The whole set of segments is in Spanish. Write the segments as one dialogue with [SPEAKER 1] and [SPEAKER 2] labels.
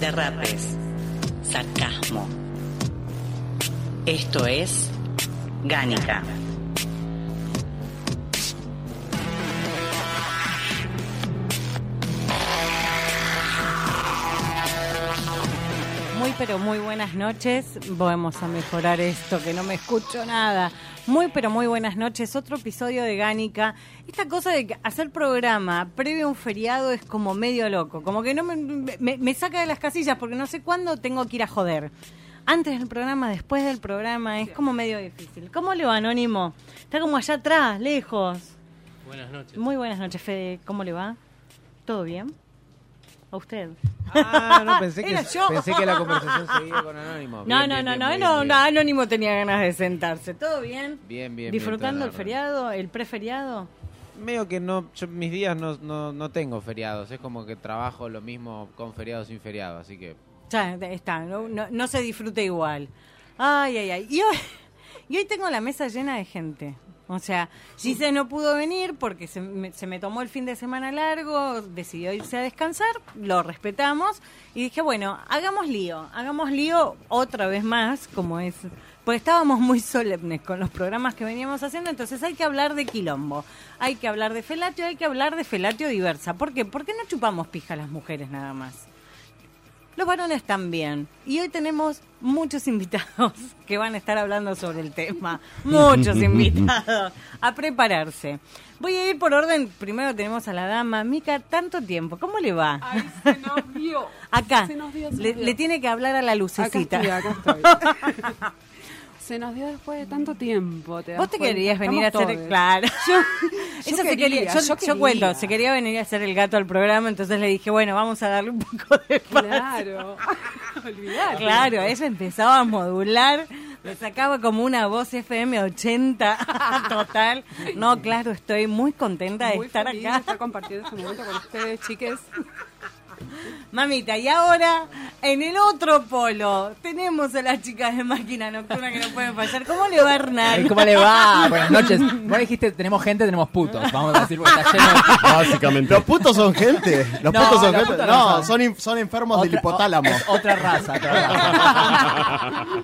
[SPEAKER 1] derrapes, sarcasmo. Esto es Gánica.
[SPEAKER 2] Muy pero muy buenas noches. Vamos a mejorar esto, que no me escucho nada. Muy pero muy buenas noches. Otro episodio de Gánica. Esta cosa de que hacer programa previo a un feriado es como medio loco. Como que no me, me- me saca de las casillas porque no sé cuándo tengo que ir a joder. Antes del programa, después del programa, es como medio difícil. ¿Cómo le va, Anónimo? Está como allá atrás, lejos.
[SPEAKER 3] Buenas noches.
[SPEAKER 2] Muy buenas noches, Fede. ¿Cómo le va? ¿Todo bien? ¿A usted?
[SPEAKER 4] Ah, no, pensé que,
[SPEAKER 2] Era yo.
[SPEAKER 4] pensé que la conversación seguía con Anónimo.
[SPEAKER 2] No,
[SPEAKER 4] Bien,
[SPEAKER 2] no,
[SPEAKER 4] bien,
[SPEAKER 2] no,
[SPEAKER 4] bien,
[SPEAKER 2] no,
[SPEAKER 4] muy
[SPEAKER 2] no,
[SPEAKER 4] bien.
[SPEAKER 2] no, Anónimo tenía ganas de sentarse. ¿Todo bien?
[SPEAKER 4] Bien, bien.
[SPEAKER 2] ¿Disfrutando
[SPEAKER 4] bien,
[SPEAKER 2] el
[SPEAKER 4] todo,
[SPEAKER 2] feriado, el preferiado?
[SPEAKER 4] Medio que no, yo mis días no, no, no tengo feriados, es como que trabajo lo mismo con feriado sin feriado, así que...
[SPEAKER 2] Ya está, no, no- no se disfruta igual. Ay, ay, ay. Y hoy, y hoy tengo la mesa llena de gente. O sea, Gise no pudo venir porque se me, se me tomó el fin de semana largo, decidió irse a descansar, lo respetamos y dije, bueno, hagamos lío, hagamos lío otra vez más, como es, pues estábamos muy solemnes con los programas que veníamos haciendo, entonces hay que hablar de quilombo, hay que hablar de felatio, hay que hablar de felatio diversa. ¿Por qué? ¿Por qué no chupamos pija las mujeres nada más? Los varones también. Y hoy tenemos muchos invitados que van a estar hablando sobre el tema. Muchos invitados. A prepararse. Voy a ir por orden. Primero tenemos a la dama. Mica, tanto tiempo. ¿Cómo le va?
[SPEAKER 5] Ay, se nos vio.
[SPEAKER 2] Acá.
[SPEAKER 5] Se nos dio, se
[SPEAKER 2] Le,
[SPEAKER 5] nos dio.
[SPEAKER 2] le tiene que hablar a la
[SPEAKER 5] Acá
[SPEAKER 2] lucecita.
[SPEAKER 5] estoy, acá estoy. se nos dio después de tanto tiempo.
[SPEAKER 2] Vos te querías venir a hacer.
[SPEAKER 5] el
[SPEAKER 2] Claro.
[SPEAKER 5] yo
[SPEAKER 2] Ella se
[SPEAKER 5] quería,
[SPEAKER 2] quería- yo,
[SPEAKER 5] yo
[SPEAKER 2] yo
[SPEAKER 5] quería.
[SPEAKER 2] cuento, se quería venir a hacer el gato al programa, entonces le dije, bueno, vamos a darle un poco de espacio.
[SPEAKER 5] Claro. Olvidar.
[SPEAKER 2] Claro, ella empezaba a modular, le sacaba como una voz FM 80 total. No, claro, estoy muy contenta de
[SPEAKER 5] Muy
[SPEAKER 2] estar
[SPEAKER 5] feliz de
[SPEAKER 2] acá.
[SPEAKER 5] estar compartiendo este momento con ustedes, chiques.
[SPEAKER 2] Mamita, y ahora en el otro polo tenemos a las chicas de máquina nocturna que no pueden fallar. ¿Cómo le va Hernán?
[SPEAKER 6] Ay, ¿Cómo le va? Buenas noches. Vos dijiste, tenemos gente, tenemos putos. Vamos a decir, porque está lleno de...
[SPEAKER 7] Básicamente. Los putos son gente. Los
[SPEAKER 6] No,
[SPEAKER 7] putos son
[SPEAKER 6] los
[SPEAKER 7] gente.
[SPEAKER 6] putos no
[SPEAKER 7] no,
[SPEAKER 6] son.
[SPEAKER 7] son, in- son enfermos del
[SPEAKER 6] Otra-
[SPEAKER 7] hipotálamo.
[SPEAKER 6] o- es otra raza. otra raza.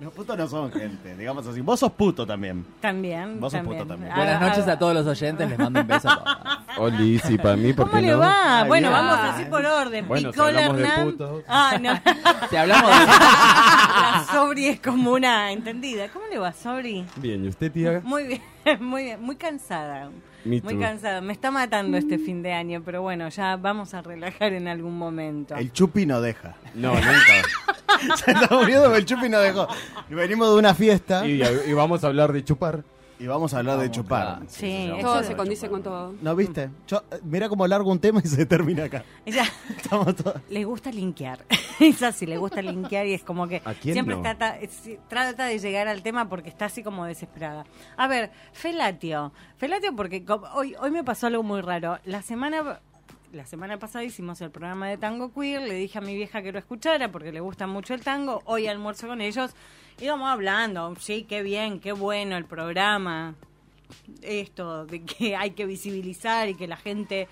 [SPEAKER 7] los putos no son gente, digamos así. Vos sos puto también.
[SPEAKER 2] También.
[SPEAKER 7] Vos sos
[SPEAKER 2] también.
[SPEAKER 7] puto también.
[SPEAKER 2] Ah,
[SPEAKER 6] Buenas noches
[SPEAKER 2] ah,
[SPEAKER 6] a todos los oyentes. Les mando un beso. a todos.
[SPEAKER 8] Oli, sí, para mí, ¿por
[SPEAKER 2] ¿Cómo
[SPEAKER 8] qué
[SPEAKER 2] le
[SPEAKER 8] no?
[SPEAKER 2] va?
[SPEAKER 7] Ah,
[SPEAKER 2] bueno,
[SPEAKER 7] bien.
[SPEAKER 2] vamos así por orden.
[SPEAKER 8] Bueno, si
[SPEAKER 2] Picola
[SPEAKER 8] hablamos de
[SPEAKER 2] Hernán.
[SPEAKER 8] putos.
[SPEAKER 2] Ah, no.
[SPEAKER 6] Si hablamos de...
[SPEAKER 2] La Sobri es como una entendida. ¿Cómo le va, Sobri?
[SPEAKER 8] Bien, ¿y usted, tía?
[SPEAKER 2] Muy bien, muy bien, muy cansada.
[SPEAKER 8] Me
[SPEAKER 2] muy
[SPEAKER 8] too.
[SPEAKER 2] cansada. Me está matando este fin de año, pero bueno, ya vamos a relajar en algún momento.
[SPEAKER 7] El chupi no deja.
[SPEAKER 8] No, nunca.
[SPEAKER 7] Se está muriendo porque el chupi no dejó. Venimos de una fiesta y,
[SPEAKER 8] Y, y vamos a hablar de chupar.
[SPEAKER 7] vamos a hablar de chupar.
[SPEAKER 8] claro.
[SPEAKER 2] Sí,
[SPEAKER 7] Vamos a
[SPEAKER 5] Todo
[SPEAKER 7] hablar
[SPEAKER 5] se
[SPEAKER 7] de
[SPEAKER 5] condice
[SPEAKER 7] chupar.
[SPEAKER 5] con todo.
[SPEAKER 7] ¿No viste? Yo, mira cómo largo un tema y se termina acá.
[SPEAKER 2] ella
[SPEAKER 7] Estamos todos.
[SPEAKER 2] le gusta linkear. Esa sí, le gusta linkear y es como que
[SPEAKER 8] ¿A quién
[SPEAKER 2] siempre
[SPEAKER 8] no?
[SPEAKER 2] trata, eh, sí, trata de llegar al tema porque está así como desesperada. A ver, Felatio. Felatio porque co- hoy, hoy me pasó algo muy raro. La semana... La semana pasada hicimos el programa de Tango Queer, le dije a mi vieja que lo escuchara porque le gusta mucho el tango, hoy almuerzo con ellos, íbamos hablando, sí, qué bien, qué bueno el programa, esto de que hay que visibilizar y que la gente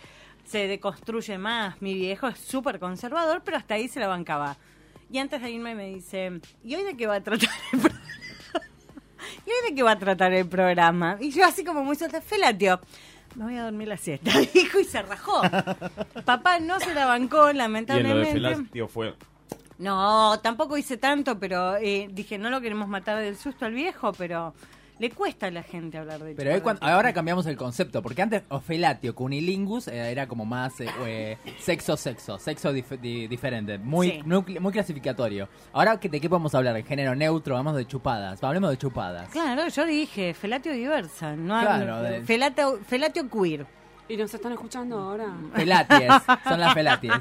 [SPEAKER 2] se deconstruye más. Mi viejo es súper conservador, pero hasta ahí se la bancaba. Y antes de irme me dice, ¿y hoy de qué va a tratar el programa? ¿Y hoy de qué va a tratar el programa? Y yo así como muy suelta, Fela, tío, me voy a dormir la siesta, dijo y se rajó. Papá no se la bancó,
[SPEAKER 8] Y en lo de
[SPEAKER 2] lamentablemente.
[SPEAKER 8] Felas, tío, fue...
[SPEAKER 2] No, tampoco hice tanto, pero eh, dije, no lo queremos matar del susto al viejo, pero le cuesta a la gente hablar de
[SPEAKER 6] Pero hoy cuan- ahora cambiamos el concepto. Porque antes, ofelatio, cunilingus, eh, era como más eh, eh, sexo, sexo. Sexo dif- di- diferente. Muy,
[SPEAKER 2] Sí.
[SPEAKER 6] nucle- muy clasificatorio. Ahora, ¿qué- ¿de qué podemos hablar? En género neutro, vamos de chupadas. Hablemos de chupadas.
[SPEAKER 2] Claro, yo dije, felatio diversa. No
[SPEAKER 6] Claro,
[SPEAKER 2] hablo-
[SPEAKER 6] de-
[SPEAKER 2] felatio, felatio queer.
[SPEAKER 5] Y nos están escuchando ahora.
[SPEAKER 6] Felaties, son las felaties.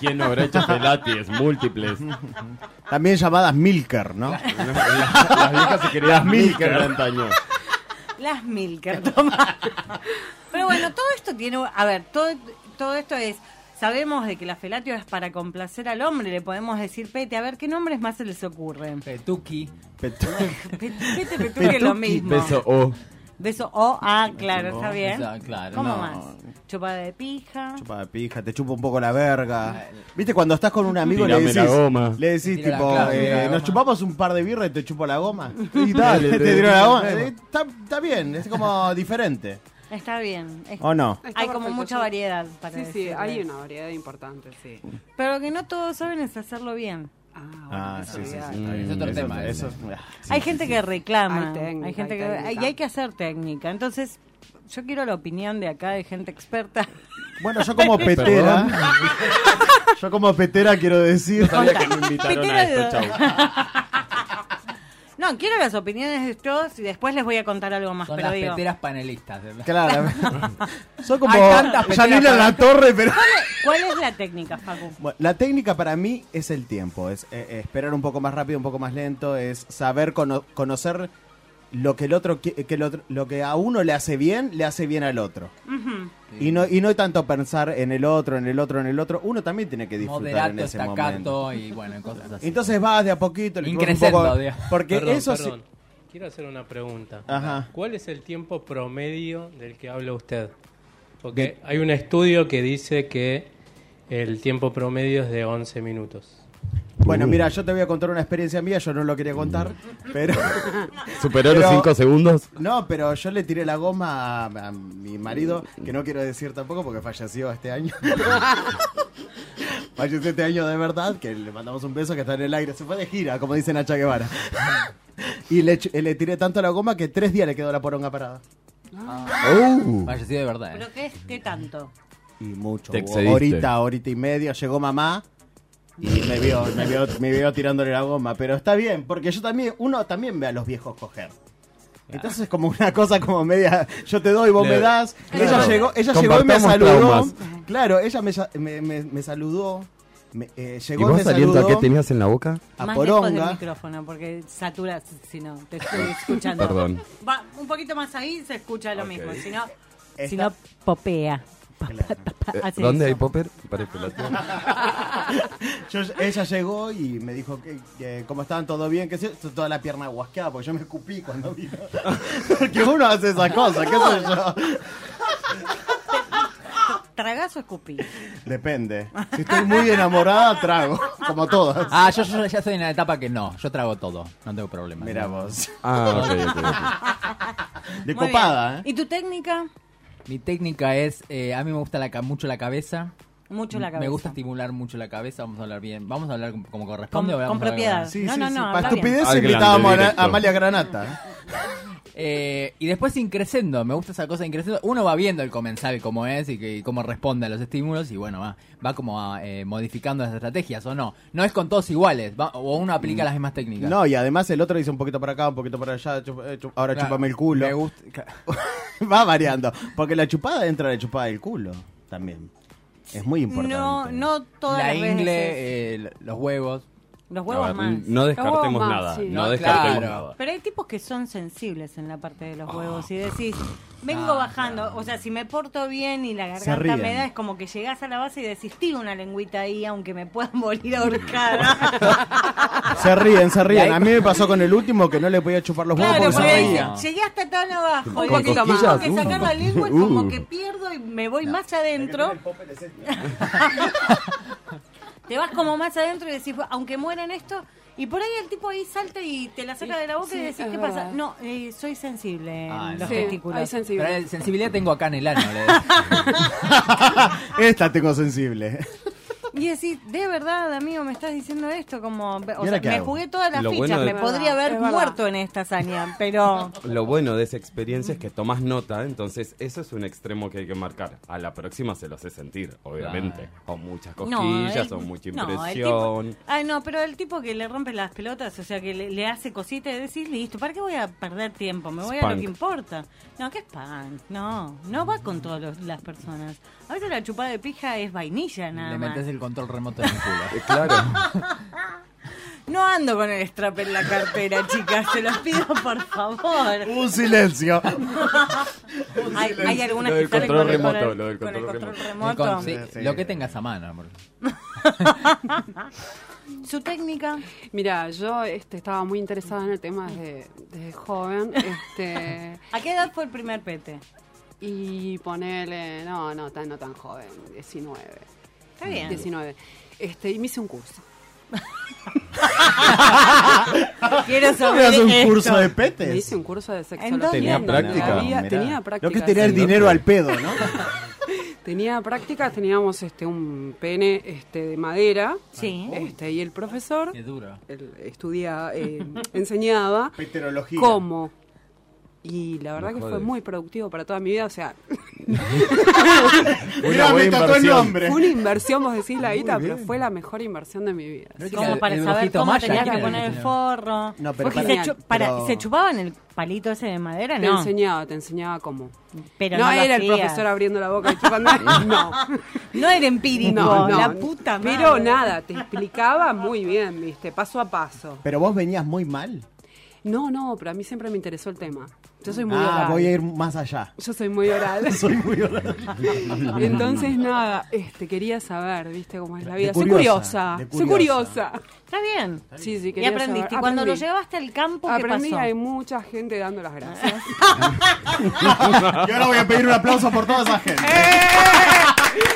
[SPEAKER 8] ¿Quién no habrá hecho pelaties múltiples?
[SPEAKER 7] También llamadas Milker, ¿no?
[SPEAKER 8] Las viejas se querían
[SPEAKER 7] Milker.
[SPEAKER 8] Milker de antaño.
[SPEAKER 2] Las Milker, toma. Pero bueno, todo esto tiene. A ver, todo, todo esto es. Sabemos de que la felatio es para complacer al hombre. Le podemos decir, Pete, a ver qué nombres más se les ocurren.
[SPEAKER 6] Petuki.
[SPEAKER 2] Pete, Pete, Petuki es lo mismo.
[SPEAKER 8] Beso O.
[SPEAKER 2] Beso O. Ah, claro, está bien.
[SPEAKER 6] Eso, claro.
[SPEAKER 2] ¿Cómo
[SPEAKER 7] No.
[SPEAKER 2] más? Chupada de pija.
[SPEAKER 7] Chupa de pija, te chupa un poco la verga. ¿Viste? Cuando estás con un amigo le
[SPEAKER 8] Tirame
[SPEAKER 7] decís,
[SPEAKER 8] la goma.
[SPEAKER 7] le decís
[SPEAKER 6] Tira la
[SPEAKER 7] tipo,
[SPEAKER 6] clave,
[SPEAKER 7] eh,
[SPEAKER 6] tira la
[SPEAKER 7] nos
[SPEAKER 6] goma.
[SPEAKER 7] chupamos un par de birra y te chupo la goma.
[SPEAKER 8] Y dale,
[SPEAKER 7] te
[SPEAKER 8] te-
[SPEAKER 7] tiro la goma.
[SPEAKER 8] te-
[SPEAKER 7] Eh, Está, está bien, es como diferente.
[SPEAKER 2] Está bien. Es-
[SPEAKER 7] ¿O Oh, no?
[SPEAKER 5] Está
[SPEAKER 2] Hay como
[SPEAKER 5] perfecto,
[SPEAKER 2] mucha
[SPEAKER 5] sí.
[SPEAKER 2] variedad para
[SPEAKER 5] Sí, sí,
[SPEAKER 2] decirle.
[SPEAKER 5] hay una variedad importante, sí.
[SPEAKER 2] Pero lo que no todos saben es hacerlo bien.
[SPEAKER 5] Ah, bueno,
[SPEAKER 7] Ah,
[SPEAKER 5] esa
[SPEAKER 7] sí, sí, sí.
[SPEAKER 5] variedad.
[SPEAKER 7] está
[SPEAKER 6] Es
[SPEAKER 7] bien.
[SPEAKER 6] otro
[SPEAKER 7] Eso-
[SPEAKER 6] tema
[SPEAKER 7] eso-
[SPEAKER 2] hay gente que reclama.
[SPEAKER 5] Hay técnica,
[SPEAKER 2] hay gente
[SPEAKER 5] hay
[SPEAKER 2] que
[SPEAKER 5] técnica.
[SPEAKER 2] y hay que hacer técnica. Entonces, yo quiero la opinión de acá de gente experta.
[SPEAKER 7] Bueno, yo como petera, yo como petera quiero decir,
[SPEAKER 8] Sabía que me invitaron a
[SPEAKER 2] Pitero
[SPEAKER 8] esto,
[SPEAKER 2] de-
[SPEAKER 8] chau.
[SPEAKER 2] No, quiero las opiniones de todos y después les voy a contar algo más,
[SPEAKER 6] Son
[SPEAKER 2] Ah, pero
[SPEAKER 6] las
[SPEAKER 2] digo.
[SPEAKER 6] peteras panelistas. de-
[SPEAKER 7] claro, soy como
[SPEAKER 6] Hay tantas peteras
[SPEAKER 7] Janina
[SPEAKER 6] para-
[SPEAKER 7] la Torre, pero
[SPEAKER 2] ¿Cuál es la técnica, Facu?
[SPEAKER 7] Bueno, la técnica para mí es el tiempo, es eh, eh, esperar un poco más rápido, un poco más lento, es saber cono- conocer lo que el otro qui- eh, que el otro- lo que a uno le hace bien, le hace bien al otro. Y no y no tanto pensar en el otro, en el otro, en el otro, uno también tiene que disfrutar en
[SPEAKER 6] Moderato,
[SPEAKER 7] ese momento.
[SPEAKER 6] estacato y bueno, cosas así.
[SPEAKER 7] Entonces vas de a poquito, le pones un
[SPEAKER 6] Increscendo,
[SPEAKER 7] poco-
[SPEAKER 6] digamos.
[SPEAKER 7] porque
[SPEAKER 3] Perdón,
[SPEAKER 7] eso sí-
[SPEAKER 3] perdón. Quiero hacer una pregunta.
[SPEAKER 7] Ajá.
[SPEAKER 3] ¿Cuál es el tiempo promedio del que habla usted? Porque hay un estudio que dice que el tiempo promedio es de 11 minutos.
[SPEAKER 7] Bueno, mira, yo te voy a contar una experiencia mía, yo no lo quería contar, pero
[SPEAKER 8] ¿Superó los
[SPEAKER 7] Pero-
[SPEAKER 8] 5 segundos?
[SPEAKER 7] No, pero yo le tiré la goma a, a mi marido, que no quiero decir tampoco porque falleció este año. falleció este año de verdad, que le mandamos un beso que está en el aire. Se fue de gira, como dice Nacha Guevara. y le, ch- le tiré tanto la goma que tres días le quedó la poronga parada.
[SPEAKER 6] Fallecido de verdad. eh.
[SPEAKER 2] ¿Pero qué es? ¿Qué tanto?
[SPEAKER 7] Y mucho.
[SPEAKER 8] Te
[SPEAKER 7] hubo
[SPEAKER 8] excediste.
[SPEAKER 7] Horita, horita y media. Llegó mamá y me vio, me vio, me vio tirándole la goma. Pero está bien, porque yo también, uno también ve a los viejos coger. Entonces es como una cosa como media, yo te doy, vos
[SPEAKER 8] Claro.
[SPEAKER 7] me das. Ella
[SPEAKER 8] Claro.
[SPEAKER 7] llegó, ella llegó y me
[SPEAKER 8] Compartamos
[SPEAKER 7] saludó.
[SPEAKER 8] traumas.
[SPEAKER 7] Claro, ella me, sa- me, me- me saludó. Me, eh,
[SPEAKER 8] ¿Y
[SPEAKER 7] llegó
[SPEAKER 8] vos
[SPEAKER 7] me
[SPEAKER 8] saliendo a
[SPEAKER 7] saludó
[SPEAKER 8] qué tenías en la boca?
[SPEAKER 7] a
[SPEAKER 2] más lejos del
[SPEAKER 7] poronga.
[SPEAKER 2] micrófono, porque satura, si no, te estoy escuchando.
[SPEAKER 8] Perdón.
[SPEAKER 2] Va un poquito más ahí se escucha lo mismo. Si no,
[SPEAKER 7] Esta-
[SPEAKER 2] si no popea. Pa, pa, pa, pa,
[SPEAKER 8] Eh,
[SPEAKER 2] hace
[SPEAKER 8] ¿Dónde
[SPEAKER 2] Ah, eso.
[SPEAKER 8] hay popper? Para el pelateo.
[SPEAKER 7] Yo- ella llegó y me dijo que, que cómo estaban, todo bien, que sé, yo, toda la pierna guasqueada, porque yo me escupí cuando vino. porque uno hace esas cosas, qué sé yo.
[SPEAKER 2] ¿Tragás o escupís?
[SPEAKER 7] Depende. Si estoy muy enamorada, trago, como todas.
[SPEAKER 6] Ah, yo, yo ya estoy en la etapa que no, yo trago todo, no tengo problema.
[SPEAKER 7] Mira vos.
[SPEAKER 8] Ah, ok, ok, ok.
[SPEAKER 7] De
[SPEAKER 2] Muy
[SPEAKER 7] copada,
[SPEAKER 2] bien.
[SPEAKER 7] ¿eh?
[SPEAKER 2] ¿Y tu técnica?
[SPEAKER 6] Mi técnica es, eh, a mí me gusta la, ca- mucho la cabeza.
[SPEAKER 2] Mucho la cabeza.
[SPEAKER 6] Me gusta estimular mucho la cabeza, vamos a hablar bien, vamos a hablar como, como
[SPEAKER 2] Con,
[SPEAKER 6] corresponde. o
[SPEAKER 2] con
[SPEAKER 6] vamos a hablar
[SPEAKER 2] propiedad.
[SPEAKER 7] Sí,
[SPEAKER 2] no,
[SPEAKER 7] sí,
[SPEAKER 2] no,
[SPEAKER 7] sí.
[SPEAKER 2] no,
[SPEAKER 7] Para
[SPEAKER 2] habla bien.
[SPEAKER 7] estupidez
[SPEAKER 8] Al
[SPEAKER 7] invitábamos a,
[SPEAKER 8] grande,
[SPEAKER 7] la-
[SPEAKER 8] directo.
[SPEAKER 7] a Amalia Granata.
[SPEAKER 6] Eh, y después increciendo, me gusta esa cosa de increciendo. Uno va viendo el comensal cómo es y, que- y cómo responde a los estímulos y bueno, va, va como a, eh, modificando las estrategias o no. No es con todos iguales, va- o uno aplica las mismas técnicas.
[SPEAKER 7] Mm. No, y además el otro dice un poquito para acá, un poquito para allá, chup- eh, chup- ahora
[SPEAKER 6] Claro,
[SPEAKER 7] chupame el culo.
[SPEAKER 6] me gusta-
[SPEAKER 7] Va variando. Porque la chupada entra la chupada del culo también. Es muy importante.
[SPEAKER 2] No, no todas
[SPEAKER 6] la
[SPEAKER 2] las veces.
[SPEAKER 6] ingle, eh, los huevos.
[SPEAKER 2] Los
[SPEAKER 8] A
[SPEAKER 2] huevos
[SPEAKER 8] ver,
[SPEAKER 2] más.
[SPEAKER 8] eh, No
[SPEAKER 5] Los
[SPEAKER 8] descartemos
[SPEAKER 5] huevos más,
[SPEAKER 8] nada.
[SPEAKER 5] sí.
[SPEAKER 8] No
[SPEAKER 6] No,
[SPEAKER 8] descartemos
[SPEAKER 6] claro.
[SPEAKER 8] nada.
[SPEAKER 2] Pero hay tipos que son sensibles en la parte de los huevos y decís, vengo bajando, o sea, si me porto bien y la garganta
[SPEAKER 7] ríen.
[SPEAKER 2] me da, es como que llegás a la base y decís, tiro una lengüita ahí, aunque me pueda morir ahorcada.
[SPEAKER 7] Se ríen, se
[SPEAKER 6] Y
[SPEAKER 7] ríen.
[SPEAKER 6] ahí-
[SPEAKER 7] A mí me pasó con el último que no le podía chupar los huevos
[SPEAKER 2] claro,
[SPEAKER 7] porque
[SPEAKER 2] porque
[SPEAKER 7] se
[SPEAKER 2] decís,
[SPEAKER 7] reía.
[SPEAKER 2] llegué hasta tan abajo
[SPEAKER 5] Con
[SPEAKER 2] y decís,
[SPEAKER 5] poquito más.
[SPEAKER 2] tengo que
[SPEAKER 8] Uh.
[SPEAKER 2] sacar la lengua y como
[SPEAKER 8] Uh.
[SPEAKER 2] que pierdo y me voy más adentro. Te vas como más adentro y decís, aunque muera en esto, y por ahí el tipo ahí salta y te la saca de la boca
[SPEAKER 5] Sí,
[SPEAKER 2] y decís,
[SPEAKER 5] es
[SPEAKER 2] ¿qué
[SPEAKER 5] verdad.
[SPEAKER 2] pasa? No, eh, soy sensible en
[SPEAKER 6] Ah,
[SPEAKER 2] los
[SPEAKER 6] no.
[SPEAKER 5] Sí, hay
[SPEAKER 2] testículos.
[SPEAKER 6] Pero
[SPEAKER 5] sensibilidad.
[SPEAKER 6] la sensibilidad tengo acá en el ano. le-
[SPEAKER 7] Esta tengo sensible.
[SPEAKER 2] Y decís, de verdad, amigo, me estás diciendo esto. Como, o
[SPEAKER 7] ahora
[SPEAKER 2] sea,
[SPEAKER 7] qué
[SPEAKER 2] me
[SPEAKER 7] hago?
[SPEAKER 2] jugué todas las
[SPEAKER 8] Lo
[SPEAKER 2] fichas.
[SPEAKER 8] bueno
[SPEAKER 2] Me
[SPEAKER 8] de- Es
[SPEAKER 2] podría
[SPEAKER 9] verdad,
[SPEAKER 2] haber
[SPEAKER 9] es verdad.
[SPEAKER 2] muerto en esta hazaña, pero.
[SPEAKER 8] Lo bueno de esa experiencia es que tomas nota, entonces eso es un extremo que hay que marcar. A la próxima se lo hace sentir, obviamente. O muchas cosquillas,
[SPEAKER 2] el-
[SPEAKER 8] o mucha
[SPEAKER 2] no, el tipo-
[SPEAKER 8] impresión.
[SPEAKER 2] ay, no, pero el tipo que le rompe las pelotas, o sea, que le, le hace cositas y decís, listo, ¿para qué voy a perder tiempo? Me voy a lo
[SPEAKER 8] Spunk.
[SPEAKER 2] que importa. No, que es pan. No, no va con todas las personas. A veces la chupada de pija es vainilla nada
[SPEAKER 6] Le
[SPEAKER 2] más.
[SPEAKER 6] metes el control remoto en el
[SPEAKER 8] Eh,
[SPEAKER 6] culo.
[SPEAKER 8] claro,
[SPEAKER 2] No ando con el strap en la cartera, chicas, se los pido por favor.
[SPEAKER 6] Uh,
[SPEAKER 7] Un silencio.
[SPEAKER 2] Hay, hay algunas
[SPEAKER 8] Lo
[SPEAKER 2] que
[SPEAKER 8] del
[SPEAKER 2] salen
[SPEAKER 8] control
[SPEAKER 2] con el- con
[SPEAKER 8] remoto,
[SPEAKER 2] el-
[SPEAKER 8] lo del
[SPEAKER 2] con el
[SPEAKER 8] control
[SPEAKER 2] control
[SPEAKER 6] El
[SPEAKER 2] remoto.
[SPEAKER 6] con- sí,
[SPEAKER 7] Sí.
[SPEAKER 6] Lo que tengas a mano, amor.
[SPEAKER 2] Su técnica.
[SPEAKER 9] Mira, yo este, estaba muy interesada en el tema desde, desde joven. Este,
[SPEAKER 2] ¿A qué edad fue el primer pete?
[SPEAKER 9] y ponerle. No, no, tan, no tan joven, 19.
[SPEAKER 2] Está bien.
[SPEAKER 9] 19. Este, y me hice un curso.
[SPEAKER 2] Quiero
[SPEAKER 7] ¿Me
[SPEAKER 2] saber
[SPEAKER 7] das un
[SPEAKER 2] esto.
[SPEAKER 7] curso de
[SPEAKER 9] Me hice
[SPEAKER 7] petes?
[SPEAKER 9] un curso de sexología.
[SPEAKER 2] Entonces- Tenía
[SPEAKER 9] No,
[SPEAKER 8] práctica.
[SPEAKER 9] había-
[SPEAKER 7] Mirá.
[SPEAKER 9] tenía práctica.
[SPEAKER 7] Lo que es tener
[SPEAKER 9] sí.
[SPEAKER 7] dinero al pedo, ¿no?
[SPEAKER 9] Tenía prácticas, teníamos este un pene este de madera.
[SPEAKER 2] Sí.
[SPEAKER 9] Este, y el profesor
[SPEAKER 6] Qué duro.
[SPEAKER 9] él estudia, eh, enseñaba
[SPEAKER 7] Peterología.
[SPEAKER 9] cómo. Y la verdad
[SPEAKER 8] Me
[SPEAKER 9] que fue
[SPEAKER 8] jodes.
[SPEAKER 9] muy productivo para toda mi vida. O sea,
[SPEAKER 8] una buena inversión.
[SPEAKER 9] fue una inversión, vos decís la
[SPEAKER 7] Muy
[SPEAKER 9] guita, pero
[SPEAKER 7] bien.
[SPEAKER 9] fue la mejor inversión de mi vida.
[SPEAKER 6] Creo que
[SPEAKER 2] Como
[SPEAKER 6] el-
[SPEAKER 2] para
[SPEAKER 6] el
[SPEAKER 2] saber
[SPEAKER 6] brujito
[SPEAKER 2] cómo
[SPEAKER 6] maya,
[SPEAKER 2] tenías
[SPEAKER 6] ¿quién
[SPEAKER 2] que
[SPEAKER 6] era
[SPEAKER 2] poner el
[SPEAKER 6] que
[SPEAKER 2] forro.
[SPEAKER 7] No, pero
[SPEAKER 2] Porque
[SPEAKER 9] para-
[SPEAKER 2] se, chu- para-
[SPEAKER 7] pero-
[SPEAKER 2] se chupaban el palito ese de madera,
[SPEAKER 9] Te
[SPEAKER 2] no.
[SPEAKER 9] enseñaba, te enseñaba cómo.
[SPEAKER 2] Pero
[SPEAKER 9] no,
[SPEAKER 2] no, lo
[SPEAKER 9] era el
[SPEAKER 2] hacías.
[SPEAKER 9] profesor abriendo la boca y chupando. no.
[SPEAKER 2] No era empírico,
[SPEAKER 9] No, no.
[SPEAKER 2] la puta madre.
[SPEAKER 9] Pero nada, te explicaba muy bien, viste, paso a paso.
[SPEAKER 7] Pero vos venías muy mal.
[SPEAKER 9] No, no, pero a mí siempre me interesó el tema. Yo soy muy
[SPEAKER 7] Ah,
[SPEAKER 9] oral.
[SPEAKER 7] voy a ir más allá.
[SPEAKER 9] Yo soy muy oral. soy muy oral. Entonces, nada, este, quería saber, viste, cómo es la vida.
[SPEAKER 7] De
[SPEAKER 9] soy curiosa,
[SPEAKER 7] curiosa, de
[SPEAKER 9] soy
[SPEAKER 7] curiosa.
[SPEAKER 9] curiosa.
[SPEAKER 2] Está bien.
[SPEAKER 9] Sí, sí,
[SPEAKER 2] Y
[SPEAKER 9] quería
[SPEAKER 2] aprendiste.
[SPEAKER 9] saber.
[SPEAKER 2] Y cuando lo
[SPEAKER 9] Aprendí.
[SPEAKER 2] llevaste al campo, ¿qué
[SPEAKER 9] Aprendí,
[SPEAKER 2] pasó?
[SPEAKER 9] hay mucha gente dando las gracias.
[SPEAKER 7] Y ahora voy a pedir un aplauso por toda esa gente.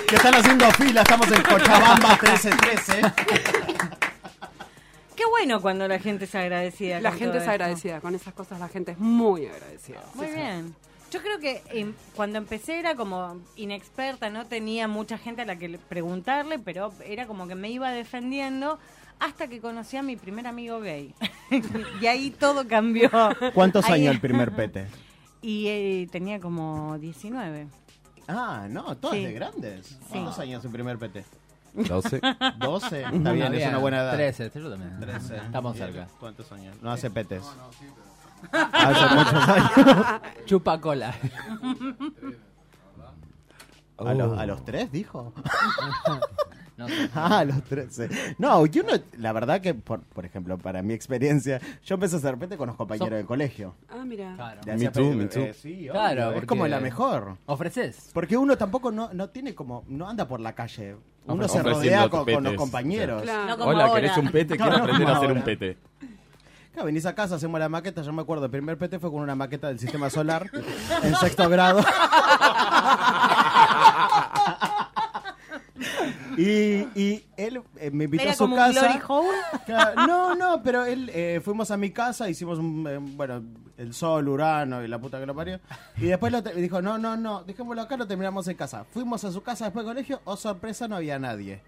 [SPEAKER 7] Que están haciendo fila, estamos en Cochabamba 1313.
[SPEAKER 2] Qué bueno cuando la gente es agradecida.
[SPEAKER 9] La
[SPEAKER 2] con
[SPEAKER 9] gente
[SPEAKER 2] todo
[SPEAKER 9] es
[SPEAKER 2] esto.
[SPEAKER 9] agradecida, con esas cosas la gente es muy agradecida.
[SPEAKER 2] Muy bien. Yo creo que em, cuando empecé era como inexperta, no tenía mucha gente a la que le- preguntarle, pero era como que me iba defendiendo hasta que conocí a mi primer amigo gay. y ahí todo cambió.
[SPEAKER 7] ¿Cuántos
[SPEAKER 2] Ahí-
[SPEAKER 7] años el primer pete?
[SPEAKER 2] Y eh, tenía como 19.
[SPEAKER 7] Ah, no, todas
[SPEAKER 2] Sí.
[SPEAKER 7] de grandes. ¿Cuántos años el primer pete?
[SPEAKER 8] 12.
[SPEAKER 7] 12. Está bien, es una buena edad.
[SPEAKER 6] 13, este yo también.
[SPEAKER 7] 13.
[SPEAKER 6] Estamos
[SPEAKER 7] ¿Y
[SPEAKER 6] cerca.
[SPEAKER 7] ¿Cuántos años? No hace petes. Ah, Hace muchos años.
[SPEAKER 6] Uh. Chupa cola.
[SPEAKER 7] ¿A
[SPEAKER 8] Oh.
[SPEAKER 7] los, a los tres, dijo?
[SPEAKER 6] No sé.
[SPEAKER 7] Ah, a los 13. No, yo no, la verdad que, por, por ejemplo, para mi experiencia, yo empecé a hacer pete con los compañeros
[SPEAKER 6] So-
[SPEAKER 7] del colegio.
[SPEAKER 9] Ah, mira.
[SPEAKER 6] Claro.
[SPEAKER 7] Le
[SPEAKER 8] Me
[SPEAKER 7] hacía
[SPEAKER 8] too,
[SPEAKER 7] pete-
[SPEAKER 8] me too.
[SPEAKER 7] eh, sí, obvio,
[SPEAKER 6] Claro,
[SPEAKER 7] es
[SPEAKER 6] porque-
[SPEAKER 7] como la mejor.
[SPEAKER 6] ¿Ofreces?
[SPEAKER 7] Porque uno tampoco no, no tiene como, no anda por la calle. Uno se
[SPEAKER 8] Ofreciendo
[SPEAKER 7] rodea con, con los
[SPEAKER 8] petes.
[SPEAKER 7] compañeros.
[SPEAKER 9] Claro.
[SPEAKER 2] No como
[SPEAKER 8] Hola,
[SPEAKER 2] ahora.
[SPEAKER 8] ¿querés un pete? Quiero
[SPEAKER 7] Claro,
[SPEAKER 8] aprender a hacer
[SPEAKER 7] ahora.
[SPEAKER 8] un pete.
[SPEAKER 7] Claro, venís a casa, hacemos la maqueta, yo me acuerdo, el primer pete fue con una maqueta del sistema solar en sexto grado. y, y él eh, me invitó
[SPEAKER 2] Era
[SPEAKER 7] a su
[SPEAKER 2] como un
[SPEAKER 7] casa.
[SPEAKER 2] glory hole.
[SPEAKER 7] Claro, No, no, pero él eh, fuimos a mi casa, hicimos un, eh, bueno, el sol, Urano y la puta que lo parió. Y después lo te- dijo, no, no, no, dejémoslo acá, lo terminamos en casa. Fuimos a su casa después del colegio, oh sorpresa, no había nadie.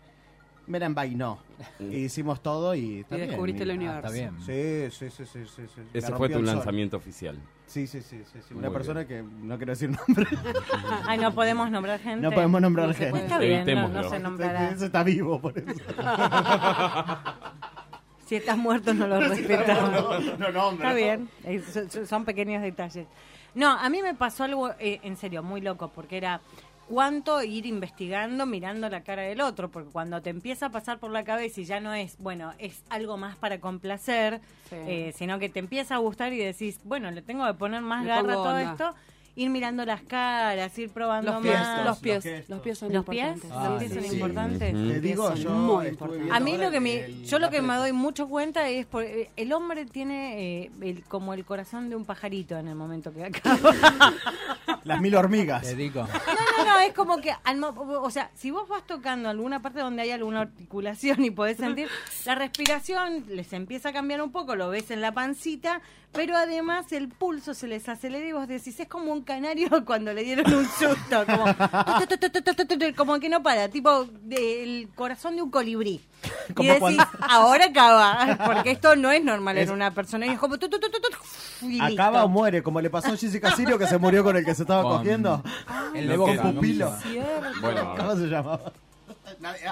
[SPEAKER 7] Me la envainó. Y hicimos todo y... está
[SPEAKER 9] Y
[SPEAKER 7] bien,
[SPEAKER 9] descubriste el
[SPEAKER 7] y-
[SPEAKER 9] universo.
[SPEAKER 6] Ah, Está bien.
[SPEAKER 7] Sí, sí, sí, sí, sí. sí. Me
[SPEAKER 8] Ese fue
[SPEAKER 7] rompió
[SPEAKER 8] tu
[SPEAKER 7] el sol.
[SPEAKER 8] lanzamiento oficial.
[SPEAKER 7] Sí, sí, sí, sí, sí. Una
[SPEAKER 8] Muy
[SPEAKER 7] persona que no quiero decir nombre.
[SPEAKER 2] Ay, Ah, no podemos nombrar gente.
[SPEAKER 7] No podemos nombrar
[SPEAKER 2] No se puede,
[SPEAKER 7] gente.
[SPEAKER 2] Está bien, no, no
[SPEAKER 8] Evitémoslo.
[SPEAKER 2] se nombrará.
[SPEAKER 7] Ese está vivo, por eso.
[SPEAKER 2] Si estás muerto, no lo respetamos.
[SPEAKER 7] No, no, hombre.
[SPEAKER 2] Está bien, eh, so- so- son pequeños detalles. No, a mí me pasó algo eh, en serio muy loco, porque era cuánto ir investigando mirando la cara del otro, porque cuando te empieza a pasar por la cabeza y ya no es, bueno, es algo más para complacer,
[SPEAKER 9] Sí.
[SPEAKER 2] eh, sino que te empieza a gustar y decís, bueno, le tengo que poner más
[SPEAKER 9] Le
[SPEAKER 2] garra a
[SPEAKER 9] pongo
[SPEAKER 2] todo
[SPEAKER 9] onda.
[SPEAKER 2] esto, ir mirando las caras, ir probando
[SPEAKER 9] Los pies,
[SPEAKER 2] más.
[SPEAKER 9] los
[SPEAKER 7] los
[SPEAKER 9] pies,
[SPEAKER 7] gestos.
[SPEAKER 9] los pies son
[SPEAKER 2] ¿Los pies?
[SPEAKER 9] importantes. Ah,
[SPEAKER 2] ¿Los pies son
[SPEAKER 7] sí.
[SPEAKER 2] importantes?
[SPEAKER 8] Ujú.
[SPEAKER 7] Te digo,
[SPEAKER 9] Son
[SPEAKER 7] yo
[SPEAKER 9] muy
[SPEAKER 7] estuve
[SPEAKER 9] importantes.
[SPEAKER 7] viendo
[SPEAKER 2] A mí lo
[SPEAKER 7] ahora
[SPEAKER 2] que me,
[SPEAKER 7] el-
[SPEAKER 2] yo lo que me
[SPEAKER 7] la-
[SPEAKER 2] doy mucho cuenta es por, eh, el hombre tiene eh, el- como el corazón de un pajarito en el momento que acaba.
[SPEAKER 7] Las mil hormigas.
[SPEAKER 6] Te digo.
[SPEAKER 2] No, no, no, es como que, al mo- o sea, si vos vas tocando alguna parte donde hay alguna articulación y podés sentir, la respiración les empieza a cambiar un poco, lo ves en la pancita, pero además el pulso se les acelera y vos decís, es como un canario cuando le dieron un susto, como, tu, tu, tu, tu, tu, tu, tu, tu, como que no para, tipo de- el corazón de un colibrí.
[SPEAKER 7] Como
[SPEAKER 2] y decís,
[SPEAKER 7] cuando-
[SPEAKER 2] ahora acaba, porque esto no es normal
[SPEAKER 7] Es-
[SPEAKER 2] en una persona, y es como, tu, tu, tu, tu, tu, tu, y
[SPEAKER 7] Acaba
[SPEAKER 2] listo.
[SPEAKER 7] o muere, como le pasó a Jessica Sirio que se murió con el que se estaba
[SPEAKER 6] Con-
[SPEAKER 7] cogiendo.
[SPEAKER 6] El de
[SPEAKER 8] Los
[SPEAKER 6] boca.
[SPEAKER 8] con pupilo.
[SPEAKER 6] ¿no?
[SPEAKER 5] Cierto.
[SPEAKER 8] Bueno, a
[SPEAKER 7] ¿Cómo
[SPEAKER 8] ver,
[SPEAKER 7] se llamaba?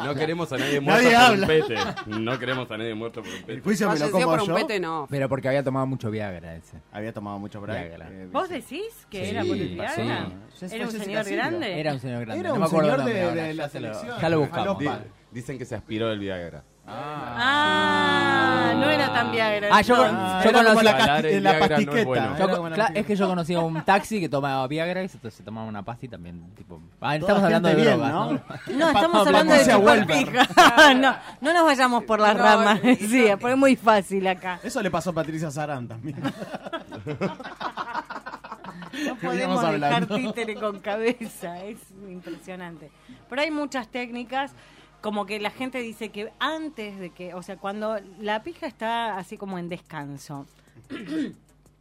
[SPEAKER 8] no queremos a nadie muerto
[SPEAKER 7] Nadie
[SPEAKER 8] por
[SPEAKER 7] habla.
[SPEAKER 8] un pete. No queremos a nadie muerto por un
[SPEAKER 7] El
[SPEAKER 8] pete.
[SPEAKER 7] juicio me
[SPEAKER 9] No,
[SPEAKER 7] lo
[SPEAKER 9] yo
[SPEAKER 7] como
[SPEAKER 9] por un
[SPEAKER 7] yo.
[SPEAKER 9] pete no.
[SPEAKER 6] Pero porque había tomado mucho Viagra ese.
[SPEAKER 7] Había tomado mucho Eh, Braga.
[SPEAKER 6] Viagra.
[SPEAKER 2] ¿Vos decís que
[SPEAKER 6] Sí,
[SPEAKER 2] era por el
[SPEAKER 6] pasó.
[SPEAKER 2] Viagra?
[SPEAKER 7] Sí.
[SPEAKER 2] ¿Era un
[SPEAKER 7] Fue
[SPEAKER 2] señor
[SPEAKER 7] Jessica
[SPEAKER 2] grande?
[SPEAKER 6] Era un señor grande.
[SPEAKER 7] Era
[SPEAKER 6] no
[SPEAKER 7] un
[SPEAKER 6] me acuerdo el
[SPEAKER 7] señor
[SPEAKER 6] nombre
[SPEAKER 7] de-
[SPEAKER 6] ahora,
[SPEAKER 7] de
[SPEAKER 6] ya
[SPEAKER 7] la
[SPEAKER 6] se lo-
[SPEAKER 7] selección.
[SPEAKER 6] Ya lo
[SPEAKER 7] Aló,
[SPEAKER 6] buscamos.
[SPEAKER 7] Pablo.
[SPEAKER 6] vale.
[SPEAKER 8] Dicen que se aspiró el Viagra.
[SPEAKER 2] Ah, no era tan Viagra.
[SPEAKER 6] Ah, yo,
[SPEAKER 7] Ah,
[SPEAKER 6] yo
[SPEAKER 7] era como
[SPEAKER 6] conocí-
[SPEAKER 7] la,
[SPEAKER 8] Jalar
[SPEAKER 7] casti-
[SPEAKER 8] el
[SPEAKER 7] la
[SPEAKER 8] Viagra no es
[SPEAKER 7] pastiqueta.
[SPEAKER 8] bueno.
[SPEAKER 6] Yo
[SPEAKER 7] Era
[SPEAKER 6] co-
[SPEAKER 7] como la
[SPEAKER 6] cla- es
[SPEAKER 7] pastiqueta.
[SPEAKER 6] que yo conocía un taxi que tomaba Viagra y se, se tomaba una pasta y también, tipo... Ah, estamos
[SPEAKER 7] Toda
[SPEAKER 6] hablando de
[SPEAKER 7] gente bien,
[SPEAKER 6] drogas, ¿no?
[SPEAKER 2] No, estamos hablando de
[SPEAKER 7] Patricia
[SPEAKER 2] chupar
[SPEAKER 7] Wolver.
[SPEAKER 2] pija. no, no nos vayamos por las
[SPEAKER 9] No,
[SPEAKER 2] ramas,
[SPEAKER 9] no, no.
[SPEAKER 2] sí, porque es muy fácil acá.
[SPEAKER 7] Eso le pasó a Patricia Sarán también.
[SPEAKER 2] No
[SPEAKER 7] Seguimos
[SPEAKER 2] podemos dejar
[SPEAKER 7] hablando.
[SPEAKER 2] títere con cabeza, es impresionante. Pero hay muchas técnicas, como que la gente dice que antes de que, o sea, cuando la pija está así como en descanso.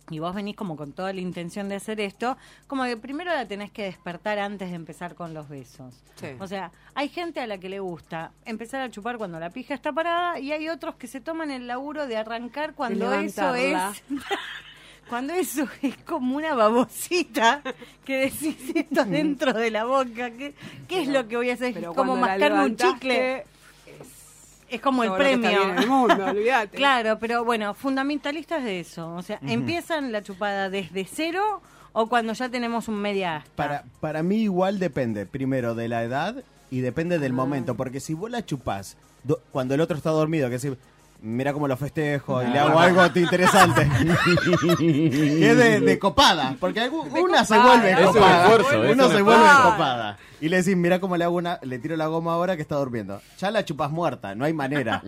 [SPEAKER 2] Y vos venís como con toda la intención de hacer esto, como que primero la tenés que despertar antes de empezar con los besos.
[SPEAKER 9] Sí.
[SPEAKER 2] O sea, hay gente a la que le gusta empezar a chupar cuando la pija está parada y hay otros que se toman el laburo de arrancar cuando eso
[SPEAKER 5] levantarla.
[SPEAKER 2] es cuando eso es como una babosita que decís esto dentro de la boca, ¿qué, qué es lo que voy a hacer? Es
[SPEAKER 5] Pero
[SPEAKER 2] como
[SPEAKER 5] cuando la
[SPEAKER 2] mascarme un
[SPEAKER 5] levantaste,
[SPEAKER 2] chicle, es como el
[SPEAKER 9] Todo lo que está
[SPEAKER 2] premio.
[SPEAKER 9] bien en el mundo, olvídate.
[SPEAKER 2] Claro, pero bueno, fundamentalistas de eso. O sea, empiezan la chupada desde cero o cuando ya tenemos un media asta.
[SPEAKER 7] Para, para mí igual depende, primero de la edad y depende del momento, porque si vos la chupás do- cuando el otro está dormido, que si mira cómo lo festejo y le hago algo te- interesante, que es de, de copada, porque algu- una se vuelve
[SPEAKER 8] Es un
[SPEAKER 7] copada,
[SPEAKER 8] esfuerzo, es
[SPEAKER 7] uno
[SPEAKER 8] un
[SPEAKER 7] se
[SPEAKER 8] esfuerzo.
[SPEAKER 7] vuelve copada. Y le decís, mira cómo le hago una, le tiro la goma ahora que está durmiendo. Ya la chupás muerta, no hay manera,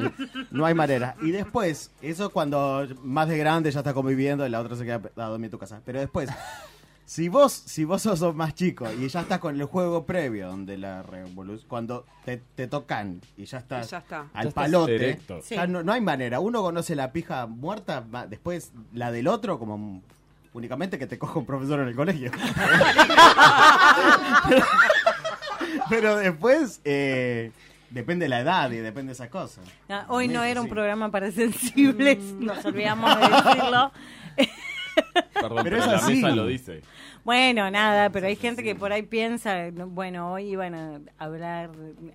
[SPEAKER 7] no hay manera. Y después, eso es cuando más de grande ya está conviviendo y la otra se queda a dormir en tu casa. Pero después, si vos, si vos sos más chico y ya estás con el juego previo donde la revolución, cuando te, te tocan y ya estás
[SPEAKER 9] Y ya está.
[SPEAKER 7] al
[SPEAKER 8] Ya estás
[SPEAKER 7] palote,
[SPEAKER 8] erecto.
[SPEAKER 7] ya no, no hay manera. Uno conoce la pija muerta, va- después la del otro como un- únicamente que te coja un profesor en el colegio. Pero después eh, depende de la edad y depende de esas cosas.
[SPEAKER 2] Ah, Hoy no
[SPEAKER 7] Sí,
[SPEAKER 2] era un
[SPEAKER 7] sí.
[SPEAKER 2] programa para sensibles, nos olvidamos de decirlo.
[SPEAKER 8] Perdón,
[SPEAKER 7] Pero
[SPEAKER 8] pero,
[SPEAKER 7] es
[SPEAKER 8] la
[SPEAKER 7] así.
[SPEAKER 8] mesa lo dice.
[SPEAKER 2] Bueno, nada, pero hay gente que por ahí piensa, no, bueno, hoy iban a hablar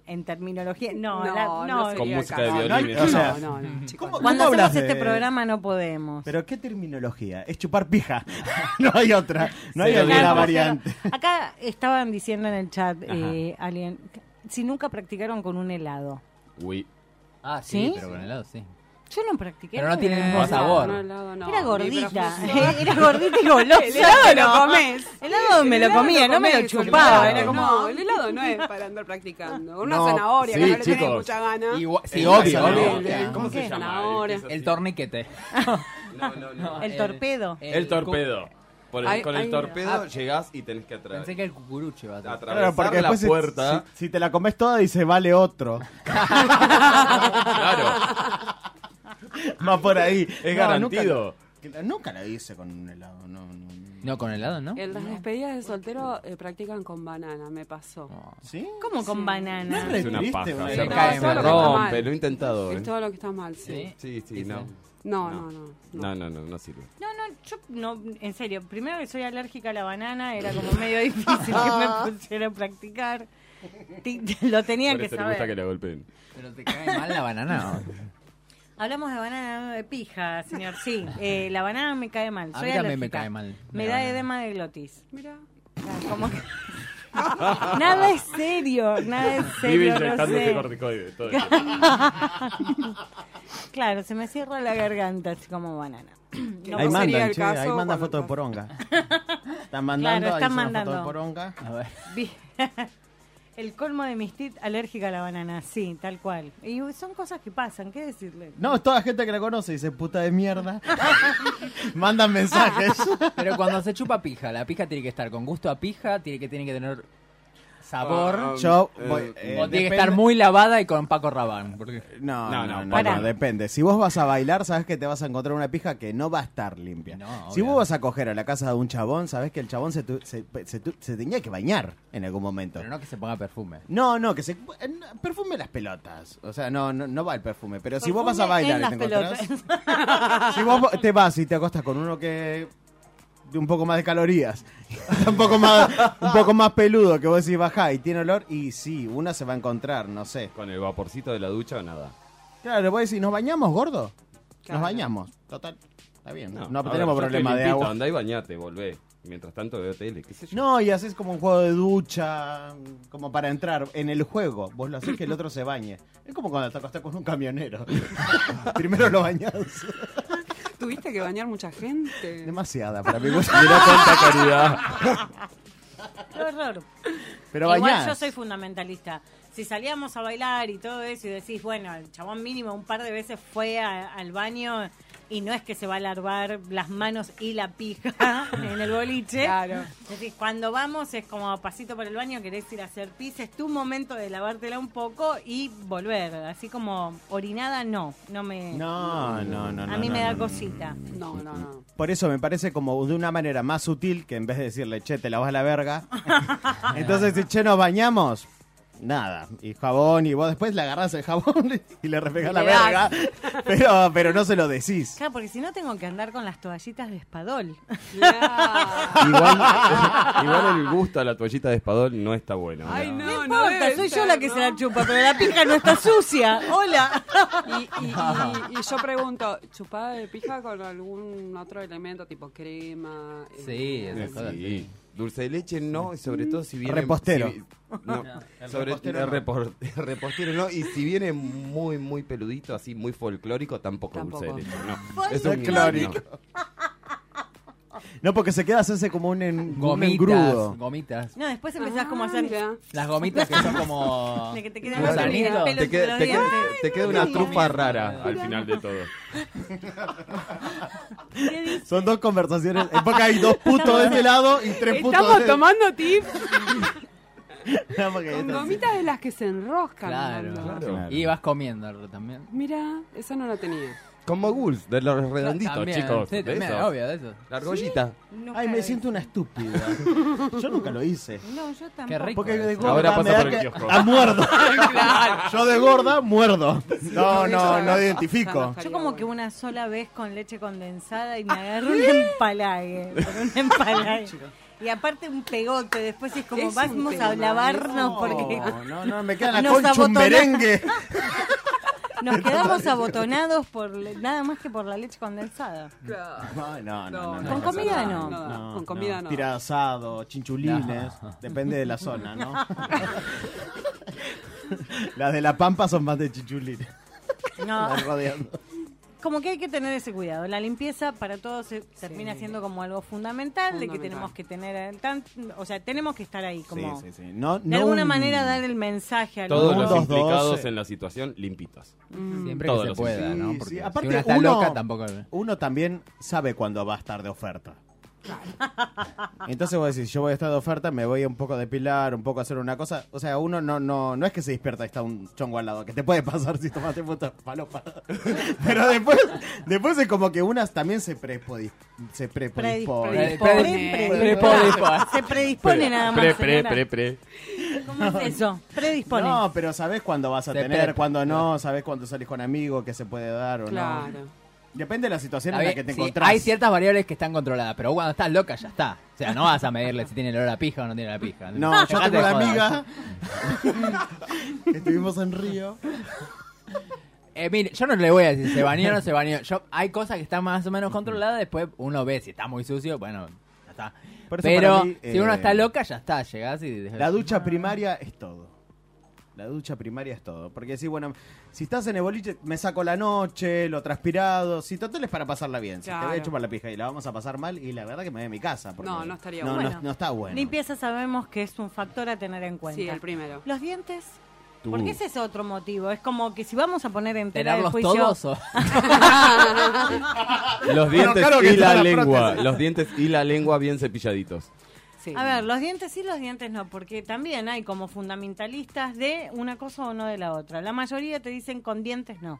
[SPEAKER 2] en terminología. No, la- no,
[SPEAKER 8] Con
[SPEAKER 9] sería
[SPEAKER 8] música
[SPEAKER 9] acá.
[SPEAKER 8] de
[SPEAKER 9] No,
[SPEAKER 8] violín,
[SPEAKER 9] No,
[SPEAKER 7] o sea.
[SPEAKER 9] no, no, no, chicos,
[SPEAKER 7] ¿Cómo-
[SPEAKER 9] no.
[SPEAKER 2] cuando
[SPEAKER 7] hablas
[SPEAKER 2] hacemos este
[SPEAKER 7] de-
[SPEAKER 2] programa no podemos.
[SPEAKER 7] Pero ¿qué terminología? Es chupar pija. no hay otra. No hay
[SPEAKER 8] Cero
[SPEAKER 7] alguna
[SPEAKER 8] grado.
[SPEAKER 7] variante.
[SPEAKER 2] Acá estaban diciendo en el chat, eh, alguien, si nunca practicaron con un helado.
[SPEAKER 8] Uy.
[SPEAKER 6] Ah, sí,
[SPEAKER 2] ¿Sí?
[SPEAKER 6] pero con helado, sí.
[SPEAKER 2] Yo no practiqué.
[SPEAKER 6] Pero no
[SPEAKER 2] con
[SPEAKER 6] tiene el
[SPEAKER 2] helado.
[SPEAKER 6] mismo sabor.
[SPEAKER 9] No, no, no.
[SPEAKER 2] Era
[SPEAKER 9] Mi
[SPEAKER 2] gordita,
[SPEAKER 9] profesor-
[SPEAKER 2] era gordita y golosa.
[SPEAKER 9] El helado te lo
[SPEAKER 2] ¿no?
[SPEAKER 9] comés.
[SPEAKER 2] El helado me
[SPEAKER 9] El
[SPEAKER 2] lo
[SPEAKER 9] helado
[SPEAKER 2] comía, no me lo
[SPEAKER 9] comés,
[SPEAKER 2] chupaba.
[SPEAKER 9] olvidate.
[SPEAKER 2] Era como,
[SPEAKER 9] No, el helado no es para andar practicando. Una
[SPEAKER 8] No,
[SPEAKER 9] zanahoria que
[SPEAKER 8] sí,
[SPEAKER 9] no le tenés
[SPEAKER 8] chicos.
[SPEAKER 9] mucha gana.
[SPEAKER 6] Igual- sí,
[SPEAKER 8] El-
[SPEAKER 6] obvio,
[SPEAKER 8] el-
[SPEAKER 6] obvio.
[SPEAKER 8] el- ¿Cómo se llama?
[SPEAKER 9] Zanahoria.
[SPEAKER 8] que es
[SPEAKER 6] El
[SPEAKER 8] así.
[SPEAKER 6] torniquete.
[SPEAKER 8] No, no, no.
[SPEAKER 2] el torpedo.
[SPEAKER 8] El torpedo. Por el-
[SPEAKER 9] Ay,
[SPEAKER 8] con el
[SPEAKER 9] ay,
[SPEAKER 8] torpedo llegás y tenés que atra-
[SPEAKER 6] Pensé que el cucuruche va a ser.
[SPEAKER 8] atravesar
[SPEAKER 7] Claro, porque
[SPEAKER 8] la
[SPEAKER 7] después si-
[SPEAKER 8] puerta.
[SPEAKER 7] Si, si te la comes toda y se vale otro.
[SPEAKER 8] Claro,
[SPEAKER 7] Va por ahí.
[SPEAKER 8] es
[SPEAKER 7] No,
[SPEAKER 8] garantido.
[SPEAKER 7] Nunca, nunca la hice con un helado. No, no, no.
[SPEAKER 6] No, con helado, ¿no?
[SPEAKER 9] En las despedidas de soltero eh, practican con banana, me pasó.
[SPEAKER 7] ¿Sí?
[SPEAKER 2] ¿Cómo con
[SPEAKER 7] No es
[SPEAKER 2] banana?
[SPEAKER 7] re
[SPEAKER 8] Es una
[SPEAKER 7] triste,
[SPEAKER 8] paja.
[SPEAKER 7] boludo.
[SPEAKER 8] se
[SPEAKER 6] No, es
[SPEAKER 8] cae, me
[SPEAKER 6] todo lo que
[SPEAKER 9] está
[SPEAKER 8] rompe,
[SPEAKER 9] mal.
[SPEAKER 8] lo he intentado. ¿eh?
[SPEAKER 9] Es todo lo que está mal, sí.
[SPEAKER 6] Sí.
[SPEAKER 8] Sí, sí,
[SPEAKER 6] Sí,
[SPEAKER 8] no.
[SPEAKER 6] sí.
[SPEAKER 9] No, no, no.
[SPEAKER 8] No, no, no, no sirve.
[SPEAKER 2] No, no, yo no, en serio, primero que soy alérgica a la banana, era como medio difícil que me pusiera a practicar. Ti- Lo tenía
[SPEAKER 8] Por
[SPEAKER 2] que
[SPEAKER 8] eso le gusta
[SPEAKER 2] saber.
[SPEAKER 8] que le golpeen.
[SPEAKER 6] Pero te cae mal la banana.
[SPEAKER 2] Hablamos de banana no de pija, señor. Sí, eh, la banana me cae mal.
[SPEAKER 6] A
[SPEAKER 2] Soy
[SPEAKER 6] mí también
[SPEAKER 2] alérgica.
[SPEAKER 6] me cae mal
[SPEAKER 2] Me
[SPEAKER 6] la
[SPEAKER 2] da
[SPEAKER 6] banana.
[SPEAKER 2] edema de glotis. Ah,
[SPEAKER 9] Mira.
[SPEAKER 2] Como que- nada es serio, nada es serio.
[SPEAKER 8] Vive
[SPEAKER 2] No
[SPEAKER 8] inyectándose
[SPEAKER 2] sé.
[SPEAKER 8] corticoides. todo eso.
[SPEAKER 2] Claro, se me cierra la garganta, así como banana. No,
[SPEAKER 9] sería
[SPEAKER 7] ahí mandan,
[SPEAKER 9] el
[SPEAKER 7] che,
[SPEAKER 9] caso
[SPEAKER 7] ahí mandan
[SPEAKER 9] cuando-
[SPEAKER 7] fotos de poronga. Están mandando,
[SPEAKER 2] Claro,
[SPEAKER 7] ahí
[SPEAKER 2] están
[SPEAKER 7] hice una foto
[SPEAKER 2] mandando.
[SPEAKER 7] de poronga.
[SPEAKER 6] A ver.
[SPEAKER 2] vi- El colmo de mis tit alérgica a la banana, sí, tal cual. Y son cosas que pasan, ¿qué decirle?
[SPEAKER 7] No, es toda gente que la conoce y dice puta de mierda. Mandan mensajes.
[SPEAKER 6] Pero cuando se chupa pija, la pija tiene que estar con gusto a pija, tiene que, tiene que tener sabor.
[SPEAKER 7] Ah, yo voy- eh,
[SPEAKER 6] o tiene que
[SPEAKER 7] depende-
[SPEAKER 6] estar muy lavada y con Paco Rabán. porque-
[SPEAKER 7] No, no, no, no,
[SPEAKER 6] pará.
[SPEAKER 7] no, depende. Si vos vas a bailar, sabes que te vas a encontrar una pija que no va a estar limpia. si vos vas a coger a la casa de un chabón, sabes que el chabón se, tu- se, se tu- se tenía que bañar en algún momento.
[SPEAKER 6] Pero no que se ponga perfume.
[SPEAKER 7] No, no, que se eh, perfume las pelotas. O sea, no, no, no va el perfume. Pero si vos vas a
[SPEAKER 2] Perfume
[SPEAKER 7] bailar
[SPEAKER 2] en las
[SPEAKER 7] y te encontrás-
[SPEAKER 2] pelotas.
[SPEAKER 7] Si vos va- te vas y te acostas con uno que de un poco más de calorías, un poco más, un poco más peludo que vos decís bajá y tiene olor, y sí, una se va a encontrar, no sé.
[SPEAKER 8] Con el vaporcito de la ducha o nada.
[SPEAKER 7] Claro, vos decís, ¿nos bañamos, gordo? Nos bañamos. Total. Está bien. No,
[SPEAKER 8] a ver,
[SPEAKER 7] tenemos
[SPEAKER 8] yo te
[SPEAKER 7] problema de
[SPEAKER 8] invito,
[SPEAKER 7] agua.
[SPEAKER 8] Andá y bañate, volvé. Mientras tanto veo tele, qué sé yo.
[SPEAKER 7] No, y haces como un juego de ducha, como para entrar en el juego. Vos lo haces que el otro se bañe. Es como cuando te acostás con un camionero. Primero lo bañás.
[SPEAKER 9] Tuviste que bañar mucha gente.
[SPEAKER 7] Demasiada para mí. gusto.
[SPEAKER 8] Mirá cuánta caridad.
[SPEAKER 2] Qué horror.
[SPEAKER 7] Pero
[SPEAKER 2] Igual
[SPEAKER 7] bañás.
[SPEAKER 2] yo soy fundamentalista. Si salíamos a bailar y todo eso y decís, bueno, el chabón mínimo un par de veces fue a- al baño y no es que se va a larvar las manos y la pija en el boliche.
[SPEAKER 5] Claro.
[SPEAKER 2] Decís, cuando vamos es como pasito por el baño, querés ir a hacer pis, es tu momento de lavártela un poco y volver. Así como orinada, no, no me...
[SPEAKER 7] No, no, no.
[SPEAKER 2] a
[SPEAKER 7] no,
[SPEAKER 2] mí
[SPEAKER 7] no,
[SPEAKER 2] me
[SPEAKER 7] no,
[SPEAKER 2] da
[SPEAKER 7] no.
[SPEAKER 2] cosita.
[SPEAKER 9] No, no, no.
[SPEAKER 7] Por eso me parece como de una manera más sutil que en vez de decirle, che, te lavas la verga. Entonces, si che, nos bañamos. Nada, y jabón, y vos después le agarrás el jabón y le repegás
[SPEAKER 2] Y
[SPEAKER 7] la
[SPEAKER 2] le das.
[SPEAKER 7] verga. Pero, pero no se lo decís.
[SPEAKER 2] Claro, porque si no tengo que andar con las toallitas de espadol.
[SPEAKER 8] Igual, igual el gusto a la toallita de espadol no está bueno.
[SPEAKER 9] Ay,
[SPEAKER 8] mirá.
[SPEAKER 9] no, no.
[SPEAKER 2] No importa,
[SPEAKER 9] debe
[SPEAKER 2] soy yo
[SPEAKER 9] ser,
[SPEAKER 2] la que
[SPEAKER 9] ¿no?
[SPEAKER 2] se la chupa, pero la pija no está sucia. Hola.
[SPEAKER 9] Y, y- y- y yo pregunto, ¿chupada de pija con algún otro elemento tipo crema? eh,
[SPEAKER 6] Sí,
[SPEAKER 8] Sí,
[SPEAKER 6] esas cosas.
[SPEAKER 8] sí. Dulce de leche no, y sobre todo si viene...
[SPEAKER 7] Repostero.
[SPEAKER 8] si- no,
[SPEAKER 7] el
[SPEAKER 8] sobre-
[SPEAKER 7] repostero
[SPEAKER 8] el
[SPEAKER 7] no.
[SPEAKER 8] repor- el repostero no, y si viene muy, muy peludito, así, muy folclórico, tampoco,
[SPEAKER 9] Tampoco.
[SPEAKER 8] dulce de leche. No. Es un
[SPEAKER 7] Folclórico.
[SPEAKER 8] no.
[SPEAKER 7] No, porque se queda hacerse como un, en, un
[SPEAKER 6] Gomitas,
[SPEAKER 7] engrudo.
[SPEAKER 6] gomitas.
[SPEAKER 2] No, después empezás como a hacer.
[SPEAKER 9] Ah, mira.
[SPEAKER 6] Las gomitas que son como...
[SPEAKER 2] De que te quedan
[SPEAKER 6] Claro.
[SPEAKER 2] los pelos
[SPEAKER 6] Te
[SPEAKER 8] Te,
[SPEAKER 2] entre
[SPEAKER 8] queda,
[SPEAKER 2] los
[SPEAKER 8] te queda-
[SPEAKER 2] dientes.
[SPEAKER 8] te queda una trufa rara al final de todo.
[SPEAKER 7] Son dos conversaciones. Es porque hay dos putos de este lado y tres putos de
[SPEAKER 5] Estamos tomando tips.
[SPEAKER 7] Estamos que-
[SPEAKER 9] Con gomitas de las que se enroscan.
[SPEAKER 6] Claro.
[SPEAKER 9] Nando.
[SPEAKER 8] Claro.
[SPEAKER 6] Y vas comiendo también.
[SPEAKER 9] Mira, esa no la tenía.
[SPEAKER 8] Con moguls, de los redonditos,
[SPEAKER 6] También,
[SPEAKER 8] chicos.
[SPEAKER 6] Sí,
[SPEAKER 8] de
[SPEAKER 6] también,
[SPEAKER 8] esos.
[SPEAKER 6] obvio, de eso.
[SPEAKER 8] La argollita.
[SPEAKER 7] Ay, me siento una estúpida. Yo nunca lo hice.
[SPEAKER 2] No, yo tampoco.
[SPEAKER 6] Qué rico.
[SPEAKER 7] Porque de
[SPEAKER 6] eso.
[SPEAKER 7] gorda
[SPEAKER 8] Ahora pasa
[SPEAKER 7] me da
[SPEAKER 8] por el
[SPEAKER 7] que-
[SPEAKER 8] kiosco.
[SPEAKER 7] Ah, muerdo. Yo de gorda muerdo. No, no, no identifico.
[SPEAKER 2] Yo como que una sola vez con leche condensada y me agarró un empalague. pero un empalague. Y aparte un pegote, después es como
[SPEAKER 9] Es un
[SPEAKER 2] vamos a
[SPEAKER 9] tema,
[SPEAKER 2] lavarnos porque
[SPEAKER 7] No, no, no, me queda la
[SPEAKER 2] Nos
[SPEAKER 7] concha un
[SPEAKER 2] abotona.
[SPEAKER 7] merengue.
[SPEAKER 2] nos quedamos abotonados por le- nada más que por la leche condensada.
[SPEAKER 7] No, no, no.
[SPEAKER 2] Con comida no.
[SPEAKER 9] Con comida no.
[SPEAKER 7] Tira asado, chinchulines, depende de la zona, ¿no? Las de La Pampa son más de chinchulines.
[SPEAKER 2] No,
[SPEAKER 7] Las rodeando.
[SPEAKER 2] como que hay que tener ese cuidado. La limpieza para todos se termina siendo como algo fundamental, de que
[SPEAKER 9] Fundamental.
[SPEAKER 2] tenemos que tener al tan- o sea, tenemos que estar ahí como
[SPEAKER 7] Sí, sí, sí. No,
[SPEAKER 2] de
[SPEAKER 7] no
[SPEAKER 2] alguna
[SPEAKER 7] un-
[SPEAKER 2] manera dar el mensaje al
[SPEAKER 8] Todos
[SPEAKER 7] Uno,
[SPEAKER 8] los
[SPEAKER 7] dos,
[SPEAKER 8] implicados
[SPEAKER 7] doce.
[SPEAKER 8] en la situación limpitos.
[SPEAKER 6] Siempre
[SPEAKER 8] Todos
[SPEAKER 6] que se
[SPEAKER 8] los
[SPEAKER 6] pueda,
[SPEAKER 7] Sí,
[SPEAKER 6] ¿no?
[SPEAKER 7] sí,
[SPEAKER 6] Porque si
[SPEAKER 7] aparte
[SPEAKER 6] uno está
[SPEAKER 7] uno-
[SPEAKER 6] loca, tampoco...
[SPEAKER 7] Uno también sabe cuándo va a estar de oferta. Entonces vos decís, yo voy a estar de oferta, me voy a un poco a depilar, un poco a hacer una cosa. O sea, uno no, no, no es que se despierta y está un chongo al lado, que te puede pasar si tomaste puta palopa. Pero después, después es como que unas también se predispone. Se predispone.
[SPEAKER 2] predispone.
[SPEAKER 6] Predispone. Predispone.
[SPEAKER 2] Se predispone nada más.
[SPEAKER 8] Pre, pre,
[SPEAKER 2] señora.
[SPEAKER 8] pre, pre.
[SPEAKER 2] ¿Cómo es eso? Predispone.
[SPEAKER 7] No, pero sabés cuándo vas a
[SPEAKER 6] Se
[SPEAKER 7] tener,
[SPEAKER 6] pre-
[SPEAKER 7] cuándo no, sabés cuándo salís con amigos, qué se puede dar o no.
[SPEAKER 9] Claro.
[SPEAKER 7] Depende de la situación en
[SPEAKER 6] Está
[SPEAKER 7] la que
[SPEAKER 6] bien,
[SPEAKER 7] te
[SPEAKER 6] sí,
[SPEAKER 7] encontrás.
[SPEAKER 6] hay ciertas variables que están controladas, pero cuando estás loca ya está. O sea, no vas a medirle si tiene el olor a pija o no tiene la pija.
[SPEAKER 7] No, yo
[SPEAKER 6] Dejate
[SPEAKER 7] tengo
[SPEAKER 6] de
[SPEAKER 7] una
[SPEAKER 6] joder.
[SPEAKER 7] amiga que estuvimos en Río.
[SPEAKER 6] Eh, mire, yo no le voy a decir se bañó o no se bañó. Yo, hay cosas que están más o menos controladas, después uno ve si está muy sucio, bueno, ya está.
[SPEAKER 7] Por eso
[SPEAKER 6] Pero
[SPEAKER 7] para mí,
[SPEAKER 6] si uno
[SPEAKER 7] eh,
[SPEAKER 6] está loca, ya está, llegás y...
[SPEAKER 7] La ducha primaria es todo. La ducha primaria es todo. Porque sí, bueno, si estás en el boliche, me saco la noche, lo transpirado. Si total es para pasarla bien. Si te voy
[SPEAKER 2] Claro.
[SPEAKER 7] a chupar la pija y la vamos a pasar mal, y la verdad que me voy a mi casa. porque-
[SPEAKER 2] No, no estaría
[SPEAKER 7] no,
[SPEAKER 2] bueno.
[SPEAKER 7] No, no está bueno.
[SPEAKER 2] Limpieza sabemos que es un factor a tener en cuenta.
[SPEAKER 9] Sí, el primero.
[SPEAKER 2] Los dientes.
[SPEAKER 7] Tú.
[SPEAKER 2] Porque ese es otro motivo. Es como que si vamos a poner entera el
[SPEAKER 6] ¿Tenerlos
[SPEAKER 2] juicio.
[SPEAKER 6] todos o-
[SPEAKER 8] Los dientes
[SPEAKER 2] claro que
[SPEAKER 8] y la
[SPEAKER 2] está la
[SPEAKER 8] lengua.
[SPEAKER 2] prótesis.
[SPEAKER 8] Los dientes y la lengua bien cepilladitos.
[SPEAKER 2] A ver, los dientes sí, los dientes no, porque también hay como fundamentalistas de una cosa o no de la otra. La mayoría te dicen con dientes no.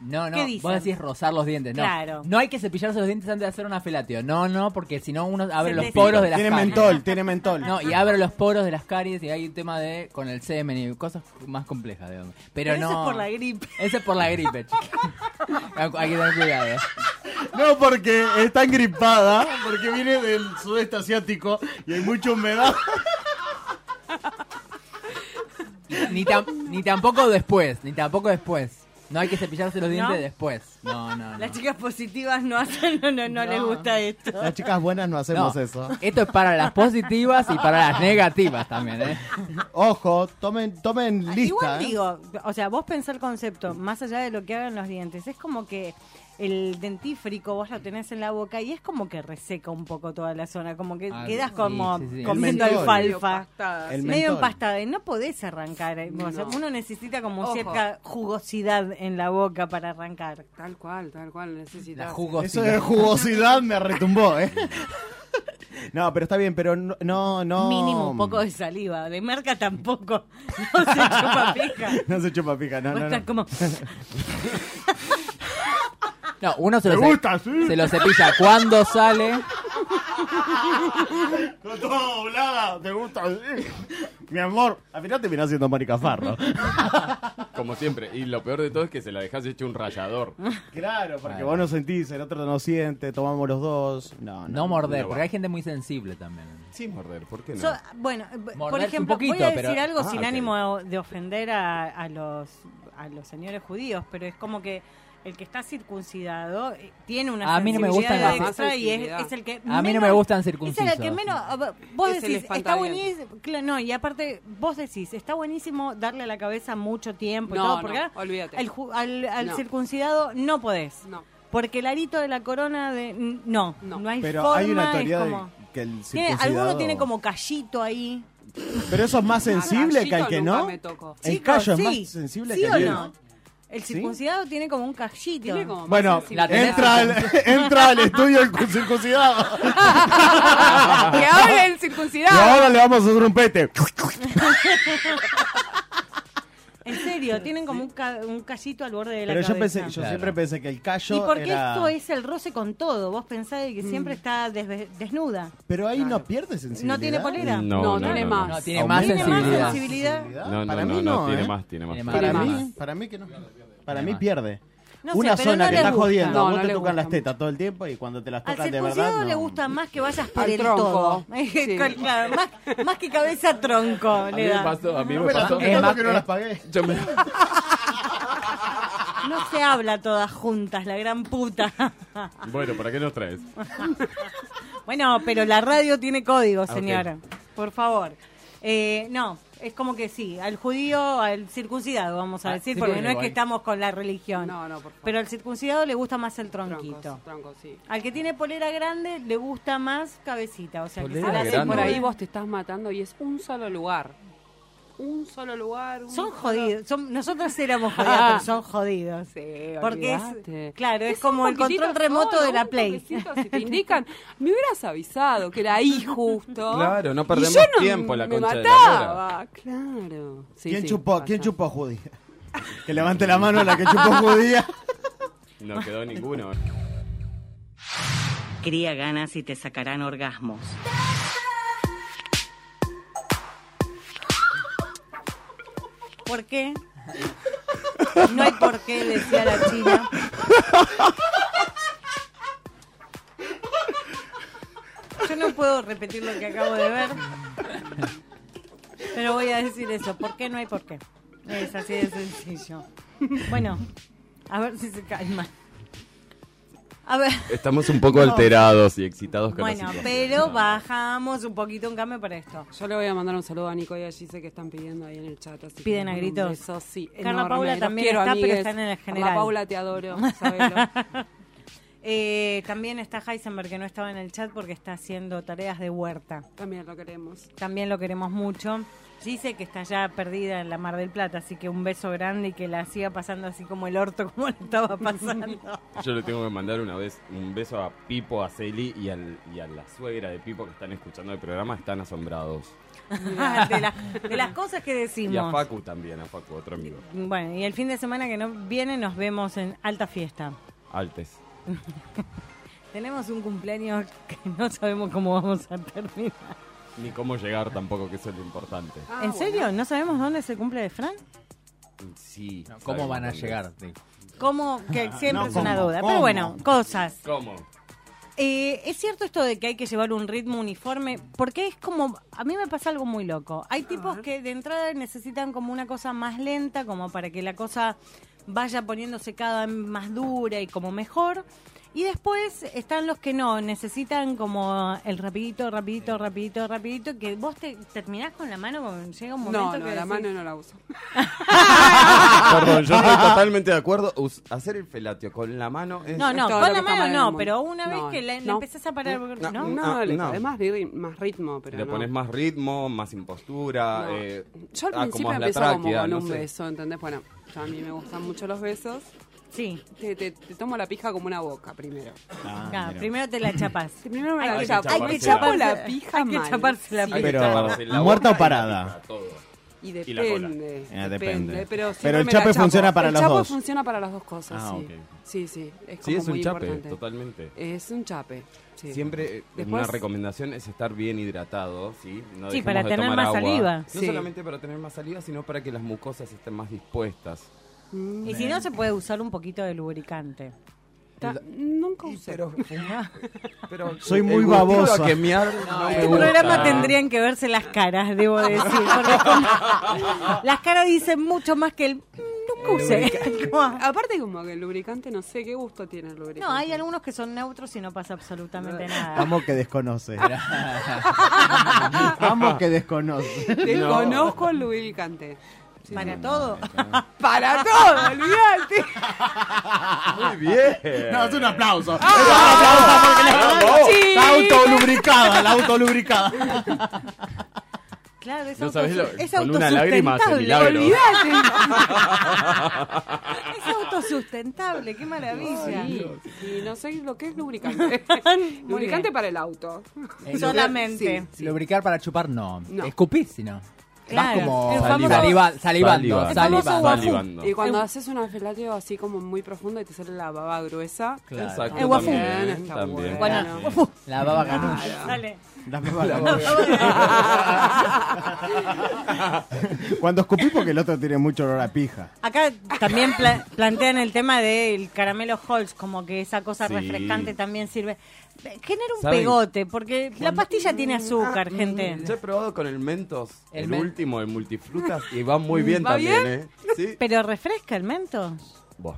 [SPEAKER 6] No, no,
[SPEAKER 2] ¿Qué dicen?
[SPEAKER 6] vos decís rozar los dientes, no.
[SPEAKER 2] Claro.
[SPEAKER 6] No hay que cepillarse los dientes antes de hacer una felatio. No, no, porque si no uno abre
[SPEAKER 2] Se
[SPEAKER 6] los
[SPEAKER 2] te-
[SPEAKER 6] poros de las
[SPEAKER 7] Tiene
[SPEAKER 6] caries.
[SPEAKER 7] mentol, tiene mentol.
[SPEAKER 6] No, y abre los poros de las caries y hay un tema de con el semen y cosas más complejas, digamos. Pero,
[SPEAKER 2] eso
[SPEAKER 6] no.
[SPEAKER 2] es por la gripe.
[SPEAKER 6] Ese es por la gripe, chica. Hay que tener cuidado.
[SPEAKER 10] No, porque está engripada, porque viene del sudeste asiático y hay mucha humedad.
[SPEAKER 6] Ni, tam- ni tampoco después, ni tampoco después. No hay que cepillarse los dientes
[SPEAKER 2] ¿No?
[SPEAKER 6] después. No, no, no.
[SPEAKER 2] Las chicas positivas no hacen, no, no, no les gusta esto.
[SPEAKER 7] Las chicas buenas no hacemos
[SPEAKER 6] No,
[SPEAKER 7] eso.
[SPEAKER 6] Esto es para las positivas y para las negativas también, ¿eh?
[SPEAKER 7] Ojo, tomen, tomen lista.
[SPEAKER 2] Ah, Igual
[SPEAKER 7] ¿eh?
[SPEAKER 2] digo, o sea, vos pensás el concepto, más allá de lo que hagan los dientes, es como que el dentífrico vos lo tenés en la boca y es como que reseca un poco toda la zona, como que
[SPEAKER 6] Ah,
[SPEAKER 2] quedas
[SPEAKER 6] sí,
[SPEAKER 2] como
[SPEAKER 6] sí, sí.
[SPEAKER 2] comiendo
[SPEAKER 7] El mentol.
[SPEAKER 9] Medio
[SPEAKER 2] alfalfa,
[SPEAKER 9] pastada,
[SPEAKER 7] El
[SPEAKER 9] sí.
[SPEAKER 2] medio
[SPEAKER 7] mentol.
[SPEAKER 2] empastada y no podés arrancar. eh, o sea,
[SPEAKER 9] No.
[SPEAKER 2] uno necesita como
[SPEAKER 9] Ojo.
[SPEAKER 2] cierta jugosidad en la boca para arrancar.
[SPEAKER 9] Tal cual, tal cual, necesitas.
[SPEAKER 6] La jugosidad.
[SPEAKER 10] Eso de jugosidad me retumbó, ¿eh?
[SPEAKER 7] No, pero está bien, pero no, no, no.
[SPEAKER 2] Mínimo un poco de saliva, de marca tampoco. No se chupa pica.
[SPEAKER 7] No se chupa pica, no,
[SPEAKER 2] Vos
[SPEAKER 7] no,
[SPEAKER 2] estás
[SPEAKER 7] no.
[SPEAKER 2] como...
[SPEAKER 6] No, uno se
[SPEAKER 10] Me
[SPEAKER 6] lo,
[SPEAKER 10] gusta, sí.
[SPEAKER 6] se lo cepilla cuando sale.
[SPEAKER 10] Con toda doblada, te gusta así. Mi amor, al final te mirás haciendo Mónica Farro.
[SPEAKER 8] Como siempre. Y lo peor de todo es que se la dejas hecho un rallador.
[SPEAKER 10] Claro,
[SPEAKER 7] Porque vos no sentís, el otro no siente, tomamos los dos. No, no.
[SPEAKER 6] No morder,
[SPEAKER 8] no va.
[SPEAKER 6] porque hay gente muy sensible también.
[SPEAKER 8] Sin morder, ¿por qué no?
[SPEAKER 2] So- bueno, b- por
[SPEAKER 6] Morderse un
[SPEAKER 2] ejemplo, voy
[SPEAKER 6] poquito,
[SPEAKER 2] a decir
[SPEAKER 6] pero-
[SPEAKER 2] algo
[SPEAKER 8] Ah,
[SPEAKER 2] sin
[SPEAKER 8] ok.
[SPEAKER 2] ánimo de ofender a, a los, a los señores judíos, pero es como que el que está circuncidado eh, tiene una
[SPEAKER 6] A mí no me
[SPEAKER 2] sensibilidad
[SPEAKER 6] gustan las-
[SPEAKER 2] extra y es,
[SPEAKER 9] sensibilidad.
[SPEAKER 2] es el que
[SPEAKER 6] A mí no
[SPEAKER 2] menos-
[SPEAKER 6] me gustan
[SPEAKER 2] Es el que
[SPEAKER 6] circuncisos.
[SPEAKER 2] menos... a ver, Vos
[SPEAKER 9] Es el
[SPEAKER 2] decís, está
[SPEAKER 9] espantadientes.
[SPEAKER 2] buenísimo... cla- No, y aparte, vos decís, está buenísimo darle a la cabeza mucho tiempo y
[SPEAKER 9] No,
[SPEAKER 2] todo,
[SPEAKER 9] no,
[SPEAKER 2] porque ahora
[SPEAKER 9] olvídate.
[SPEAKER 2] al ju- al, al
[SPEAKER 9] No.
[SPEAKER 2] circuncidado no podés.
[SPEAKER 9] No.
[SPEAKER 2] Porque el arito de la corona de... No, no,
[SPEAKER 9] No.
[SPEAKER 2] hay
[SPEAKER 7] Pero
[SPEAKER 2] forma.
[SPEAKER 7] hay una
[SPEAKER 2] es
[SPEAKER 7] teoría de
[SPEAKER 2] como-
[SPEAKER 7] que el
[SPEAKER 2] Tiene-
[SPEAKER 7] circuncidado...
[SPEAKER 2] alguno tiene como callito ahí.
[SPEAKER 7] Pero eso es más sensible que el que
[SPEAKER 9] Nunca
[SPEAKER 7] no.
[SPEAKER 9] me tocó.
[SPEAKER 7] El
[SPEAKER 2] Chicos,
[SPEAKER 7] callo es
[SPEAKER 2] sí.
[SPEAKER 7] más sensible
[SPEAKER 2] ¿Sí
[SPEAKER 7] que
[SPEAKER 2] o
[SPEAKER 7] el
[SPEAKER 2] no? El circuncidado tiene como un callito.
[SPEAKER 9] Tiene como más
[SPEAKER 10] Bueno,
[SPEAKER 9] sensibilidad.
[SPEAKER 6] tenés-
[SPEAKER 10] entra al, entra al estudio el circuncidado.
[SPEAKER 5] Que ahora el
[SPEAKER 10] Y
[SPEAKER 5] circuncidado.
[SPEAKER 10] ahora le vamos a hacer un pete.
[SPEAKER 2] En serio, tienen como un, ca- un callito al borde de la
[SPEAKER 7] Pero yo,
[SPEAKER 2] cabeza.
[SPEAKER 7] pensé, yo
[SPEAKER 6] Claro.
[SPEAKER 7] siempre pensé que el callo
[SPEAKER 2] ¿Y por qué
[SPEAKER 7] era-
[SPEAKER 2] esto es el roce con todo? Vos pensás de que
[SPEAKER 9] Mm.
[SPEAKER 2] siempre está desve- desnuda.
[SPEAKER 7] Pero ahí no pierde sensibilidad.
[SPEAKER 2] No tiene polera.
[SPEAKER 9] No, tiene más.
[SPEAKER 6] No, tiene más
[SPEAKER 2] ¿Tiene más
[SPEAKER 6] sensibilidad.
[SPEAKER 2] sensibilidad?
[SPEAKER 8] No, no,
[SPEAKER 7] Para
[SPEAKER 8] no,
[SPEAKER 7] mí
[SPEAKER 8] no,
[SPEAKER 7] no,
[SPEAKER 8] tiene
[SPEAKER 7] ¿eh?
[SPEAKER 8] más, tiene más.
[SPEAKER 6] Tiene más.
[SPEAKER 7] Para
[SPEAKER 6] Tiene
[SPEAKER 7] mí, para mí que no. Para mí
[SPEAKER 6] más.
[SPEAKER 7] pierde.
[SPEAKER 2] No sé,
[SPEAKER 7] Una
[SPEAKER 2] pero
[SPEAKER 7] zona
[SPEAKER 2] no
[SPEAKER 7] que
[SPEAKER 2] le
[SPEAKER 7] está
[SPEAKER 2] gusta.
[SPEAKER 7] jodiendo,
[SPEAKER 9] No,
[SPEAKER 7] a vos
[SPEAKER 9] no
[SPEAKER 7] te
[SPEAKER 9] le
[SPEAKER 7] tocan
[SPEAKER 9] gusta
[SPEAKER 7] las
[SPEAKER 9] mucho.
[SPEAKER 7] tetas todo el tiempo y cuando te las
[SPEAKER 2] Al
[SPEAKER 7] tocan de verdad.
[SPEAKER 2] circuncidado le
[SPEAKER 7] no.
[SPEAKER 2] gusta más que vayas por
[SPEAKER 9] Al
[SPEAKER 2] el
[SPEAKER 9] tronco.
[SPEAKER 2] todo.
[SPEAKER 9] Sí.
[SPEAKER 2] Con- claro, más, más que cabeza tronco
[SPEAKER 8] A mí
[SPEAKER 2] le
[SPEAKER 8] me
[SPEAKER 2] da.
[SPEAKER 8] pasó, a mí
[SPEAKER 10] No
[SPEAKER 8] me
[SPEAKER 10] me la
[SPEAKER 8] pasó.
[SPEAKER 10] toqué tanto
[SPEAKER 6] más-
[SPEAKER 10] que no las pagué.
[SPEAKER 8] Yo me-
[SPEAKER 2] No se habla todas juntas, la gran puta.
[SPEAKER 8] Bueno, ¿para qué nos traes?
[SPEAKER 2] Bueno, pero la radio tiene
[SPEAKER 6] Ah,
[SPEAKER 2] código,
[SPEAKER 8] ok.
[SPEAKER 2] señora. Por favor. Eh, no, es como que sí, al judío, al circuncidado, vamos a
[SPEAKER 6] Ah,
[SPEAKER 2] decir,
[SPEAKER 6] sí,
[SPEAKER 2] porque
[SPEAKER 6] bueno,
[SPEAKER 2] no es
[SPEAKER 6] igual.
[SPEAKER 2] que estamos con la religión.
[SPEAKER 9] No, no, por favor.
[SPEAKER 2] Pero al circuncidado le gusta más el tronquito.
[SPEAKER 9] Troncos, troncos, sí.
[SPEAKER 2] Al que tiene polera grande le gusta más cabecita, o sea, que se
[SPEAKER 8] Polera
[SPEAKER 2] la
[SPEAKER 9] A veces
[SPEAKER 2] hace
[SPEAKER 8] grande.
[SPEAKER 9] por ahí
[SPEAKER 2] vos-
[SPEAKER 9] vos te estás matando y es un solo lugar. Un solo lugar. un
[SPEAKER 2] Son
[SPEAKER 9] solo-
[SPEAKER 2] jodidos, son, nosotros éramos jodidos, pero son jodidos.
[SPEAKER 9] Ah. Sí,
[SPEAKER 2] Porque es-
[SPEAKER 9] olvidate.
[SPEAKER 2] claro, es
[SPEAKER 9] un
[SPEAKER 2] como el
[SPEAKER 9] poquitito
[SPEAKER 2] control remoto
[SPEAKER 9] solo,
[SPEAKER 2] de la
[SPEAKER 9] un
[SPEAKER 2] Play.
[SPEAKER 9] toquecito, Si te indican, me hubieras avisado que era ahí justo.
[SPEAKER 8] Claro, no
[SPEAKER 9] Y
[SPEAKER 8] perdemos
[SPEAKER 9] yo no
[SPEAKER 8] tiempo, la
[SPEAKER 9] me
[SPEAKER 8] concha de la
[SPEAKER 9] mataba. Claro. Sí,
[SPEAKER 10] ¿Quién
[SPEAKER 9] sí,
[SPEAKER 10] chupó?
[SPEAKER 9] pasa.
[SPEAKER 10] ¿Quién chupó judía? Que levante la mano la que chupó judía.
[SPEAKER 8] No quedó ninguno.
[SPEAKER 1] Cría ganas y te sacarán orgasmos.
[SPEAKER 2] ¿Por qué? No hay por qué, decía la china. Yo no puedo repetir lo que acabo de ver. Pero voy a decir eso. ¿Por qué no hay por qué? Es así de sencillo. Bueno, a ver si se calma. A ver.
[SPEAKER 8] Estamos un poco
[SPEAKER 2] No.
[SPEAKER 8] alterados y excitados con la
[SPEAKER 2] Bueno,
[SPEAKER 8] situación.
[SPEAKER 2] pero bajamos un poquito un cambio para esto.
[SPEAKER 9] Yo le voy a mandar un saludo a Nico y a Gise que están pidiendo ahí en el chat. Así que
[SPEAKER 2] Piden
[SPEAKER 9] les
[SPEAKER 2] a
[SPEAKER 9] mando un
[SPEAKER 2] gritos.
[SPEAKER 9] beso, sí,
[SPEAKER 2] Carla
[SPEAKER 9] enorme.
[SPEAKER 2] Paula
[SPEAKER 9] Los
[SPEAKER 2] también
[SPEAKER 9] quiero,
[SPEAKER 2] está, pero
[SPEAKER 9] amigues.
[SPEAKER 2] está en el general.
[SPEAKER 9] Carla Paula, te adoro. sabelo.
[SPEAKER 2] Eh, también está Heisenberg, que no estaba en el chat porque está haciendo tareas de huerta.
[SPEAKER 9] También lo queremos.
[SPEAKER 2] También lo queremos mucho. Dice que está ya perdida en la Mar del Plata, así que un beso grande y que la siga pasando así como el orto, como le estaba pasando.
[SPEAKER 8] Yo le tengo que mandar una vez un beso a Pipo, a Celi y, al- y a la suegra de Pipo que están escuchando el programa. Están asombrados.
[SPEAKER 2] Ah, de, la- de las cosas que
[SPEAKER 8] Y a
[SPEAKER 2] decimos.
[SPEAKER 8] Facu también, a Facu, otro amigo.
[SPEAKER 2] Bueno, y el fin de semana que no viene nos vemos en alta fiesta.
[SPEAKER 8] Altes.
[SPEAKER 2] Tenemos un cumpleaños que no sabemos cómo vamos a terminar.
[SPEAKER 8] Ni cómo llegar tampoco, que eso es lo importante.
[SPEAKER 2] ¿En serio? ¿No sabemos dónde se cumple de Fran?
[SPEAKER 8] Sí.
[SPEAKER 6] ¿Cómo
[SPEAKER 8] sabemos
[SPEAKER 6] van a
[SPEAKER 8] dónde
[SPEAKER 6] llegar?
[SPEAKER 2] ¿Cómo? Que siempre
[SPEAKER 6] No,
[SPEAKER 2] es una
[SPEAKER 6] ¿cómo?
[SPEAKER 2] duda.
[SPEAKER 6] ¿Cómo?
[SPEAKER 2] Pero bueno, cosas.
[SPEAKER 8] es. ¿Cómo?
[SPEAKER 2] Eh, es cierto esto de que hay que llevar un ritmo uniforme, porque es como, a mí me pasa algo muy loco. Hay tipos que de entrada necesitan como una cosa más lenta, como para que la cosa vaya poniéndose cada vez más dura y como mejor. Y después están los que no, necesitan como el rapidito, rapidito, rapidito, rapidito, que vos te terminás con la mano cuando llega un momento
[SPEAKER 9] No, no,
[SPEAKER 2] que
[SPEAKER 9] la
[SPEAKER 2] decís,
[SPEAKER 9] mano no la uso.
[SPEAKER 8] Ah, Perdón, yo estoy totalmente de acuerdo. Us- hacer el felatio con la mano es.
[SPEAKER 2] No, no,
[SPEAKER 9] todo
[SPEAKER 2] con la
[SPEAKER 9] lo que está mal
[SPEAKER 2] mano
[SPEAKER 9] en el
[SPEAKER 2] no,
[SPEAKER 9] mundo.
[SPEAKER 2] pero una vez
[SPEAKER 9] No,
[SPEAKER 2] que le, le
[SPEAKER 9] no.
[SPEAKER 2] empezás a parar, ¿no?
[SPEAKER 9] No, no, le ponés más, ri- más ritmo, pero
[SPEAKER 8] le
[SPEAKER 9] no.
[SPEAKER 8] pones más ritmo, más impostura.
[SPEAKER 9] No.
[SPEAKER 8] eh,
[SPEAKER 9] Yo al
[SPEAKER 8] ah,
[SPEAKER 9] principio
[SPEAKER 8] como es la
[SPEAKER 9] empezaba como
[SPEAKER 8] tráquea,
[SPEAKER 9] con
[SPEAKER 8] no
[SPEAKER 9] un
[SPEAKER 8] sé.
[SPEAKER 9] beso, ¿entendés? Bueno, yo a mí me gustan mucho los besos.
[SPEAKER 2] Sí.
[SPEAKER 9] Te, te- te tomo la pija como una boca primero.
[SPEAKER 2] Ah, primero te la chapás.
[SPEAKER 9] Primero me la
[SPEAKER 2] Hay que
[SPEAKER 9] chapo.
[SPEAKER 2] chapársela.
[SPEAKER 9] Hay que chapo la pija
[SPEAKER 2] Hay que
[SPEAKER 9] mal.
[SPEAKER 2] chaparse la
[SPEAKER 9] Sí.
[SPEAKER 2] pija.
[SPEAKER 7] Pero,
[SPEAKER 8] Taparse la
[SPEAKER 7] ¿muerta
[SPEAKER 8] boca
[SPEAKER 7] o parada?
[SPEAKER 9] Y
[SPEAKER 8] Y la cola.
[SPEAKER 9] depende.
[SPEAKER 7] Eh, depende.
[SPEAKER 9] depende. Pero,
[SPEAKER 7] Pero
[SPEAKER 9] siempre
[SPEAKER 7] el
[SPEAKER 9] me la
[SPEAKER 7] chape
[SPEAKER 9] chapo.
[SPEAKER 7] funciona para
[SPEAKER 9] el
[SPEAKER 7] los
[SPEAKER 9] chapo
[SPEAKER 7] dos.
[SPEAKER 9] funciona para las dos cosas,
[SPEAKER 8] Ah,
[SPEAKER 9] sí.
[SPEAKER 8] ok.
[SPEAKER 9] Sí, sí, es
[SPEAKER 8] Sí,
[SPEAKER 9] como
[SPEAKER 8] es un
[SPEAKER 9] muy
[SPEAKER 8] chape,
[SPEAKER 9] importante.
[SPEAKER 8] totalmente.
[SPEAKER 9] Es un chape. sí.
[SPEAKER 8] Siempre eh,
[SPEAKER 9] Después-
[SPEAKER 8] una recomendación es estar bien hidratado, ¿sí? No
[SPEAKER 2] Sí,
[SPEAKER 8] dejemos
[SPEAKER 2] para
[SPEAKER 8] de
[SPEAKER 2] tener
[SPEAKER 8] tomar
[SPEAKER 2] más
[SPEAKER 8] agua.
[SPEAKER 2] saliva.
[SPEAKER 8] No
[SPEAKER 2] Sí.
[SPEAKER 8] solamente para tener más saliva, sino para que las mucosas estén más dispuestas.
[SPEAKER 2] Y si no, se puede usar un poquito de lubricante.
[SPEAKER 9] Ta- Nunca usé.
[SPEAKER 8] Pero
[SPEAKER 7] Soy muy
[SPEAKER 8] Eh, el gustito
[SPEAKER 7] babosa.
[SPEAKER 8] a que miar
[SPEAKER 7] No,
[SPEAKER 8] no me
[SPEAKER 2] este
[SPEAKER 8] gusta.
[SPEAKER 2] programa tendrían que verse las caras, debo decir. porque es como- las caras dicen mucho más que el "Mm, nunca usé. Como-
[SPEAKER 9] Aparte como que el lubricante, no sé qué gusto tiene el lubricante.
[SPEAKER 2] No, hay algunos que son neutros y no pasa absolutamente nada.
[SPEAKER 7] Amo que desconoce. Amo que desconoce.
[SPEAKER 9] Desconozco el lubricante. Sí,
[SPEAKER 2] Para
[SPEAKER 9] sí.
[SPEAKER 2] todo.
[SPEAKER 9] Para todo, olvídate.
[SPEAKER 8] Muy bien.
[SPEAKER 10] Eh. No, es un aplauso.
[SPEAKER 2] Ah,
[SPEAKER 10] Es un aplauso porque le
[SPEAKER 8] Bravo.
[SPEAKER 9] Sí.
[SPEAKER 10] La autolubricada, la autolubricada.
[SPEAKER 2] Claro, es,
[SPEAKER 8] No
[SPEAKER 2] autos-
[SPEAKER 8] sabés lo-
[SPEAKER 2] es
[SPEAKER 8] con una lágrima hace
[SPEAKER 2] autosustentable.
[SPEAKER 8] milagros.
[SPEAKER 2] Es autosustentable, qué maravilla.
[SPEAKER 9] Y no sé lo que es lubricante. lubricante para el auto.
[SPEAKER 2] Solamente.
[SPEAKER 6] Eh, Lubricar para chupar, no.
[SPEAKER 9] No.
[SPEAKER 6] Escupir, si no.
[SPEAKER 2] Claro.
[SPEAKER 6] Vas como
[SPEAKER 2] El famoso-
[SPEAKER 6] saliva- salivando,
[SPEAKER 8] Salivando.
[SPEAKER 6] salivando.
[SPEAKER 8] Salivando.
[SPEAKER 9] Y cuando haces un felatio así como muy profundo y te sale la baba gruesa.
[SPEAKER 6] Claro.
[SPEAKER 8] Exacto,
[SPEAKER 2] El guafú.
[SPEAKER 8] también,
[SPEAKER 9] Está
[SPEAKER 8] también.
[SPEAKER 9] bueno.
[SPEAKER 2] Bueno, uf,
[SPEAKER 6] La baba ganoush.
[SPEAKER 2] dale.
[SPEAKER 7] Dame para- Cuando escupí porque el otro tiene mucho olor a pija.
[SPEAKER 2] Acá también pla- plantean el tema del caramelo Halls, como que esa cosa
[SPEAKER 8] Sí.
[SPEAKER 2] refrescante también sirve. Genera un
[SPEAKER 8] ¿Saben?
[SPEAKER 2] pegote, porque la pastilla tiene
[SPEAKER 8] Ah,
[SPEAKER 2] azúcar, gente.
[SPEAKER 8] Yo he probado con el Mentos,
[SPEAKER 6] El
[SPEAKER 8] el,
[SPEAKER 6] men-
[SPEAKER 8] último de multifrutas, y va muy bien
[SPEAKER 9] ¿Va
[SPEAKER 8] también,
[SPEAKER 9] bien?
[SPEAKER 8] ¿eh? Sí.
[SPEAKER 2] Pero refresca el mento.
[SPEAKER 8] Buah.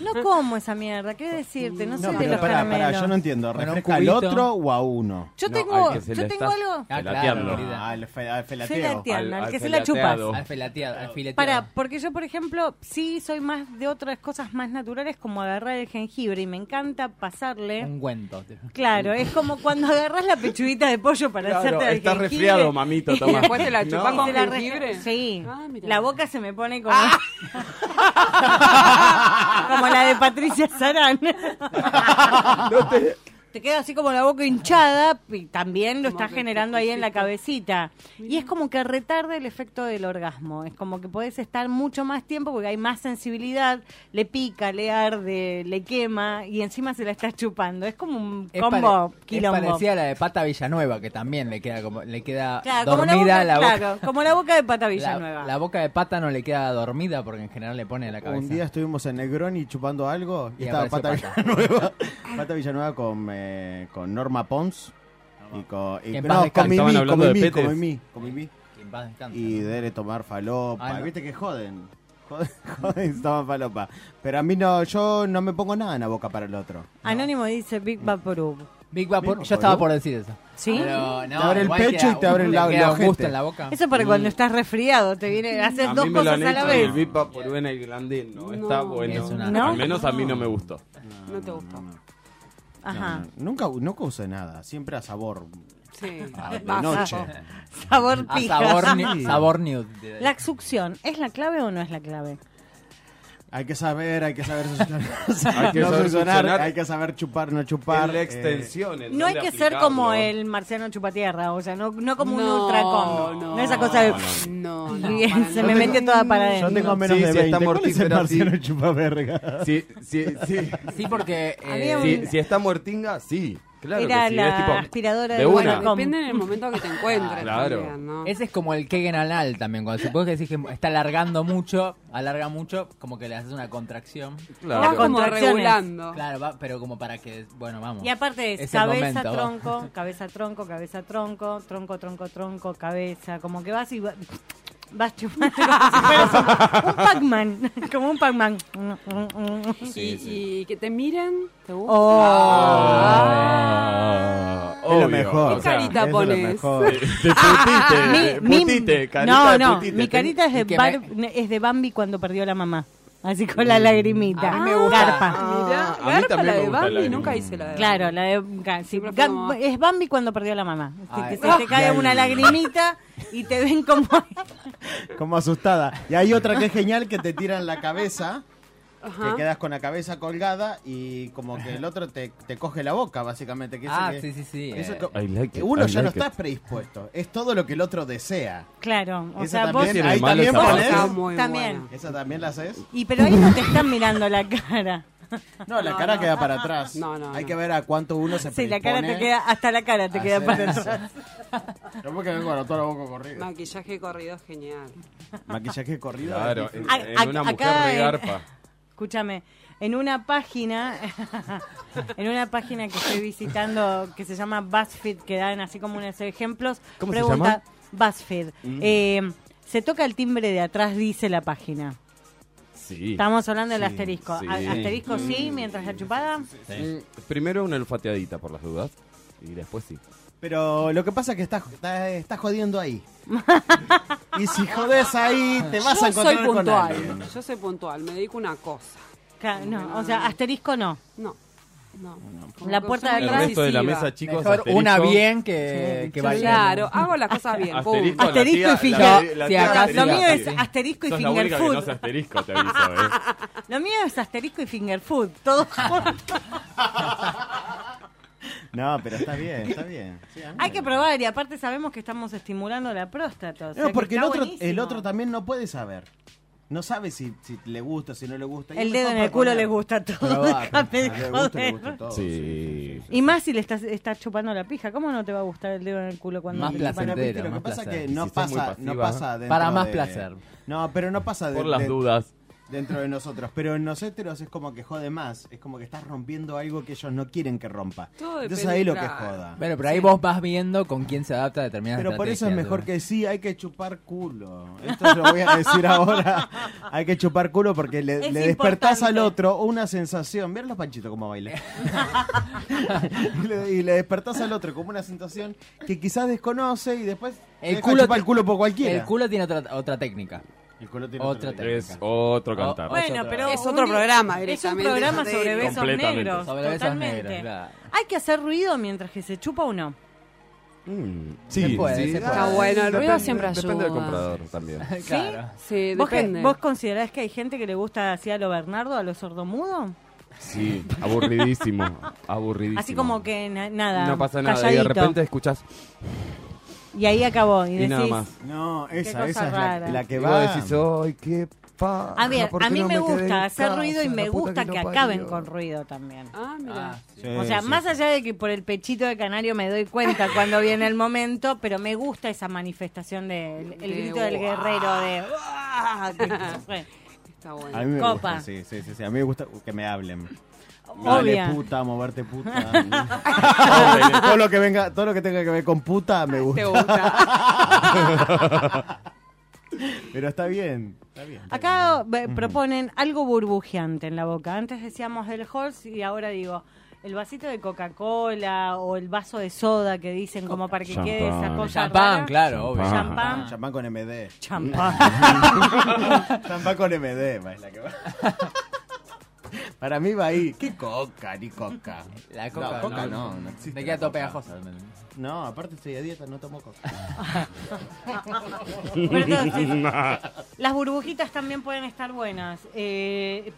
[SPEAKER 2] No como esa mierda, ¿qué decirte? No,
[SPEAKER 7] No,
[SPEAKER 2] sé de
[SPEAKER 7] pero
[SPEAKER 2] los
[SPEAKER 7] pará,
[SPEAKER 2] caramelos.
[SPEAKER 7] pará, yo no entiendo.
[SPEAKER 6] Bueno, un
[SPEAKER 7] ¿Refresca al
[SPEAKER 6] cubito.
[SPEAKER 7] otro o a uno?
[SPEAKER 2] Yo
[SPEAKER 8] No,
[SPEAKER 2] tengo,
[SPEAKER 8] al que se
[SPEAKER 2] yo
[SPEAKER 8] le
[SPEAKER 2] tengo
[SPEAKER 8] estás
[SPEAKER 2] algo.
[SPEAKER 6] Ah,
[SPEAKER 8] felateando.
[SPEAKER 6] claro, querida.
[SPEAKER 7] Ah, al fe- al felateo.
[SPEAKER 2] Felateando,
[SPEAKER 8] Al-
[SPEAKER 2] al,
[SPEAKER 8] al
[SPEAKER 2] que se la chupas.
[SPEAKER 8] felateado.
[SPEAKER 6] Al fileteado, al fileteado.
[SPEAKER 2] Para, porque yo, por ejemplo, sí soy más de otras cosas más naturales, como agarrar el jengibre, y me encanta pasarle.
[SPEAKER 8] Mm.
[SPEAKER 6] Un cuento.
[SPEAKER 2] Claro, es como cuando agarras la pechuguita de pollo para
[SPEAKER 8] Claro,
[SPEAKER 2] hacerte el
[SPEAKER 8] estás
[SPEAKER 2] jengibre.
[SPEAKER 8] resfriado, mamito,
[SPEAKER 9] Y
[SPEAKER 8] toma.
[SPEAKER 9] después te la
[SPEAKER 8] No.
[SPEAKER 9] chupás
[SPEAKER 2] Y
[SPEAKER 9] con
[SPEAKER 2] se la re-
[SPEAKER 9] jengibre.
[SPEAKER 2] Sí.
[SPEAKER 9] Ah, mirá.
[SPEAKER 2] la boca se me pone como.
[SPEAKER 6] Ah.
[SPEAKER 2] como la de Patricia Sarán. te... queda así como la boca hinchada y también lo estás generando ahí en la cabecita. Y es como que retarda el efecto del orgasmo. Es como que podés estar mucho más tiempo porque hay más sensibilidad, le pica, le arde, le quema y encima se la estás chupando. Es como un
[SPEAKER 6] Es
[SPEAKER 2] combo
[SPEAKER 6] pare- es
[SPEAKER 2] quilombo.
[SPEAKER 6] parecida a la de Pata Villanueva, que también le queda como le queda
[SPEAKER 2] Claro, como la
[SPEAKER 6] dormida
[SPEAKER 2] boca,
[SPEAKER 6] la boca.
[SPEAKER 2] claro, como la boca de Pata
[SPEAKER 6] la,
[SPEAKER 2] Villanueva.
[SPEAKER 6] la boca de pata no le queda dormida porque en general le pone la cabeza.
[SPEAKER 7] Un día estuvimos en Negroni chupando algo y,
[SPEAKER 6] Y
[SPEAKER 7] estaba Pata
[SPEAKER 6] apareció Pata.
[SPEAKER 7] Villanueva. Pata Villanueva con, eh, con Norma Pons. Y con, y-
[SPEAKER 6] Que en paz
[SPEAKER 7] no, con
[SPEAKER 6] descanse.
[SPEAKER 7] Mimi,
[SPEAKER 8] Estaban
[SPEAKER 7] con
[SPEAKER 8] hablando de
[SPEAKER 7] Mimi,
[SPEAKER 8] petes.
[SPEAKER 7] con Mimi, con Mimi.
[SPEAKER 6] Que en paz descanse,
[SPEAKER 7] Y
[SPEAKER 6] ¿no?
[SPEAKER 7] debe tomar falopa.
[SPEAKER 6] Ah, no.
[SPEAKER 7] Viste que joden. Joder, estaba falopa. Pero a mí no, yo no me pongo nada en la boca para el otro.
[SPEAKER 2] Anónimo dice Big Vaporub.
[SPEAKER 6] Big Vapor- yo estaba por decir eso.
[SPEAKER 2] ¿Sí?
[SPEAKER 6] Pero no,
[SPEAKER 7] Te abre el
[SPEAKER 6] igual
[SPEAKER 7] pecho
[SPEAKER 6] queda
[SPEAKER 7] y te
[SPEAKER 6] un-
[SPEAKER 7] abre el
[SPEAKER 6] le
[SPEAKER 7] la-
[SPEAKER 6] queda
[SPEAKER 7] la
[SPEAKER 6] un gusto
[SPEAKER 7] ojete.
[SPEAKER 6] en la boca.
[SPEAKER 2] Eso para cuando estás resfriado, te viene, haces
[SPEAKER 8] a
[SPEAKER 2] dos
[SPEAKER 8] mí me lo
[SPEAKER 2] cosas
[SPEAKER 8] han
[SPEAKER 2] a la
[SPEAKER 8] hecho en el
[SPEAKER 2] vez.
[SPEAKER 8] Vipa por una y Glandín. No, está bueno.
[SPEAKER 7] Es una-
[SPEAKER 2] ¿No?
[SPEAKER 8] Al menos a mí no me gustó.
[SPEAKER 9] No te gustó.
[SPEAKER 2] Ajá.
[SPEAKER 7] No, no, nunca, nunca usé nada, siempre a sabor.
[SPEAKER 9] Sí.
[SPEAKER 7] Ah, de
[SPEAKER 9] Pasa.
[SPEAKER 7] noche.
[SPEAKER 2] Sabor
[SPEAKER 6] A
[SPEAKER 2] pija.
[SPEAKER 6] sabor ni- sabor nude.
[SPEAKER 2] La succión, ¿es la clave o no es la clave?
[SPEAKER 7] Hay que saber, hay que saber succionar.
[SPEAKER 8] Hay que
[SPEAKER 7] no
[SPEAKER 8] saber
[SPEAKER 7] succionar,
[SPEAKER 8] succionar.
[SPEAKER 7] hay que saber chupar, no chupar.
[SPEAKER 8] Es la
[SPEAKER 7] eh,
[SPEAKER 8] extensión, el-
[SPEAKER 2] No hay que
[SPEAKER 8] ¿Dónde
[SPEAKER 2] ser como
[SPEAKER 8] aplicarlo?
[SPEAKER 2] el marciano chupatierra, o sea, no, no como un
[SPEAKER 9] No,
[SPEAKER 2] ultracombo. No,
[SPEAKER 9] no.
[SPEAKER 2] esa cosa de...
[SPEAKER 9] No, no,
[SPEAKER 2] Bien,
[SPEAKER 9] para
[SPEAKER 2] se
[SPEAKER 9] nada.
[SPEAKER 2] me metió toda para
[SPEAKER 7] Yo
[SPEAKER 2] adentro.
[SPEAKER 7] tengo menos
[SPEAKER 8] Sí,
[SPEAKER 7] de
[SPEAKER 8] sí,
[SPEAKER 7] 20.
[SPEAKER 8] está
[SPEAKER 7] ¿Cuál es el
[SPEAKER 8] mortífero,
[SPEAKER 7] marciano
[SPEAKER 8] sí.
[SPEAKER 7] chupaverga?
[SPEAKER 8] Sí, sí, sí.
[SPEAKER 6] Sí, porque eh,
[SPEAKER 8] Si, si está muertinga, sí. Claro
[SPEAKER 2] Era
[SPEAKER 8] que sí.
[SPEAKER 2] la
[SPEAKER 8] es tipo,
[SPEAKER 2] aspiradora
[SPEAKER 8] de
[SPEAKER 2] del
[SPEAKER 8] una.
[SPEAKER 2] Bueno,
[SPEAKER 9] Depende del momento que te encuentres.
[SPEAKER 8] Claro.
[SPEAKER 9] también, ¿no?
[SPEAKER 6] ese es como el Kegen anal también. Cuando supongo que decís que está alargando mucho, alarga mucho, como que le haces una contracción.
[SPEAKER 9] Vas
[SPEAKER 8] Claro.
[SPEAKER 9] como
[SPEAKER 2] contracciones.
[SPEAKER 9] regulando.
[SPEAKER 6] Claro, va, pero como para que, bueno, vamos.
[SPEAKER 2] Oh. Y aparte es,
[SPEAKER 6] Es el
[SPEAKER 2] cabeza,
[SPEAKER 6] momento,
[SPEAKER 2] tronco, cabeza, tronco, cabeza, tronco, tronco, tronco, tronco, cabeza. Como que vas y va- vas chupando como si fueras un, un Pac-Man. Como un Pac-Man.
[SPEAKER 9] y, y que te miren, te gusta.
[SPEAKER 2] Oh.
[SPEAKER 8] Ah,
[SPEAKER 7] Es lo
[SPEAKER 8] obvio.
[SPEAKER 7] mejor.
[SPEAKER 9] ¿Qué carita
[SPEAKER 7] es lo
[SPEAKER 9] pones?
[SPEAKER 7] mejor.
[SPEAKER 8] De putite, de putite, carita
[SPEAKER 2] Ah, no,
[SPEAKER 8] de
[SPEAKER 2] no,
[SPEAKER 8] putite.
[SPEAKER 2] mi carita es de,
[SPEAKER 6] Y que
[SPEAKER 2] Bar-
[SPEAKER 6] me- Mm.
[SPEAKER 2] es de Bambi cuando perdió la mamá. Así con la lagrimita.
[SPEAKER 6] A mí me gusta.
[SPEAKER 2] Garpa.
[SPEAKER 9] Mirá,
[SPEAKER 8] a mí
[SPEAKER 9] garpa
[SPEAKER 8] también
[SPEAKER 9] la
[SPEAKER 8] me
[SPEAKER 9] de
[SPEAKER 8] gusta la
[SPEAKER 9] Bambi,
[SPEAKER 8] de-
[SPEAKER 9] nunca hice la de Bambi.
[SPEAKER 2] Ah, Claro, la de, ga- sí,
[SPEAKER 9] Siempre fue
[SPEAKER 2] ga-
[SPEAKER 9] como-
[SPEAKER 2] es Bambi cuando perdió la mamá. Se-
[SPEAKER 6] Ay.
[SPEAKER 2] se te cae
[SPEAKER 7] Ay.
[SPEAKER 2] una lagrimita y te ven como...
[SPEAKER 7] Como asustada. Y hay otra que es genial que te tiran la cabeza.
[SPEAKER 9] Ajá.
[SPEAKER 7] Te quedas con la cabeza colgada y como que el otro te, te coge la boca, básicamente. Que eso
[SPEAKER 6] Ah,
[SPEAKER 7] que-
[SPEAKER 6] sí, sí, sí.
[SPEAKER 7] eso
[SPEAKER 6] eh,
[SPEAKER 7] que-
[SPEAKER 8] I like it,
[SPEAKER 7] uno
[SPEAKER 8] I
[SPEAKER 7] ya no
[SPEAKER 8] like it.
[SPEAKER 7] está predispuesto. Es todo lo que el otro desea.
[SPEAKER 2] Claro, o
[SPEAKER 7] Eso
[SPEAKER 2] sea, vos...
[SPEAKER 7] también,
[SPEAKER 8] Tiene
[SPEAKER 7] ahí
[SPEAKER 8] malo
[SPEAKER 7] también
[SPEAKER 8] esa
[SPEAKER 7] pones.
[SPEAKER 9] Está muy
[SPEAKER 2] También.
[SPEAKER 9] buena.
[SPEAKER 7] ¿Esa también la haces?
[SPEAKER 2] Y pero ahí no te están mirando la cara.
[SPEAKER 7] No, la
[SPEAKER 9] No,
[SPEAKER 7] cara
[SPEAKER 9] no.
[SPEAKER 7] queda para atrás.
[SPEAKER 9] No, no,
[SPEAKER 7] Hay
[SPEAKER 9] no.
[SPEAKER 7] que ver a cuánto uno se
[SPEAKER 2] Sí, la cara te
[SPEAKER 7] predispone
[SPEAKER 2] queda, hasta la cara te
[SPEAKER 7] a
[SPEAKER 2] queda
[SPEAKER 7] hacer
[SPEAKER 2] para
[SPEAKER 7] eso.
[SPEAKER 2] atrás.
[SPEAKER 7] Yo porque vengo con toda la boca corrida.
[SPEAKER 9] Maquillaje corrido es genial.
[SPEAKER 7] Maquillaje corrido.
[SPEAKER 8] Claro, en,
[SPEAKER 2] A-
[SPEAKER 8] en una
[SPEAKER 2] a-
[SPEAKER 8] mujer
[SPEAKER 2] acá
[SPEAKER 8] de
[SPEAKER 2] en-
[SPEAKER 8] garpa.
[SPEAKER 2] Escúchame, en una página, en una página que estoy visitando que se llama BuzzFeed, que dan así como unos ejemplos,
[SPEAKER 8] ¿Cómo se Mm.
[SPEAKER 2] pregunta BuzzFeed. eh, se toca el timbre de atrás, dice la página.
[SPEAKER 8] Sí.
[SPEAKER 2] Estamos hablando del asterisco.
[SPEAKER 8] sí.
[SPEAKER 2] A- Asterisco sí, mientras la chupada.
[SPEAKER 8] Mm, Primero una olfateadita por las dudas. Y después sí.
[SPEAKER 7] Pero lo que pasa es que estás está, está jodiendo ahí. y si jodes ahí, te vas a
[SPEAKER 9] Yo soy
[SPEAKER 7] encontrar con alguien.
[SPEAKER 9] puntual. Yo soy puntual. Me dedico a una cosa.
[SPEAKER 2] Ca- No, o sea, asterisco no.
[SPEAKER 9] No, no. Como
[SPEAKER 2] La
[SPEAKER 9] que
[SPEAKER 2] puerta
[SPEAKER 9] soy
[SPEAKER 2] de
[SPEAKER 8] El
[SPEAKER 2] atrás.
[SPEAKER 8] resto de la
[SPEAKER 9] decisiva.
[SPEAKER 8] mesa, chicos.
[SPEAKER 6] mejor
[SPEAKER 8] asterisco,
[SPEAKER 6] una bien que, que varias.
[SPEAKER 9] Claro, hago las cosas bien. pum.
[SPEAKER 8] Asterisco, la
[SPEAKER 2] Asterisco
[SPEAKER 8] tía-
[SPEAKER 2] y finger.
[SPEAKER 8] la-
[SPEAKER 6] No,
[SPEAKER 8] la
[SPEAKER 6] sí,
[SPEAKER 8] tía
[SPEAKER 6] acá-
[SPEAKER 8] asterisco,
[SPEAKER 2] Lo mío es
[SPEAKER 8] sí.
[SPEAKER 2] asterisco y
[SPEAKER 8] Sos la única
[SPEAKER 2] finger
[SPEAKER 8] que no hace
[SPEAKER 2] food.
[SPEAKER 8] asterisco, te aviso, ¿eh?
[SPEAKER 2] Lo mío es asterisco y finger food. Todo junto.
[SPEAKER 7] No, pero está bien, está bien. Sí, a mí
[SPEAKER 2] Hay
[SPEAKER 7] me-
[SPEAKER 2] que probar y aparte sabemos que estamos estimulando la próstata. o sea
[SPEAKER 7] No,
[SPEAKER 2] que
[SPEAKER 7] porque el
[SPEAKER 2] está
[SPEAKER 7] otro, el
[SPEAKER 2] buenísimo.
[SPEAKER 7] otro también no puede saber. No sabe si, si le gusta, si no le gusta. Y
[SPEAKER 2] El
[SPEAKER 7] es
[SPEAKER 2] dedo en
[SPEAKER 7] mejor
[SPEAKER 2] el culo
[SPEAKER 7] proponer.
[SPEAKER 2] le gusta todo.
[SPEAKER 6] Pero va,
[SPEAKER 2] déjame
[SPEAKER 7] Ah, Le gusta, le
[SPEAKER 2] joder.
[SPEAKER 7] gusta
[SPEAKER 6] Oh,
[SPEAKER 7] todo.
[SPEAKER 8] Sí.
[SPEAKER 2] Y más si le estás, estás chupando la pija. ¿Cómo no te va a gustar el dedo en el culo cuando
[SPEAKER 6] Más
[SPEAKER 2] te
[SPEAKER 6] placer.
[SPEAKER 2] chupan
[SPEAKER 7] Bueno, viste,
[SPEAKER 6] Sendero,
[SPEAKER 7] lo que
[SPEAKER 6] más
[SPEAKER 7] pasa
[SPEAKER 6] placer.
[SPEAKER 7] que no
[SPEAKER 8] Si sos muy
[SPEAKER 7] pasa, no
[SPEAKER 8] pasiva,
[SPEAKER 7] pasa dentro
[SPEAKER 6] para más
[SPEAKER 7] de-
[SPEAKER 6] placer.
[SPEAKER 7] No, pero no pasa de-
[SPEAKER 8] Por las
[SPEAKER 7] de-
[SPEAKER 8] dudas.
[SPEAKER 7] dentro de nosotros. Pero en los héteros es como que jode más. Es como que estás rompiendo algo que ellos no quieren que rompa.
[SPEAKER 9] Todo
[SPEAKER 7] Entonces
[SPEAKER 9] depende,
[SPEAKER 7] ahí lo que
[SPEAKER 9] claro.
[SPEAKER 7] joda.
[SPEAKER 6] Bueno, pero ahí vos vas viendo con quién se adapta a determinadas
[SPEAKER 7] Pero por eso es
[SPEAKER 6] estrategias,
[SPEAKER 7] mejor
[SPEAKER 6] ¿no?
[SPEAKER 7] que sí, hay que chupar culo. Esto lo voy a decir ahora. Hay que chupar culo porque le,
[SPEAKER 2] Es
[SPEAKER 7] le despertás
[SPEAKER 2] importante.
[SPEAKER 7] al otro una sensación. Miren los panchitos cómo bailan. y, le, y le despertás al otro como una sensación que quizás desconoce y después te
[SPEAKER 6] El
[SPEAKER 7] deja
[SPEAKER 6] culo
[SPEAKER 7] chupar
[SPEAKER 6] te-
[SPEAKER 7] el culo por cualquiera.
[SPEAKER 6] El culo tiene otra, otra técnica.
[SPEAKER 7] El culo tiene
[SPEAKER 6] Otra
[SPEAKER 7] otro-
[SPEAKER 6] técnica.
[SPEAKER 8] Es otro cantar.
[SPEAKER 6] Oh, Bueno,
[SPEAKER 2] Bueno, pero
[SPEAKER 9] Es otro programa
[SPEAKER 2] Es un
[SPEAKER 9] directamente,
[SPEAKER 2] programa
[SPEAKER 9] ya te
[SPEAKER 2] sobre
[SPEAKER 9] digo.
[SPEAKER 2] besos
[SPEAKER 8] Completamente.
[SPEAKER 2] negros.
[SPEAKER 6] Sobre besos
[SPEAKER 2] totalmente.
[SPEAKER 6] negros, claro.
[SPEAKER 2] Hay que hacer ruido mientras que se chupa o no.
[SPEAKER 8] Mm,
[SPEAKER 6] Se puede, se puede.
[SPEAKER 9] Está bueno, el ruido
[SPEAKER 8] Depende-
[SPEAKER 9] siempre ayuda.
[SPEAKER 8] Depende del comprador también.
[SPEAKER 6] Claro.
[SPEAKER 9] Sí,
[SPEAKER 2] ¿Vos, que-
[SPEAKER 9] depende.
[SPEAKER 2] ¿Vos considerás que hay gente que le gusta así a lo Bernardo, a lo sordomudo?
[SPEAKER 8] Sí, aburridísimo. Aburridísimo.
[SPEAKER 2] Así como que Eh, na- nada.
[SPEAKER 8] No pasa nada. Y de
[SPEAKER 2] calladito.
[SPEAKER 8] repente escuchás
[SPEAKER 2] Y ahí acabó. Y
[SPEAKER 8] y
[SPEAKER 2] decís,
[SPEAKER 8] nada más.
[SPEAKER 7] No, esa,
[SPEAKER 2] cosa
[SPEAKER 7] esa es
[SPEAKER 2] rara.
[SPEAKER 7] la, la que
[SPEAKER 8] Y
[SPEAKER 7] va.
[SPEAKER 8] vos decís, ¡ay, qué paja!
[SPEAKER 2] A ver,
[SPEAKER 8] ¿por
[SPEAKER 2] a
[SPEAKER 8] qué
[SPEAKER 2] mí
[SPEAKER 8] no
[SPEAKER 2] me
[SPEAKER 8] quedé en
[SPEAKER 2] gusta hacer
[SPEAKER 8] casa?
[SPEAKER 2] ruido y me
[SPEAKER 8] La puta
[SPEAKER 2] gusta
[SPEAKER 8] lo
[SPEAKER 2] que
[SPEAKER 8] parió".
[SPEAKER 2] acaben con ruido también.
[SPEAKER 9] Ah, mira.
[SPEAKER 6] Ah,
[SPEAKER 7] Sí,
[SPEAKER 2] O sea,
[SPEAKER 7] sí,
[SPEAKER 2] más
[SPEAKER 7] sí.
[SPEAKER 2] allá de que por el pechito de canario me doy cuenta cuando viene el momento, pero me gusta esa manifestación del el
[SPEAKER 9] De
[SPEAKER 2] grito del
[SPEAKER 9] ¡guau!
[SPEAKER 2] guerrero de ¡guau! que se fue.
[SPEAKER 9] Está
[SPEAKER 7] A
[SPEAKER 9] bueno.
[SPEAKER 7] mí me
[SPEAKER 2] Copa.
[SPEAKER 7] gusta, sí, sí, sí, sí, A mí me gusta que me hablen.
[SPEAKER 2] Obvia.
[SPEAKER 7] Dale puta, moverte puta. todo lo que venga, todo lo que tenga que ver con puta me gusta.
[SPEAKER 9] Te gusta.
[SPEAKER 7] Pero está bien. Está bien.
[SPEAKER 2] Acá eh,
[SPEAKER 7] Ujú.
[SPEAKER 2] proponen algo burbujeante en la boca. Antes decíamos del Halls y ahora digo el vasito de Coca-Cola o el vaso de soda que dicen como para que quede esa cosa. rara. Champán.
[SPEAKER 7] Champán con MD.
[SPEAKER 2] Champán.
[SPEAKER 7] Champán con MD, va, es la que va. Para mí va ahí. ¿Qué coca, ni coca?
[SPEAKER 6] La coca,
[SPEAKER 7] no. Coca no, no,
[SPEAKER 6] Me
[SPEAKER 7] existe
[SPEAKER 6] queda
[SPEAKER 7] la
[SPEAKER 6] todo
[SPEAKER 7] coca.
[SPEAKER 6] pegajoso.
[SPEAKER 7] No, aparte estoy a dieta, no tomo coca.
[SPEAKER 2] Pero entonces, Las burbujitas también pueden estar buenas. Eh,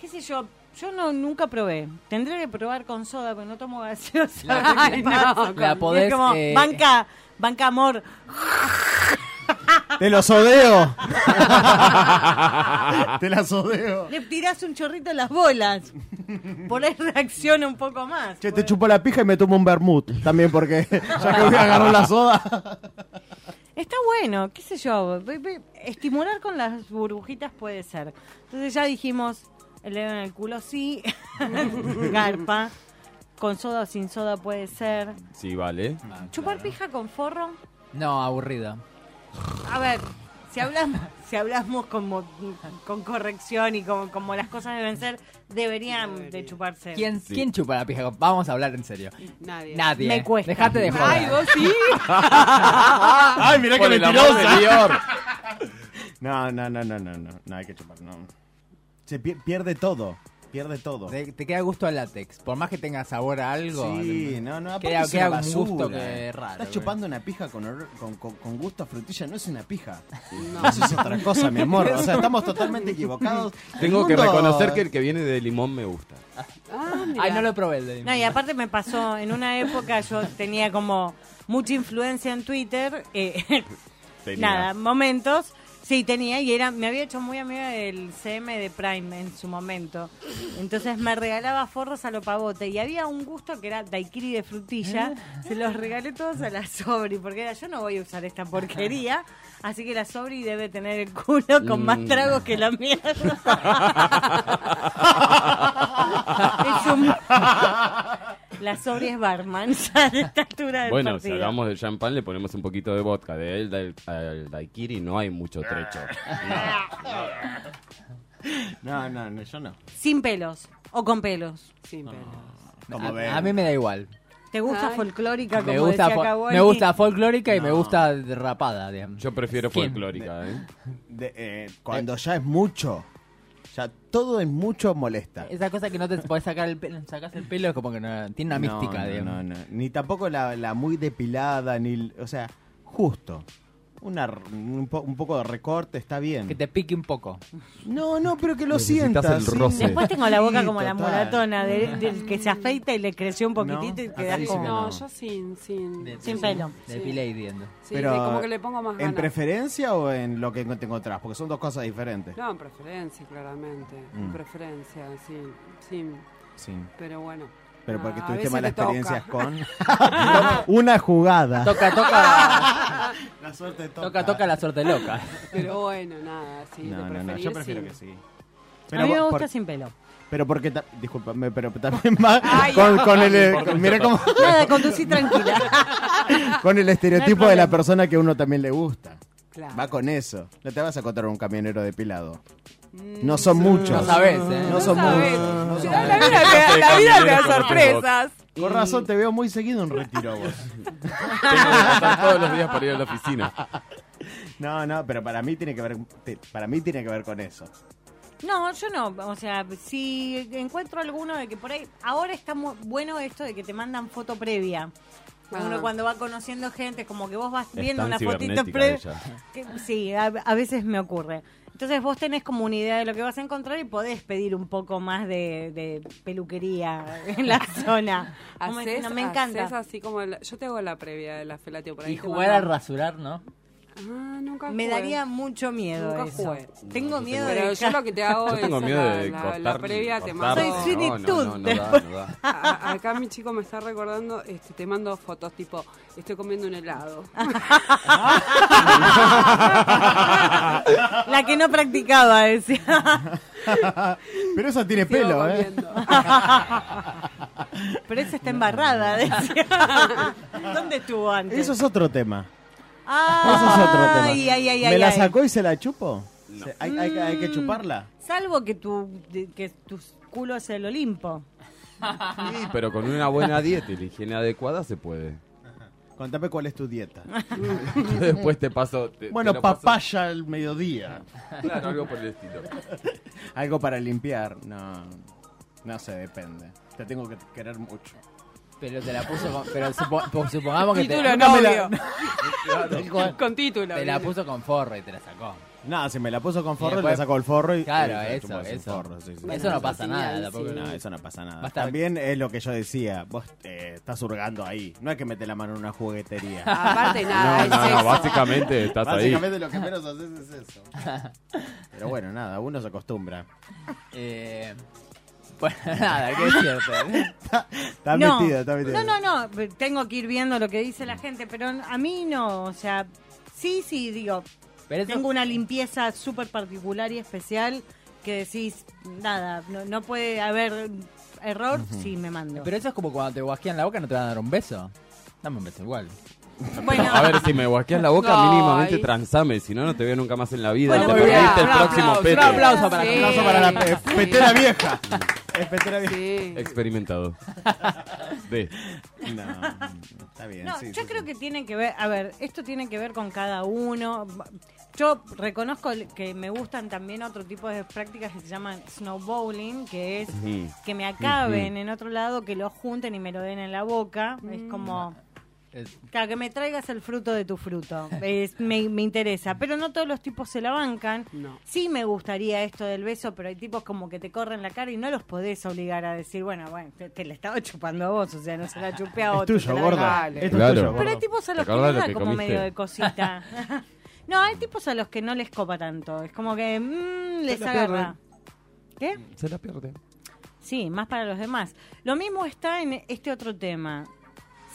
[SPEAKER 2] ¿Qué sé yo? Yo no nunca probé. Tendré que probar con soda, porque no tomo gaseosa.
[SPEAKER 6] La-
[SPEAKER 2] Ay, no.
[SPEAKER 6] la
[SPEAKER 2] Es
[SPEAKER 6] podés,
[SPEAKER 2] como,
[SPEAKER 6] eh,
[SPEAKER 2] banca, banca amor.
[SPEAKER 7] ¡Te los odeo!
[SPEAKER 10] Te la sodeo.
[SPEAKER 2] Le tirás un chorrito en las bolas. Por ahí reacciona un poco más.
[SPEAKER 7] Che, te chupo la pija y me tomo un vermut. También porque ya que voy a agarrar la soda.
[SPEAKER 2] Está bueno, qué sé yo. ve- ve- Estimular con las burbujitas puede ser. Entonces ya dijimos, el dedo en el culo sí, garpa. Con soda o sin soda puede ser.
[SPEAKER 8] Sí, vale.
[SPEAKER 2] Chupar pija con forro.
[SPEAKER 6] No, aburrido.
[SPEAKER 2] A ver, si hablamos, si hablamos como, con corrección y como, como las cosas deben ser, deberían de chuparse.
[SPEAKER 6] ¿Quién, ¿Quién chupa la pija? Vamos a hablar en serio.
[SPEAKER 9] Nadie.
[SPEAKER 6] Nadie.
[SPEAKER 2] Me cuesta.
[SPEAKER 6] Dejate de joder.
[SPEAKER 9] Ay, vos sí.
[SPEAKER 10] Ay, mirá
[SPEAKER 7] Por
[SPEAKER 10] que
[SPEAKER 7] el amor
[SPEAKER 10] mentirosa.
[SPEAKER 7] de Dios. No, no, no, no, no, no. No hay que chupar, no. Se pie- pierde todo. Pierde todo.
[SPEAKER 6] Te, te queda gusto al látex. Por más que tenga sabor a algo.
[SPEAKER 7] Sí,
[SPEAKER 2] Ah,
[SPEAKER 7] no, no, aparte
[SPEAKER 6] Queda,
[SPEAKER 7] es
[SPEAKER 6] queda
[SPEAKER 7] una
[SPEAKER 6] un
[SPEAKER 7] basura.
[SPEAKER 6] gusto que es raro. ¿eh?
[SPEAKER 7] Estás
[SPEAKER 6] que-
[SPEAKER 7] chupando una pija con, olor- con, con- con gusto a frutilla, no es una pija.
[SPEAKER 9] No.
[SPEAKER 7] Eso es otra cosa, mi amor. O sea, estamos totalmente equivocados. El
[SPEAKER 8] Tengo que
[SPEAKER 7] mundo-
[SPEAKER 8] reconocer que el que viene de limón me gusta.
[SPEAKER 2] Ah,
[SPEAKER 6] Ay, no lo probé el de
[SPEAKER 2] No, y aparte me pasó, en una época yo tenía como mucha influencia en Twitter, eh,
[SPEAKER 8] Tenía.
[SPEAKER 2] nada, momentos, sí tenía y era, me había hecho muy amiga del CM de Prime en su momento. Entonces me regalaba forros a lo pavote y había un gusto que era daiquiri de frutilla, se los regalé todos a la Sobri, porque era, yo no voy a usar esta porquería, así que la Sobri debe tener el culo con más
[SPEAKER 1] Mm.
[SPEAKER 2] tragos que la mierda. es un... La sobria es barman ya de esta altura del
[SPEAKER 8] Bueno, si
[SPEAKER 2] partido.
[SPEAKER 8] hablamos de champán, le ponemos un poquito de vodka. De él, del, al daiquiri, no hay mucho trecho.
[SPEAKER 7] No, no, no, yo no.
[SPEAKER 2] Sin pelos o con pelos.
[SPEAKER 9] Sin pelos.
[SPEAKER 7] Como ven.
[SPEAKER 6] A, a mí me da igual.
[SPEAKER 2] ¿Te gusta folclórica como
[SPEAKER 6] Me gusta,
[SPEAKER 2] decía
[SPEAKER 6] fo-
[SPEAKER 2] Kawai?
[SPEAKER 6] me gusta folclórica y me gusta rapada. digamos.
[SPEAKER 8] Yo prefiero
[SPEAKER 6] Skin.
[SPEAKER 8] folclórica, ¿eh?
[SPEAKER 7] De- eh, cuando ya es mucho. Ya todo es mucho molesta.
[SPEAKER 6] Esa cosa que no te podés sacar el pelo, sacás el pelo es como que no, tiene una
[SPEAKER 7] No,
[SPEAKER 6] mística,
[SPEAKER 7] no,
[SPEAKER 6] digamos.
[SPEAKER 7] no, no. Ni tampoco la, la muy depilada, ni. l- O sea, justo. Una, r- un, po- un poco de recorte está bien. Que
[SPEAKER 6] te pique un poco.
[SPEAKER 7] No, no, pero que lo
[SPEAKER 8] Necesitas
[SPEAKER 7] sientas.
[SPEAKER 8] el
[SPEAKER 7] sí.
[SPEAKER 8] roce.
[SPEAKER 2] Después tengo la boca
[SPEAKER 7] Sí,
[SPEAKER 2] como la
[SPEAKER 7] total.
[SPEAKER 2] moratona de- del que se afeita y le creció un poquitito y
[SPEAKER 9] Sí,
[SPEAKER 2] queda
[SPEAKER 9] no,
[SPEAKER 2] como...
[SPEAKER 9] yo sin, sin,
[SPEAKER 2] Sin pelo.
[SPEAKER 6] De pila hiriendo.
[SPEAKER 9] Sí, de como que le pongo más
[SPEAKER 7] ¿En
[SPEAKER 9] ganas.
[SPEAKER 7] preferencia o en lo que te encontrás? Porque son dos cosas diferentes.
[SPEAKER 9] No, en preferencia, claramente. En
[SPEAKER 7] Mm.
[SPEAKER 9] preferencia, sí. sí.
[SPEAKER 7] Sí.
[SPEAKER 9] Pero bueno.
[SPEAKER 7] Pero porque
[SPEAKER 9] Ah, a
[SPEAKER 7] tuviste
[SPEAKER 9] veces
[SPEAKER 7] malas
[SPEAKER 9] te toca.
[SPEAKER 7] experiencias con. Una jugada.
[SPEAKER 6] Toca, toca.
[SPEAKER 7] La suerte toca.
[SPEAKER 6] Toca, toca la suerte loca.
[SPEAKER 9] Pero bueno, nada, sí.
[SPEAKER 7] No,
[SPEAKER 9] de
[SPEAKER 7] no, no,
[SPEAKER 9] preferir
[SPEAKER 7] yo prefiero
[SPEAKER 9] sin.
[SPEAKER 7] que sí.
[SPEAKER 2] a mí me
[SPEAKER 7] vos-
[SPEAKER 2] gusta
[SPEAKER 7] por-
[SPEAKER 2] sin pelo.
[SPEAKER 7] Pero porque. ta- Discúlpame, pero también va. con, con el. eh, con- mira cómo.
[SPEAKER 2] Nada, conducí tranquila.
[SPEAKER 7] Con el estereotipo
[SPEAKER 2] No hay
[SPEAKER 7] de la
[SPEAKER 2] problema.
[SPEAKER 7] persona que uno también le gusta.
[SPEAKER 9] Claro.
[SPEAKER 7] Va con eso. No te vas a encontrar un camionero depilado.
[SPEAKER 2] Mm,
[SPEAKER 7] No son muchos.
[SPEAKER 6] No sabes, ¿eh?
[SPEAKER 7] No son
[SPEAKER 6] sabes.
[SPEAKER 7] muchos. no son
[SPEAKER 6] La
[SPEAKER 7] muchos.
[SPEAKER 6] vida te- la vida te da sorpresas.
[SPEAKER 7] Con razón te veo muy seguido en retiro vos.
[SPEAKER 8] Tengo que pasar todos los días para ir a la oficina.
[SPEAKER 7] No, no, pero para mí tiene que ver te- para mí tiene que ver con eso.
[SPEAKER 2] No, yo no. O sea, si encuentro alguno de que por ahí. Ahora está mu- bueno esto de que te mandan foto previa. Uno
[SPEAKER 9] Ah.
[SPEAKER 2] cuando va conociendo gente, como que vos vas
[SPEAKER 8] Es
[SPEAKER 2] viendo
[SPEAKER 8] tan
[SPEAKER 2] una fotito
[SPEAKER 8] cibernética
[SPEAKER 2] previa.
[SPEAKER 8] ella.
[SPEAKER 2] Que- Sí, a, a veces me ocurre. Entonces vos tenés como una idea de lo que vas a encontrar y podés pedir un poco más de, de peluquería en la zona. Como
[SPEAKER 9] Hacés-
[SPEAKER 2] no, me encanta.
[SPEAKER 9] hacés así como el- yo te hago la previa de la felatio por ahí.
[SPEAKER 6] Y
[SPEAKER 9] te
[SPEAKER 6] jugar a
[SPEAKER 9] mandan-
[SPEAKER 6] rasurar, ¿no?
[SPEAKER 9] Ah, nunca
[SPEAKER 2] Me
[SPEAKER 9] jugué.
[SPEAKER 2] daría mucho miedo
[SPEAKER 9] Nunca
[SPEAKER 2] eso.
[SPEAKER 9] jugué.
[SPEAKER 2] Tengo miedo
[SPEAKER 9] Pero
[SPEAKER 2] de
[SPEAKER 9] yo lo que te hago
[SPEAKER 8] Yo tengo
[SPEAKER 9] es
[SPEAKER 8] miedo
[SPEAKER 9] la,
[SPEAKER 8] de
[SPEAKER 9] la-
[SPEAKER 8] cortar.
[SPEAKER 9] la previa te
[SPEAKER 8] cortar-
[SPEAKER 9] mando.
[SPEAKER 2] Soy Sweeney
[SPEAKER 8] no, no,
[SPEAKER 2] Todd
[SPEAKER 8] no, no da,
[SPEAKER 2] después.
[SPEAKER 8] no da.
[SPEAKER 9] A- a- acá mi chico me está recordando, este, te mando fotos tipo, estoy comiendo un helado.
[SPEAKER 2] la que no practicaba, decía.
[SPEAKER 7] Pero esa tiene
[SPEAKER 9] Sigo
[SPEAKER 7] pelo, ¿eh?
[SPEAKER 9] comiendo.
[SPEAKER 2] Pero esa está embarrada, decía. ¿Dónde estuvo antes?
[SPEAKER 7] Eso es otro tema. Eso es otro tema.
[SPEAKER 2] Ay, ay, ay,
[SPEAKER 7] ¿Me
[SPEAKER 2] ay, Mm.
[SPEAKER 7] la
[SPEAKER 2] ay.
[SPEAKER 7] sacó y se la chupo? Se- hay, hay- hay que chuparla.
[SPEAKER 2] Salvo que tu, de- que tu culo es el Olimpo.
[SPEAKER 8] Sí, pero con una buena dieta y la higiene adecuada se puede.
[SPEAKER 7] Contame cuál es tu dieta.
[SPEAKER 8] Yo después te paso. te- te
[SPEAKER 10] Bueno,
[SPEAKER 8] lo paso.
[SPEAKER 10] papaya al mediodía.
[SPEAKER 8] Claro, algo por el estilo.
[SPEAKER 7] Algo para limpiar. No. No sé, depende. Te tengo que querer mucho.
[SPEAKER 6] Pero te la puso con- pero supo- pues supongamos que te-
[SPEAKER 5] Título
[SPEAKER 6] Nunca me la-
[SPEAKER 5] novio.
[SPEAKER 6] Tal cual.
[SPEAKER 5] Con título.
[SPEAKER 6] Te la puso con forro y te la sacó.
[SPEAKER 7] No, si me la puso con
[SPEAKER 6] Y
[SPEAKER 7] forro,
[SPEAKER 6] después-
[SPEAKER 7] le sacó el forro y.
[SPEAKER 6] Claro,
[SPEAKER 7] y se la
[SPEAKER 6] eso,
[SPEAKER 7] chupó sin
[SPEAKER 6] eso.
[SPEAKER 7] forro, sí, sí.
[SPEAKER 6] Eso no pasa nada, tampoco.
[SPEAKER 7] No, eso no pasa nada.
[SPEAKER 6] Va a estar-
[SPEAKER 7] También es lo que yo decía. Vos eh, estás hurgando ahí. No hay que meter la mano en una juguetería.
[SPEAKER 9] Aparte nada,
[SPEAKER 8] No, no, es no, eso. básicamente estás ahí.
[SPEAKER 7] Básicamente lo que menos haces es eso. Pero bueno, nada, uno se acostumbra.
[SPEAKER 6] Eh, bueno, nada, qué es cierto. ¿eh?
[SPEAKER 7] Está
[SPEAKER 2] no.
[SPEAKER 7] metido, está metido.
[SPEAKER 2] No, no, no. Tengo que ir viendo lo que dice la gente, pero a mí no. O sea, sí, sí, digo.
[SPEAKER 6] Pero eso-
[SPEAKER 2] Tengo una limpieza súper particular y especial que decís, nada, no, no puede haber error si me mando.
[SPEAKER 6] Pero eso es como cuando te guasquean la boca no te van a dar un beso. Dame un beso igual.
[SPEAKER 2] Bueno.
[SPEAKER 8] A ver, si me guasqueas la boca,
[SPEAKER 6] No,
[SPEAKER 8] mínimamente
[SPEAKER 6] ahí.
[SPEAKER 8] transame, si no, no te veo nunca más en la vida.
[SPEAKER 6] Bueno,
[SPEAKER 8] te
[SPEAKER 6] muy bien.
[SPEAKER 8] perdiste el
[SPEAKER 6] Un
[SPEAKER 8] próximo
[SPEAKER 6] aplauso,
[SPEAKER 8] pete.
[SPEAKER 6] un aplauso para-
[SPEAKER 7] Un aplauso para la pe-
[SPEAKER 8] Sí.
[SPEAKER 7] petera vieja. Es petera vieja.
[SPEAKER 8] Experimentado. De.
[SPEAKER 7] No, está bien.
[SPEAKER 2] No,
[SPEAKER 7] sí,
[SPEAKER 2] yo
[SPEAKER 7] sí,
[SPEAKER 2] creo que tiene que ver, a ver, esto tiene que ver con cada uno. Yo reconozco que me gustan también otro tipo de prácticas que se llaman snowballing, que es
[SPEAKER 8] Ujú.
[SPEAKER 2] que me acaben
[SPEAKER 8] Ujú.
[SPEAKER 2] en otro lado, que lo junten y me lo den en la boca. Es como,
[SPEAKER 7] Ah,
[SPEAKER 2] claro, que me traigas el fruto de tu fruto. Es- me, me interesa, pero no todos los tipos se la bancan. Sí me gustaría esto del beso, pero hay tipos como que te corren la cara y no los podés obligar a decir, bueno, bueno, te, te la estaba chupando a vos, o sea, no se la chupé a
[SPEAKER 7] Es
[SPEAKER 2] otro.
[SPEAKER 7] tuyo,
[SPEAKER 2] se la-
[SPEAKER 7] gordo.
[SPEAKER 2] Dale.
[SPEAKER 7] Esto es Claro. tuyo,
[SPEAKER 2] Pero hay
[SPEAKER 7] gordo.
[SPEAKER 2] tipos a
[SPEAKER 7] ¿Te
[SPEAKER 2] los que
[SPEAKER 7] acordás
[SPEAKER 2] les
[SPEAKER 7] lo
[SPEAKER 2] da
[SPEAKER 7] que
[SPEAKER 2] como
[SPEAKER 7] comiste?
[SPEAKER 2] medio de cosita. no, hay tipos a los que no les copa tanto. Es como que mm, les
[SPEAKER 8] la
[SPEAKER 2] agarra. ¿Qué?
[SPEAKER 8] Se la pierde.
[SPEAKER 2] Sí, más para los demás. Lo mismo está en este otro tema.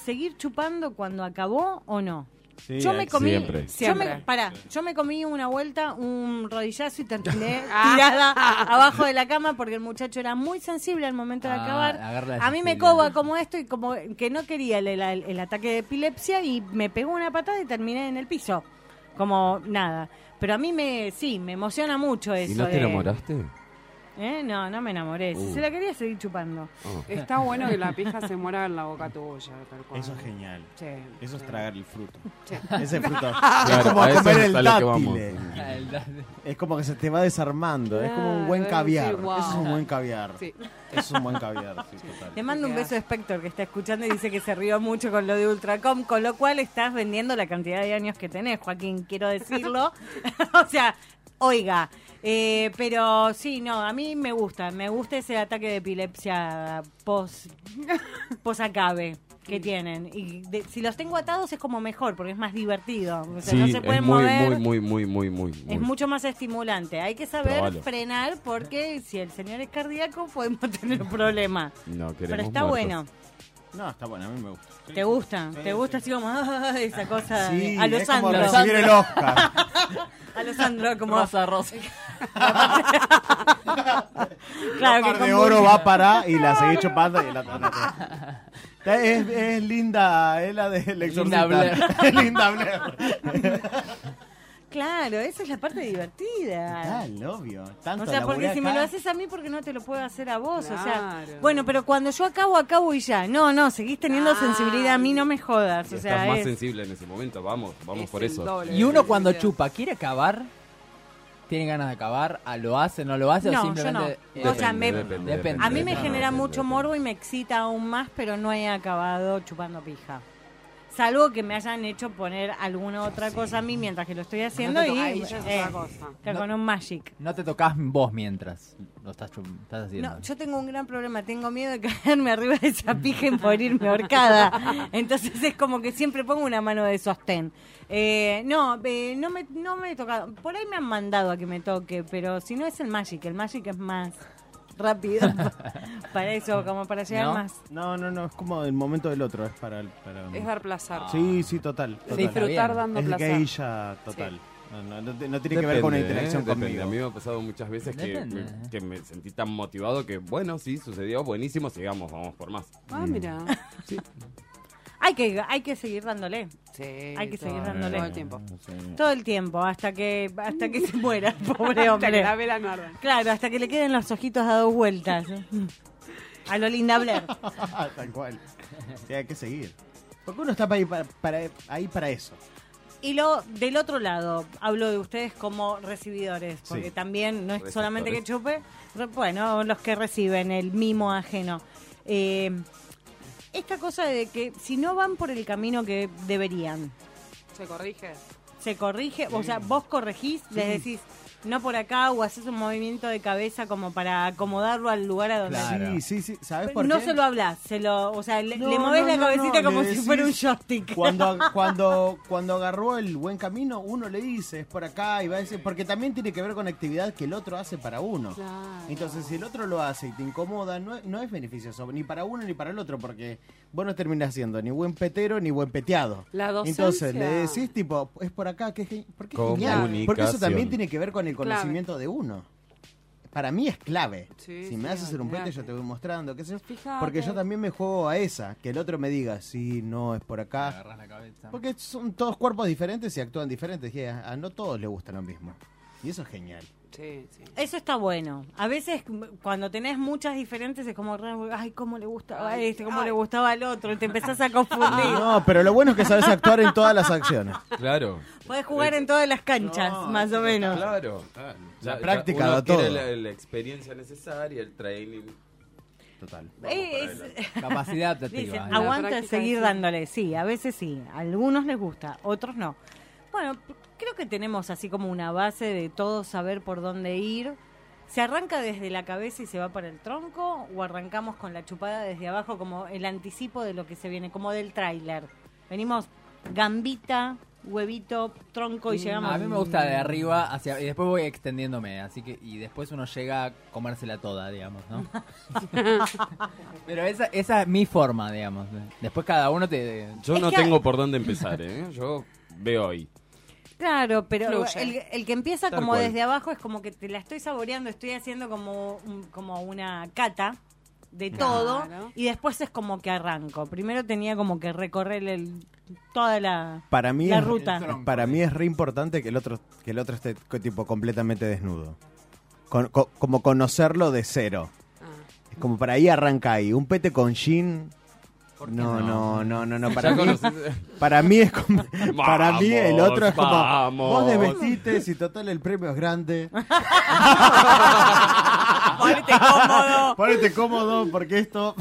[SPEAKER 2] ¿Seguir chupando cuando acabó o no?
[SPEAKER 7] Sí,
[SPEAKER 2] yo me
[SPEAKER 7] hay-
[SPEAKER 2] comí,
[SPEAKER 7] siempre.
[SPEAKER 2] Yo me,
[SPEAKER 7] Siempre.
[SPEAKER 2] pará, yo me comí una vuelta un rodillazo y terminé tirada abajo de la cama porque el muchacho era muy sensible al momento de
[SPEAKER 6] Ah, agarra
[SPEAKER 2] acabar.
[SPEAKER 6] la
[SPEAKER 2] A mí me
[SPEAKER 6] sensibilidad.
[SPEAKER 2] coba como esto y como que no quería el, el- el ataque de epilepsia y me pegó una patada y terminé en el piso. Como nada. Pero a mí me sí, me emociona mucho eso.
[SPEAKER 8] ¿Y no te
[SPEAKER 2] de-
[SPEAKER 8] enamoraste?
[SPEAKER 2] ¿Eh? No, no me enamoré. Si
[SPEAKER 8] Uh.
[SPEAKER 2] Se la quería seguir chupando.
[SPEAKER 9] Está bueno que la pija se muera en la boca tuya, tal cual.
[SPEAKER 7] Eso es genial.
[SPEAKER 9] Sí.
[SPEAKER 7] Eso es
[SPEAKER 9] sí.
[SPEAKER 7] tragar el fruto.
[SPEAKER 9] Sí.
[SPEAKER 7] Ese fruto. es
[SPEAKER 8] Claro,
[SPEAKER 7] como
[SPEAKER 8] a eso
[SPEAKER 7] comer
[SPEAKER 8] es
[SPEAKER 7] el
[SPEAKER 8] a lo que vamos.
[SPEAKER 7] dátil. Es como que se te va desarmando. es como un buen
[SPEAKER 2] Claro,
[SPEAKER 7] caviar.
[SPEAKER 2] sí, wow.
[SPEAKER 7] Eso es un buen caviar.
[SPEAKER 2] Sí.
[SPEAKER 7] Es un buen caviar. sí, total.
[SPEAKER 2] Le mando un beso a Spector que está escuchando y dice que se rió mucho con lo de Ultracom, con lo cual estás vendiendo la cantidad de años que tenés, Joaquín, quiero decirlo. o sea, oiga, eh, pero sí, no, a mí me gusta, me gusta ese ataque de epilepsia pos, posacabe que tienen. Y de- si los tengo atados es como mejor, porque es más divertido. O sea,
[SPEAKER 8] sí,
[SPEAKER 2] no se
[SPEAKER 8] es
[SPEAKER 2] pueden
[SPEAKER 8] muy,
[SPEAKER 2] mover.
[SPEAKER 8] muy, muy, muy, muy, muy.
[SPEAKER 2] Es mucho más estimulante. Hay que saber
[SPEAKER 8] Probalo.
[SPEAKER 2] frenar porque si el señor es cardíaco podemos tener un problema.
[SPEAKER 8] No, queremos
[SPEAKER 2] Pero está
[SPEAKER 8] muertos.
[SPEAKER 2] bueno.
[SPEAKER 7] No, está bueno, a mí me gusta.
[SPEAKER 2] ¿Te gusta? ¿Te gusta así como ah, esa cosa de-
[SPEAKER 7] Sí,
[SPEAKER 2] a los
[SPEAKER 7] es como
[SPEAKER 2] Sandro?
[SPEAKER 7] recibir el Oscar.
[SPEAKER 2] a los Sandro como
[SPEAKER 6] Rosa, rosa.
[SPEAKER 2] claro que
[SPEAKER 7] par de
[SPEAKER 2] con
[SPEAKER 7] oro
[SPEAKER 2] música.
[SPEAKER 7] va para y la seguí chupando y la Está- Es, es linda, es la del exorcista.
[SPEAKER 6] Blair.
[SPEAKER 7] Es linda Blair.
[SPEAKER 2] Claro, esa es la parte divertida.
[SPEAKER 7] Total, obvio. Ah, Tanto
[SPEAKER 2] Ah, o sea, porque
[SPEAKER 7] laburé
[SPEAKER 2] si me
[SPEAKER 7] acá.
[SPEAKER 2] lo haces a mí, porque no te lo puedo hacer a vos. O sea,
[SPEAKER 9] Claro.
[SPEAKER 2] bueno, pero cuando yo acabo, acabo y ya. No, no, seguís teniendo sensibilidad a mí, no me jodas. O
[SPEAKER 8] Estás
[SPEAKER 2] sea,
[SPEAKER 8] más
[SPEAKER 2] es-
[SPEAKER 8] sensible en ese momento, vamos, vamos por eso.
[SPEAKER 6] Y uno cuando chupa, ¿quiere acabar? ¿Tiene ganas de acabar? ¿A lo hace, no lo hace?
[SPEAKER 2] No,
[SPEAKER 6] ¿O
[SPEAKER 2] yo
[SPEAKER 6] simplemente.? eh,
[SPEAKER 2] no. O sea, me-
[SPEAKER 8] Depende,
[SPEAKER 6] depende,
[SPEAKER 2] a mí me
[SPEAKER 6] depende.
[SPEAKER 2] genera mucho morbo y me excita aún más, pero no he acabado chupando pija. Salvo que me hayan hecho poner alguna otra cosa a mí mientras que lo estoy haciendo
[SPEAKER 9] No te
[SPEAKER 2] y eh.
[SPEAKER 9] toca, ahí ya es otra cosa.
[SPEAKER 2] que con un magic.
[SPEAKER 6] No te tocas vos mientras lo estás, chu- estás haciendo.
[SPEAKER 2] No, yo tengo un gran problema, tengo miedo de caerme arriba de esa pija y morirme ahorcada. Entonces es como que siempre pongo una mano de sostén. Eh, no, eh, no, me, no me he tocado. Por ahí me han mandado a que me toque, pero si no es el magic, el magic es más rápido para eso, como para llegar más.
[SPEAKER 7] No, no, no, es como el momento del otro, es para... el- para-
[SPEAKER 9] Es dar placer.
[SPEAKER 7] Sí, sí, total. total.
[SPEAKER 9] Disfrutar dando
[SPEAKER 7] es
[SPEAKER 9] placer.
[SPEAKER 7] gay ya, total.
[SPEAKER 9] Sí.
[SPEAKER 7] No, no, no- no tiene que ver con la
[SPEAKER 8] Depende,
[SPEAKER 7] interacción
[SPEAKER 8] ¿eh? Depende.
[SPEAKER 7] conmigo. ¿eh?
[SPEAKER 8] A mí me ha pasado muchas veces que
[SPEAKER 9] Depende,
[SPEAKER 8] me, que me sentí tan motivado que, bueno, sí, sucedió, buenísimo, sigamos, vamos por más.
[SPEAKER 9] Ah, mira.
[SPEAKER 2] Hay que, hay que seguir dándole. hay que
[SPEAKER 9] todo-
[SPEAKER 2] seguir dándole.
[SPEAKER 9] todo el tiempo.
[SPEAKER 2] Todo el tiempo, hasta que, hasta que se muera, pobre
[SPEAKER 9] Hasta
[SPEAKER 2] hombre.
[SPEAKER 9] que la vela no arda.
[SPEAKER 2] Claro, hasta que le queden los ojitos a dos vueltas. A lo linda Blair.
[SPEAKER 10] Tal cual. Sí, hay que seguir. Porque uno está pa- ahí para, para- ahí para eso.
[SPEAKER 2] Y lo del otro lado, hablo de ustedes como recibidores, porque
[SPEAKER 10] Sí.
[SPEAKER 2] también no es
[SPEAKER 10] Receptores.
[SPEAKER 2] solamente que chupe, re- bueno, los que reciben el mimo ajeno. Eh, esta cosa de que si no van por el camino que deberían,
[SPEAKER 9] Se corrige.
[SPEAKER 2] se corrige, o
[SPEAKER 9] Sí.
[SPEAKER 2] sea, vos corregís, les
[SPEAKER 9] Sí.
[SPEAKER 2] decís no por acá o haces un movimiento de cabeza como para acomodarlo al lugar a donde
[SPEAKER 7] Sí, sí, sí. ¿Sabes por
[SPEAKER 2] No
[SPEAKER 7] qué?
[SPEAKER 2] se lo hablas, se lo, o sea, le,
[SPEAKER 7] No,
[SPEAKER 2] le movés
[SPEAKER 7] no,
[SPEAKER 2] la
[SPEAKER 7] no,
[SPEAKER 2] cabecita
[SPEAKER 7] no,
[SPEAKER 2] como
[SPEAKER 7] le
[SPEAKER 2] si fuera un
[SPEAKER 7] decís-
[SPEAKER 2] joystick.
[SPEAKER 7] Cuando, cuando, cuando agarró el buen camino, uno le dice, es por acá, y va a decir, porque también tiene que ver con actividad que el otro hace para uno. Entonces, si el otro lo hace y te incomoda, no, es- no es beneficioso, ni para uno ni para el otro, porque vos no terminás siendo ni buen petero ni buen peteado.
[SPEAKER 9] La docencia.
[SPEAKER 7] Entonces, le decís, tipo, es por acá, que es, gen- porque es genial.
[SPEAKER 8] Comunicación.
[SPEAKER 7] Porque eso también tiene que ver con el
[SPEAKER 9] Clave.
[SPEAKER 7] conocimiento de uno. Para mí es clave.
[SPEAKER 9] Sí,
[SPEAKER 7] si me
[SPEAKER 9] sí,
[SPEAKER 7] haces hacer un pete,
[SPEAKER 9] olvidate.
[SPEAKER 7] yo te voy mostrando, qué sé yo.
[SPEAKER 9] Fíjate.
[SPEAKER 7] Porque yo también me juego a esa, que el otro me diga, sí, no, es por acá.
[SPEAKER 6] la cabeza.
[SPEAKER 7] Porque son todos cuerpos diferentes y actúan diferentes. Y a, a no todos les gusta lo mismo. Y eso es genial.
[SPEAKER 9] Sí, sí.
[SPEAKER 2] Eso está bueno. A veces m- cuando tenés muchas diferentes es como, re, ay, cómo le gustaba a este, cómo le gustaba al otro, y te empezás a confundir.
[SPEAKER 7] No, pero lo bueno es que sabes actuar en todas las acciones.
[SPEAKER 8] Claro.
[SPEAKER 2] Podés jugar en todas las canchas, más o menos.
[SPEAKER 8] Claro.
[SPEAKER 7] La
[SPEAKER 8] Ya-
[SPEAKER 7] práctica
[SPEAKER 8] uno
[SPEAKER 7] da
[SPEAKER 8] tiene
[SPEAKER 7] todo.
[SPEAKER 8] La, la experiencia necesaria, el training.
[SPEAKER 7] Total.
[SPEAKER 2] Eh, Es-
[SPEAKER 6] Capacidad adaptativa.
[SPEAKER 2] Dicen,
[SPEAKER 6] La
[SPEAKER 2] aguanta
[SPEAKER 9] práctica
[SPEAKER 2] seguir
[SPEAKER 9] es-
[SPEAKER 2] dándole. Sí, a veces sí. A algunos les gusta, otros no. Bueno, p- creo que tenemos así como una base de todos saber por dónde ir. ¿Se arranca desde la cabeza y se va para el tronco? ¿O arrancamos con la chupada desde abajo como el anticipo de lo que se viene, como del tráiler? Venimos gambita, huevito, tronco y llegamos.
[SPEAKER 6] A mí me gusta de arriba hacia y después voy extendiéndome, así que y después uno llega a comérsela toda, digamos, ¿no? Pero esa, esa es mi forma, digamos. Después cada uno te
[SPEAKER 8] Yo
[SPEAKER 2] Es
[SPEAKER 8] no
[SPEAKER 2] que-
[SPEAKER 8] tengo por dónde empezar, ¿eh? Yo veo ahí.
[SPEAKER 2] Claro, pero
[SPEAKER 9] Fluye.
[SPEAKER 2] el, el que empieza
[SPEAKER 8] Tal
[SPEAKER 2] como
[SPEAKER 8] cual.
[SPEAKER 2] desde abajo es como que te la estoy saboreando, estoy haciendo como, un- como una cata de todo
[SPEAKER 9] Claro.
[SPEAKER 2] y después es como que arranco. Primero tenía como que recorrer el, toda la...
[SPEAKER 7] Para mí,
[SPEAKER 2] La
[SPEAKER 7] es,
[SPEAKER 2] ruta.
[SPEAKER 7] para mí es re importante que el otro, que el otro esté co- tipo completamente desnudo. Con- co- como conocerlo de cero.
[SPEAKER 8] Ah.
[SPEAKER 7] Es como para ahí arranca ahí. Un pete con jean. No, no, no, no, no. Para mí,
[SPEAKER 8] Ya conoces-
[SPEAKER 7] para mí es como. para mí el otro es como.
[SPEAKER 8] vamos.
[SPEAKER 7] Vos desvestiste si total el premio es grande.
[SPEAKER 2] ¡Ponete cómodo!
[SPEAKER 10] Ponete cómodo porque esto.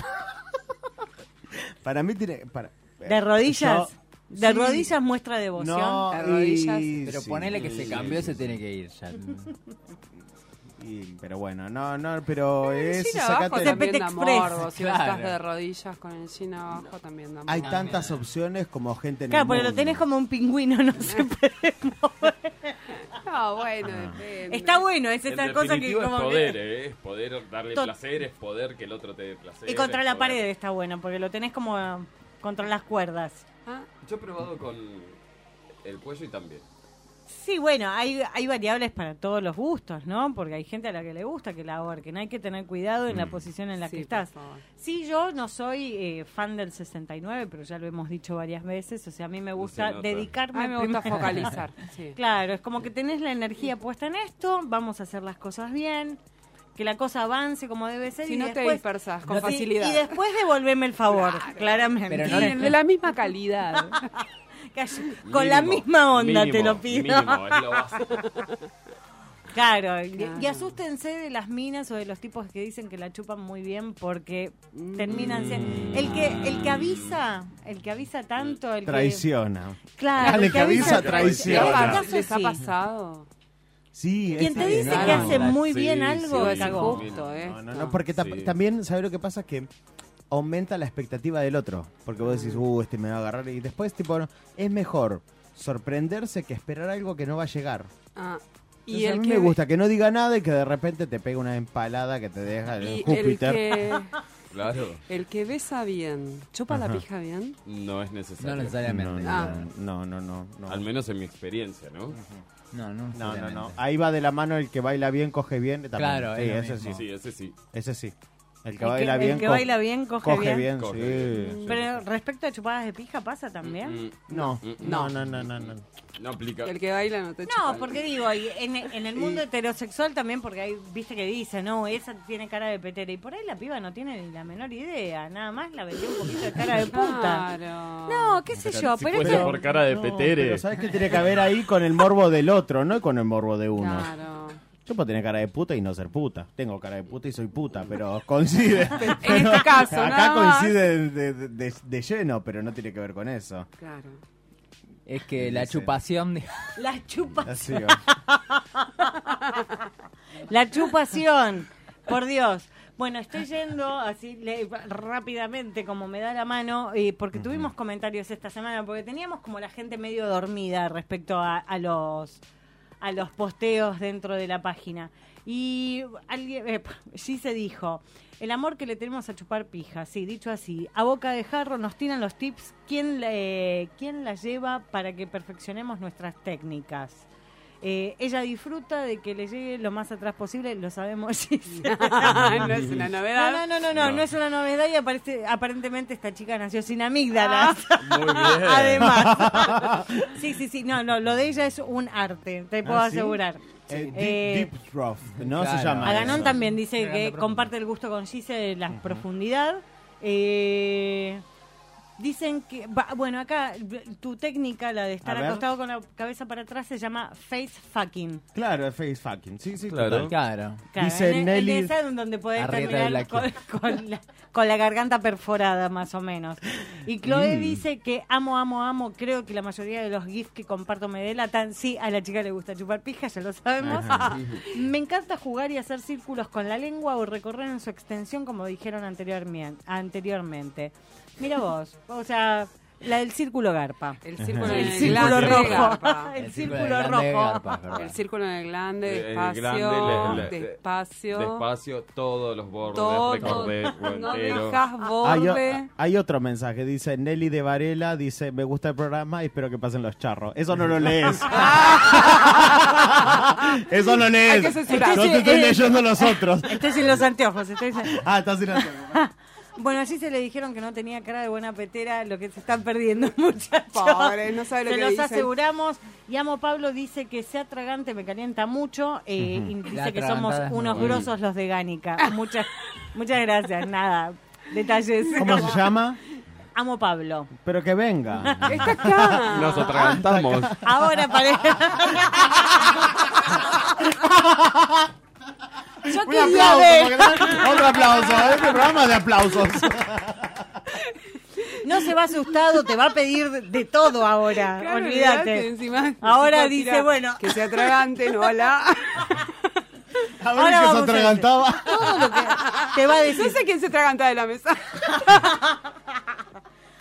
[SPEAKER 7] Para mí tiene. Para,
[SPEAKER 2] De rodillas.
[SPEAKER 7] Yo-
[SPEAKER 2] de
[SPEAKER 7] Sí.
[SPEAKER 2] rodillas muestra devoción.
[SPEAKER 7] No,
[SPEAKER 6] De rodillas,
[SPEAKER 7] y-
[SPEAKER 6] pero
[SPEAKER 7] sí,
[SPEAKER 6] ponele que se
[SPEAKER 7] sí,
[SPEAKER 6] cambió,
[SPEAKER 7] sí,
[SPEAKER 6] se
[SPEAKER 7] sí,
[SPEAKER 6] tiene
[SPEAKER 7] sí.
[SPEAKER 6] que ir ya.
[SPEAKER 7] Y- pero bueno, no, no, pero es.
[SPEAKER 9] El jean abajo
[SPEAKER 7] sacate-
[SPEAKER 9] también
[SPEAKER 2] Cepete
[SPEAKER 9] da
[SPEAKER 2] Express.
[SPEAKER 9] morbo. Si
[SPEAKER 6] Claro.
[SPEAKER 9] estás de rodillas con el jean abajo también da morbo.
[SPEAKER 7] Hay tantas opciones como gente en
[SPEAKER 2] Claro,
[SPEAKER 7] el
[SPEAKER 2] pero lo
[SPEAKER 7] mundo.
[SPEAKER 2] tenés como un pingüino, no sé.
[SPEAKER 9] Ah, bueno, depende.
[SPEAKER 2] Está bueno, es
[SPEAKER 8] En
[SPEAKER 2] esa cosa que
[SPEAKER 8] definitiva es
[SPEAKER 2] como que-
[SPEAKER 8] poder, ¿eh? Es poder darle
[SPEAKER 2] Tot-
[SPEAKER 8] placer, es poder que el otro te dé placer.
[SPEAKER 2] Y contra
[SPEAKER 8] es
[SPEAKER 2] la
[SPEAKER 8] poder-
[SPEAKER 2] pared está bueno, porque lo tenés como eh, contra las cuerdas.
[SPEAKER 9] Ah,
[SPEAKER 8] Yo he probado con el cuello y también.
[SPEAKER 2] Sí, bueno, hay, hay variables para todos los gustos, ¿no? Porque hay gente a la que le gusta que la ahorquen. Hay que tener cuidado en
[SPEAKER 8] Mm.
[SPEAKER 2] la posición en la
[SPEAKER 9] sí,
[SPEAKER 2] que
[SPEAKER 9] por
[SPEAKER 2] estás.
[SPEAKER 9] favor.
[SPEAKER 2] Sí, yo no soy eh, fan del 69, pero ya lo hemos dicho varias veces. O sea, a mí me gusta
[SPEAKER 8] nota.
[SPEAKER 2] dedicarme
[SPEAKER 9] A mí Ah, me gusta
[SPEAKER 2] primero-
[SPEAKER 9] focalizar. Sí.
[SPEAKER 2] Claro, es como que tenés la energía puesta en esto, vamos a hacer las cosas bien, que la cosa avance como debe ser.
[SPEAKER 9] Si
[SPEAKER 2] y
[SPEAKER 9] no te
[SPEAKER 2] después-
[SPEAKER 9] dispersas con
[SPEAKER 2] Sí,
[SPEAKER 9] facilidad.
[SPEAKER 2] Y después devolveme el favor, claramente.
[SPEAKER 6] Pero no-
[SPEAKER 9] Y de la misma calidad.
[SPEAKER 2] Calla- Con la misma onda te lo pido.
[SPEAKER 8] Mínimo, es lo básico.
[SPEAKER 2] Claro, y-
[SPEAKER 9] Claro.
[SPEAKER 2] y asústense de las minas o de los tipos que dicen que la chupan muy bien porque
[SPEAKER 9] Mm.
[SPEAKER 2] terminan siendo el que el que avisa, el que avisa tanto, el
[SPEAKER 7] Traiciona.
[SPEAKER 2] que
[SPEAKER 8] Ah,
[SPEAKER 2] claro,
[SPEAKER 7] El que avisa, traiciona.
[SPEAKER 2] En
[SPEAKER 7] Ahora.
[SPEAKER 2] este caso,
[SPEAKER 9] ¿Les ha
[SPEAKER 2] sí.
[SPEAKER 9] pasado?
[SPEAKER 7] Sí,
[SPEAKER 2] Quien
[SPEAKER 7] es-
[SPEAKER 2] te dice
[SPEAKER 7] no,
[SPEAKER 2] que hace
[SPEAKER 7] no,
[SPEAKER 2] muy
[SPEAKER 8] Sí,
[SPEAKER 2] bien
[SPEAKER 8] sí,
[SPEAKER 2] algo,
[SPEAKER 8] sí.
[SPEAKER 2] cagó.
[SPEAKER 9] Justo, ¿eh?
[SPEAKER 7] No, no, no, porque tam-
[SPEAKER 8] Sí.
[SPEAKER 7] también, ¿sabes lo que pasa? Que aumenta la expectativa del otro. Porque vos decís, uh, este me va a agarrar. Y después, tipo, no, es mejor sorprenderse que esperar algo que no va a llegar.
[SPEAKER 9] Ah,
[SPEAKER 7] Entonces, a mí me gusta que no diga nada y que de repente te pegue una empalada que te
[SPEAKER 9] y
[SPEAKER 7] deja el
[SPEAKER 9] el
[SPEAKER 7] Júpiter.
[SPEAKER 9] que,
[SPEAKER 8] Claro.
[SPEAKER 9] el que besa bien, chupa la pija bien.
[SPEAKER 8] No es
[SPEAKER 6] No
[SPEAKER 8] necesario.
[SPEAKER 6] necesariamente.
[SPEAKER 9] Ah.
[SPEAKER 7] No, no, no. No,
[SPEAKER 8] Al menos en mi experiencia, ¿no?
[SPEAKER 6] No, no,
[SPEAKER 7] no, no, no.
[SPEAKER 6] necesariamente.
[SPEAKER 7] Ahí va de la mano el que baila bien, coge bien. también.
[SPEAKER 6] Claro,
[SPEAKER 7] sí,
[SPEAKER 6] es lo
[SPEAKER 7] ese
[SPEAKER 6] mismo.
[SPEAKER 7] sí.
[SPEAKER 8] Sí, ese sí.
[SPEAKER 7] Ese sí. El que baila bien,
[SPEAKER 2] el que
[SPEAKER 7] co-
[SPEAKER 2] baila bien coge,
[SPEAKER 7] coge bien,
[SPEAKER 2] Coge
[SPEAKER 7] sí,
[SPEAKER 2] bien.
[SPEAKER 7] sí.
[SPEAKER 2] Pero respecto a chupadas de pija, ¿pasa también?
[SPEAKER 7] No,
[SPEAKER 2] No.
[SPEAKER 7] no, no, no, no. no.
[SPEAKER 8] Mm, No aplica.
[SPEAKER 9] El que baila no te chupa.
[SPEAKER 2] No, porque digo, y en, en el mundo heterosexual también, porque hay, viste que dice, no, esa tiene cara de petera. Y por ahí la piba no tiene ni la menor idea, nada más la vendió un poquito de cara de puta. No, qué sé yo, pero esto-
[SPEAKER 7] No, Pero ¿sabes qué tiene que haber ahí con el morbo del otro, no con el morbo de uno?
[SPEAKER 9] Claro.
[SPEAKER 7] Yo puedo tener cara de puta y no ser puta. Tengo cara de puta y soy puta, pero coincide.
[SPEAKER 9] En este caso,
[SPEAKER 7] Acá
[SPEAKER 9] nada más.
[SPEAKER 7] coincide de, de- de- de lleno, pero no tiene que ver con eso.
[SPEAKER 9] Claro.
[SPEAKER 6] Es que la chupación. de-
[SPEAKER 2] La
[SPEAKER 7] Así,
[SPEAKER 2] chupación.
[SPEAKER 7] o-
[SPEAKER 2] La chupación, por Dios. Bueno, estoy yendo así le- rápidamente como me da la mano, eh, porque tuvimos comentarios esta semana, porque teníamos como la gente medio dormida respecto a, a los a los posteos dentro de la página. Y alguien, eh, sí se dijo, el amor que le tenemos a chupar pija, sí, dicho así, a boca de jarro nos tiran los tips, ¿quién, la- eh, quién la lleva para que perfeccionemos nuestras técnicas? Eh, ella disfruta de que le llegue lo más atrás posible, lo sabemos. Gise.
[SPEAKER 9] No es una novedad.
[SPEAKER 2] No, no, no, no, no,
[SPEAKER 9] No.
[SPEAKER 2] es una novedad y aparece- aparentemente esta chica nació sin amígdalas.
[SPEAKER 9] Ah. Muy bien.
[SPEAKER 2] Además. Sí, sí, sí, no, no, lo de ella es un arte, te puedo
[SPEAKER 7] ¿Ah, sí?
[SPEAKER 2] asegurar.
[SPEAKER 7] Eh, deep-
[SPEAKER 2] Eh,
[SPEAKER 7] deep Trough, ¿no? Se
[SPEAKER 6] Claro.
[SPEAKER 7] llama.
[SPEAKER 2] Aganón
[SPEAKER 7] eso.
[SPEAKER 2] también dice
[SPEAKER 6] Llegando
[SPEAKER 2] que
[SPEAKER 6] profundo.
[SPEAKER 2] comparte el gusto con Gise de la profundidad. Eh, dicen que, va- bueno, acá b- tu técnica, la de estar
[SPEAKER 7] A ver.
[SPEAKER 2] acostado con la cabeza para atrás, se llama face fucking.
[SPEAKER 7] Claro, es face fucking. Sí, sí,
[SPEAKER 6] Claro.
[SPEAKER 7] total.
[SPEAKER 6] Claro.
[SPEAKER 7] Dice
[SPEAKER 2] en- en
[SPEAKER 7] Nelly.
[SPEAKER 2] esa es donde podés
[SPEAKER 7] Arrieta
[SPEAKER 2] terminar
[SPEAKER 7] de
[SPEAKER 2] con, con la, con la garganta perforada, más o menos. Y Chloe
[SPEAKER 7] Mm.
[SPEAKER 2] dice que amo, amo, amo. Creo que la mayoría de los GIFs que comparto me delatan. Sí, a la chica le gusta chupar pija, ya lo sabemos.
[SPEAKER 11] Ajá.
[SPEAKER 2] me encanta jugar y hacer círculos con la lengua o recorrer en su extensión, como dijeron anteriormien- anteriormente. Mira vos, o sea... La del círculo garpa. El
[SPEAKER 9] círculo
[SPEAKER 2] el
[SPEAKER 9] en el
[SPEAKER 2] círculo
[SPEAKER 9] glande
[SPEAKER 2] rojo.
[SPEAKER 9] garpa.
[SPEAKER 2] El
[SPEAKER 9] El
[SPEAKER 2] círculo
[SPEAKER 9] círculo
[SPEAKER 8] en el glande garpa, es
[SPEAKER 2] rojo.
[SPEAKER 8] verdad.
[SPEAKER 9] El círculo en el glande,
[SPEAKER 8] Eh, el
[SPEAKER 9] despacio,
[SPEAKER 8] grande, le- le-
[SPEAKER 9] despacio.
[SPEAKER 8] Despacio, todos los bordes,
[SPEAKER 9] Todo,
[SPEAKER 8] recordé,
[SPEAKER 9] no
[SPEAKER 8] entero.
[SPEAKER 9] dejas
[SPEAKER 2] Ah,
[SPEAKER 7] Hay, o-
[SPEAKER 9] borde.
[SPEAKER 7] hay otro mensaje, dice Nelly de Varela, dice, me gusta el programa y espero que pasen los charros. Eso no lo lees. Eso no
[SPEAKER 2] Hay
[SPEAKER 7] lees.
[SPEAKER 2] que
[SPEAKER 7] Yo te
[SPEAKER 2] censurar.
[SPEAKER 7] estoy
[SPEAKER 2] Eh,
[SPEAKER 7] leyendo los otros.
[SPEAKER 2] Estoy sin los anteojos. Estoy sin-
[SPEAKER 7] Ah, estás sin anteojos.
[SPEAKER 2] Bueno, allí se le dijeron que no tenía cara de buena petera, lo que se están perdiendo, muchachos.
[SPEAKER 9] Pobre, no sabe lo
[SPEAKER 2] se
[SPEAKER 9] que
[SPEAKER 2] los
[SPEAKER 9] dicen.
[SPEAKER 2] aseguramos. Y Amo Pablo dice que sea tragante me calienta mucho eh,
[SPEAKER 9] Ujú.
[SPEAKER 2] y
[SPEAKER 9] La
[SPEAKER 2] dice que somos
[SPEAKER 9] atragantada es muy
[SPEAKER 2] unos
[SPEAKER 9] buena.
[SPEAKER 2] grosos los de Gánica. Muchas, muchas gracias, nada. Detalles.
[SPEAKER 7] ¿Cómo se llama?
[SPEAKER 2] Amo Pablo.
[SPEAKER 7] Pero que venga.
[SPEAKER 2] Está acá.
[SPEAKER 8] Nos atragantamos.
[SPEAKER 2] Ahora parece. Yo
[SPEAKER 7] Un
[SPEAKER 2] quería
[SPEAKER 7] aplauso,
[SPEAKER 2] ver.
[SPEAKER 7] porque- Otro aplauso. Este programa es de aplausos.
[SPEAKER 2] No se va asustado, te va a pedir de todo ahora.
[SPEAKER 9] Claro, olvidate,
[SPEAKER 2] olvídate.
[SPEAKER 9] encima-
[SPEAKER 2] ahora
[SPEAKER 9] encima
[SPEAKER 2] dice,
[SPEAKER 9] tira
[SPEAKER 2] bueno.
[SPEAKER 9] que se atragante, no hola.
[SPEAKER 7] A
[SPEAKER 9] ver Ahora que se vamos a hacer
[SPEAKER 7] atragantaba.
[SPEAKER 2] Todo lo que te va a decir.
[SPEAKER 9] No sé quién se atraganta de la mesa.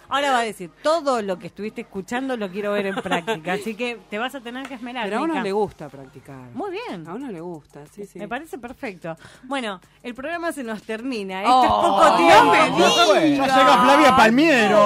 [SPEAKER 2] Ahora va a decir, todo lo que estuviste escuchando lo quiero ver en práctica. Así que te vas a tener que esmerar.
[SPEAKER 9] Pero a uno
[SPEAKER 2] Mica.
[SPEAKER 9] le gusta practicar.
[SPEAKER 2] Muy bien.
[SPEAKER 9] A uno le gusta, sí, sí.
[SPEAKER 2] Me parece perfecto. Bueno, el programa se nos termina. Este
[SPEAKER 9] Oh,
[SPEAKER 2] es poco tiempo.
[SPEAKER 9] no me
[SPEAKER 7] Ya
[SPEAKER 9] digas.
[SPEAKER 7] llega Flavia Palmiero.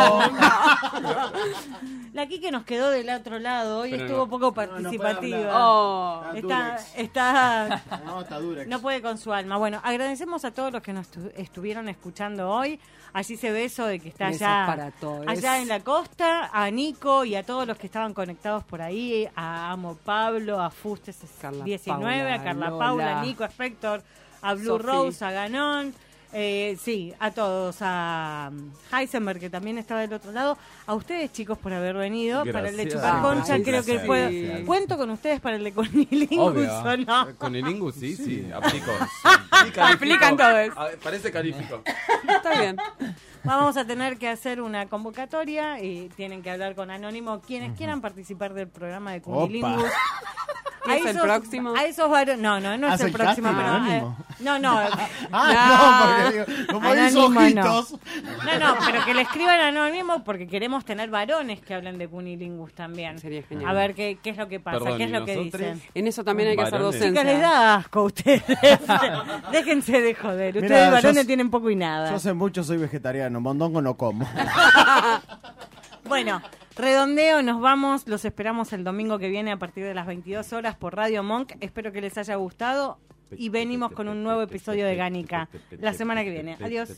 [SPEAKER 2] La Kike nos quedó del otro lado y
[SPEAKER 7] Pero
[SPEAKER 2] estuvo
[SPEAKER 7] no.
[SPEAKER 2] poco
[SPEAKER 7] no puede
[SPEAKER 2] participativa.
[SPEAKER 7] hablar.
[SPEAKER 2] Oh.
[SPEAKER 7] Está
[SPEAKER 2] está,
[SPEAKER 7] Durex.
[SPEAKER 2] está,
[SPEAKER 7] No, está Durex.
[SPEAKER 2] No puede con su alma. Bueno, agradecemos a todos los que nos estu- estuvieron escuchando hoy. Allí se beso de que está
[SPEAKER 9] Besos
[SPEAKER 2] allá,
[SPEAKER 9] para todos.
[SPEAKER 2] allá en la costa, a Nico y a todos los que estaban conectados por ahí, a Amo Pablo, a Fustes 19,
[SPEAKER 9] Paula,
[SPEAKER 2] a Carla
[SPEAKER 9] Lola.
[SPEAKER 2] Paula, a Nico, a Spector, a Blue
[SPEAKER 9] Sofi.
[SPEAKER 2] Rose, a Ganón. eh, sí, a todos, a um, Heisenberg que también estaba del otro lado, a ustedes chicos por haber venido, para el de
[SPEAKER 8] Gracias.
[SPEAKER 2] Chupar Concha,
[SPEAKER 8] Ay,
[SPEAKER 2] creo que
[SPEAKER 8] gracias.
[SPEAKER 2] puedo,
[SPEAKER 8] Sí.
[SPEAKER 2] cuento con ustedes para el de Conilingus
[SPEAKER 8] Obvio.
[SPEAKER 2] o no.
[SPEAKER 8] Con el Ingus, sí, sí, aplico.
[SPEAKER 9] Aplican todos.
[SPEAKER 8] A- Parece califico.
[SPEAKER 9] Está bien.
[SPEAKER 2] Vamos a tener que hacer una convocatoria y tienen que hablar con Anónimo quienes quieran participar del programa de Cunilingus.
[SPEAKER 9] Opa. ¿Es el próximo?
[SPEAKER 2] A esos varones. No, no, no es el
[SPEAKER 7] ¿Aceptaste
[SPEAKER 2] próximo.
[SPEAKER 7] el
[SPEAKER 2] pero, eh,
[SPEAKER 7] Ah, Anónimo?
[SPEAKER 2] no, no.
[SPEAKER 7] Ah, no, porque digo, como hizo
[SPEAKER 2] Anónimo no.
[SPEAKER 7] ojitos.
[SPEAKER 2] No. no, pero que le escriban Anónimo porque queremos tener varones que hablen de Cunilingus también. Sería
[SPEAKER 9] genial.
[SPEAKER 2] A ver qué, qué es lo que pasa,
[SPEAKER 9] Perdón,
[SPEAKER 2] qué es
[SPEAKER 9] ¿y
[SPEAKER 2] lo que
[SPEAKER 9] nosotros?
[SPEAKER 2] dicen.
[SPEAKER 9] En eso también hay que hacer Varones. docencia.
[SPEAKER 2] Chicas, les da asco a ustedes. Déjense de joder.
[SPEAKER 7] Mira,
[SPEAKER 2] Ustedes
[SPEAKER 7] yo
[SPEAKER 2] varones
[SPEAKER 7] s-
[SPEAKER 2] tienen poco y nada.
[SPEAKER 7] Yo hace mucho soy vegetariano, mondongo no como.
[SPEAKER 2] Bueno, redondeo, nos vamos. Los esperamos el domingo que viene a partir de las 22 horas por Radio Monk. Espero que les haya gustado. y venimos con un nuevo episodio de Gánica la semana que viene. Adiós.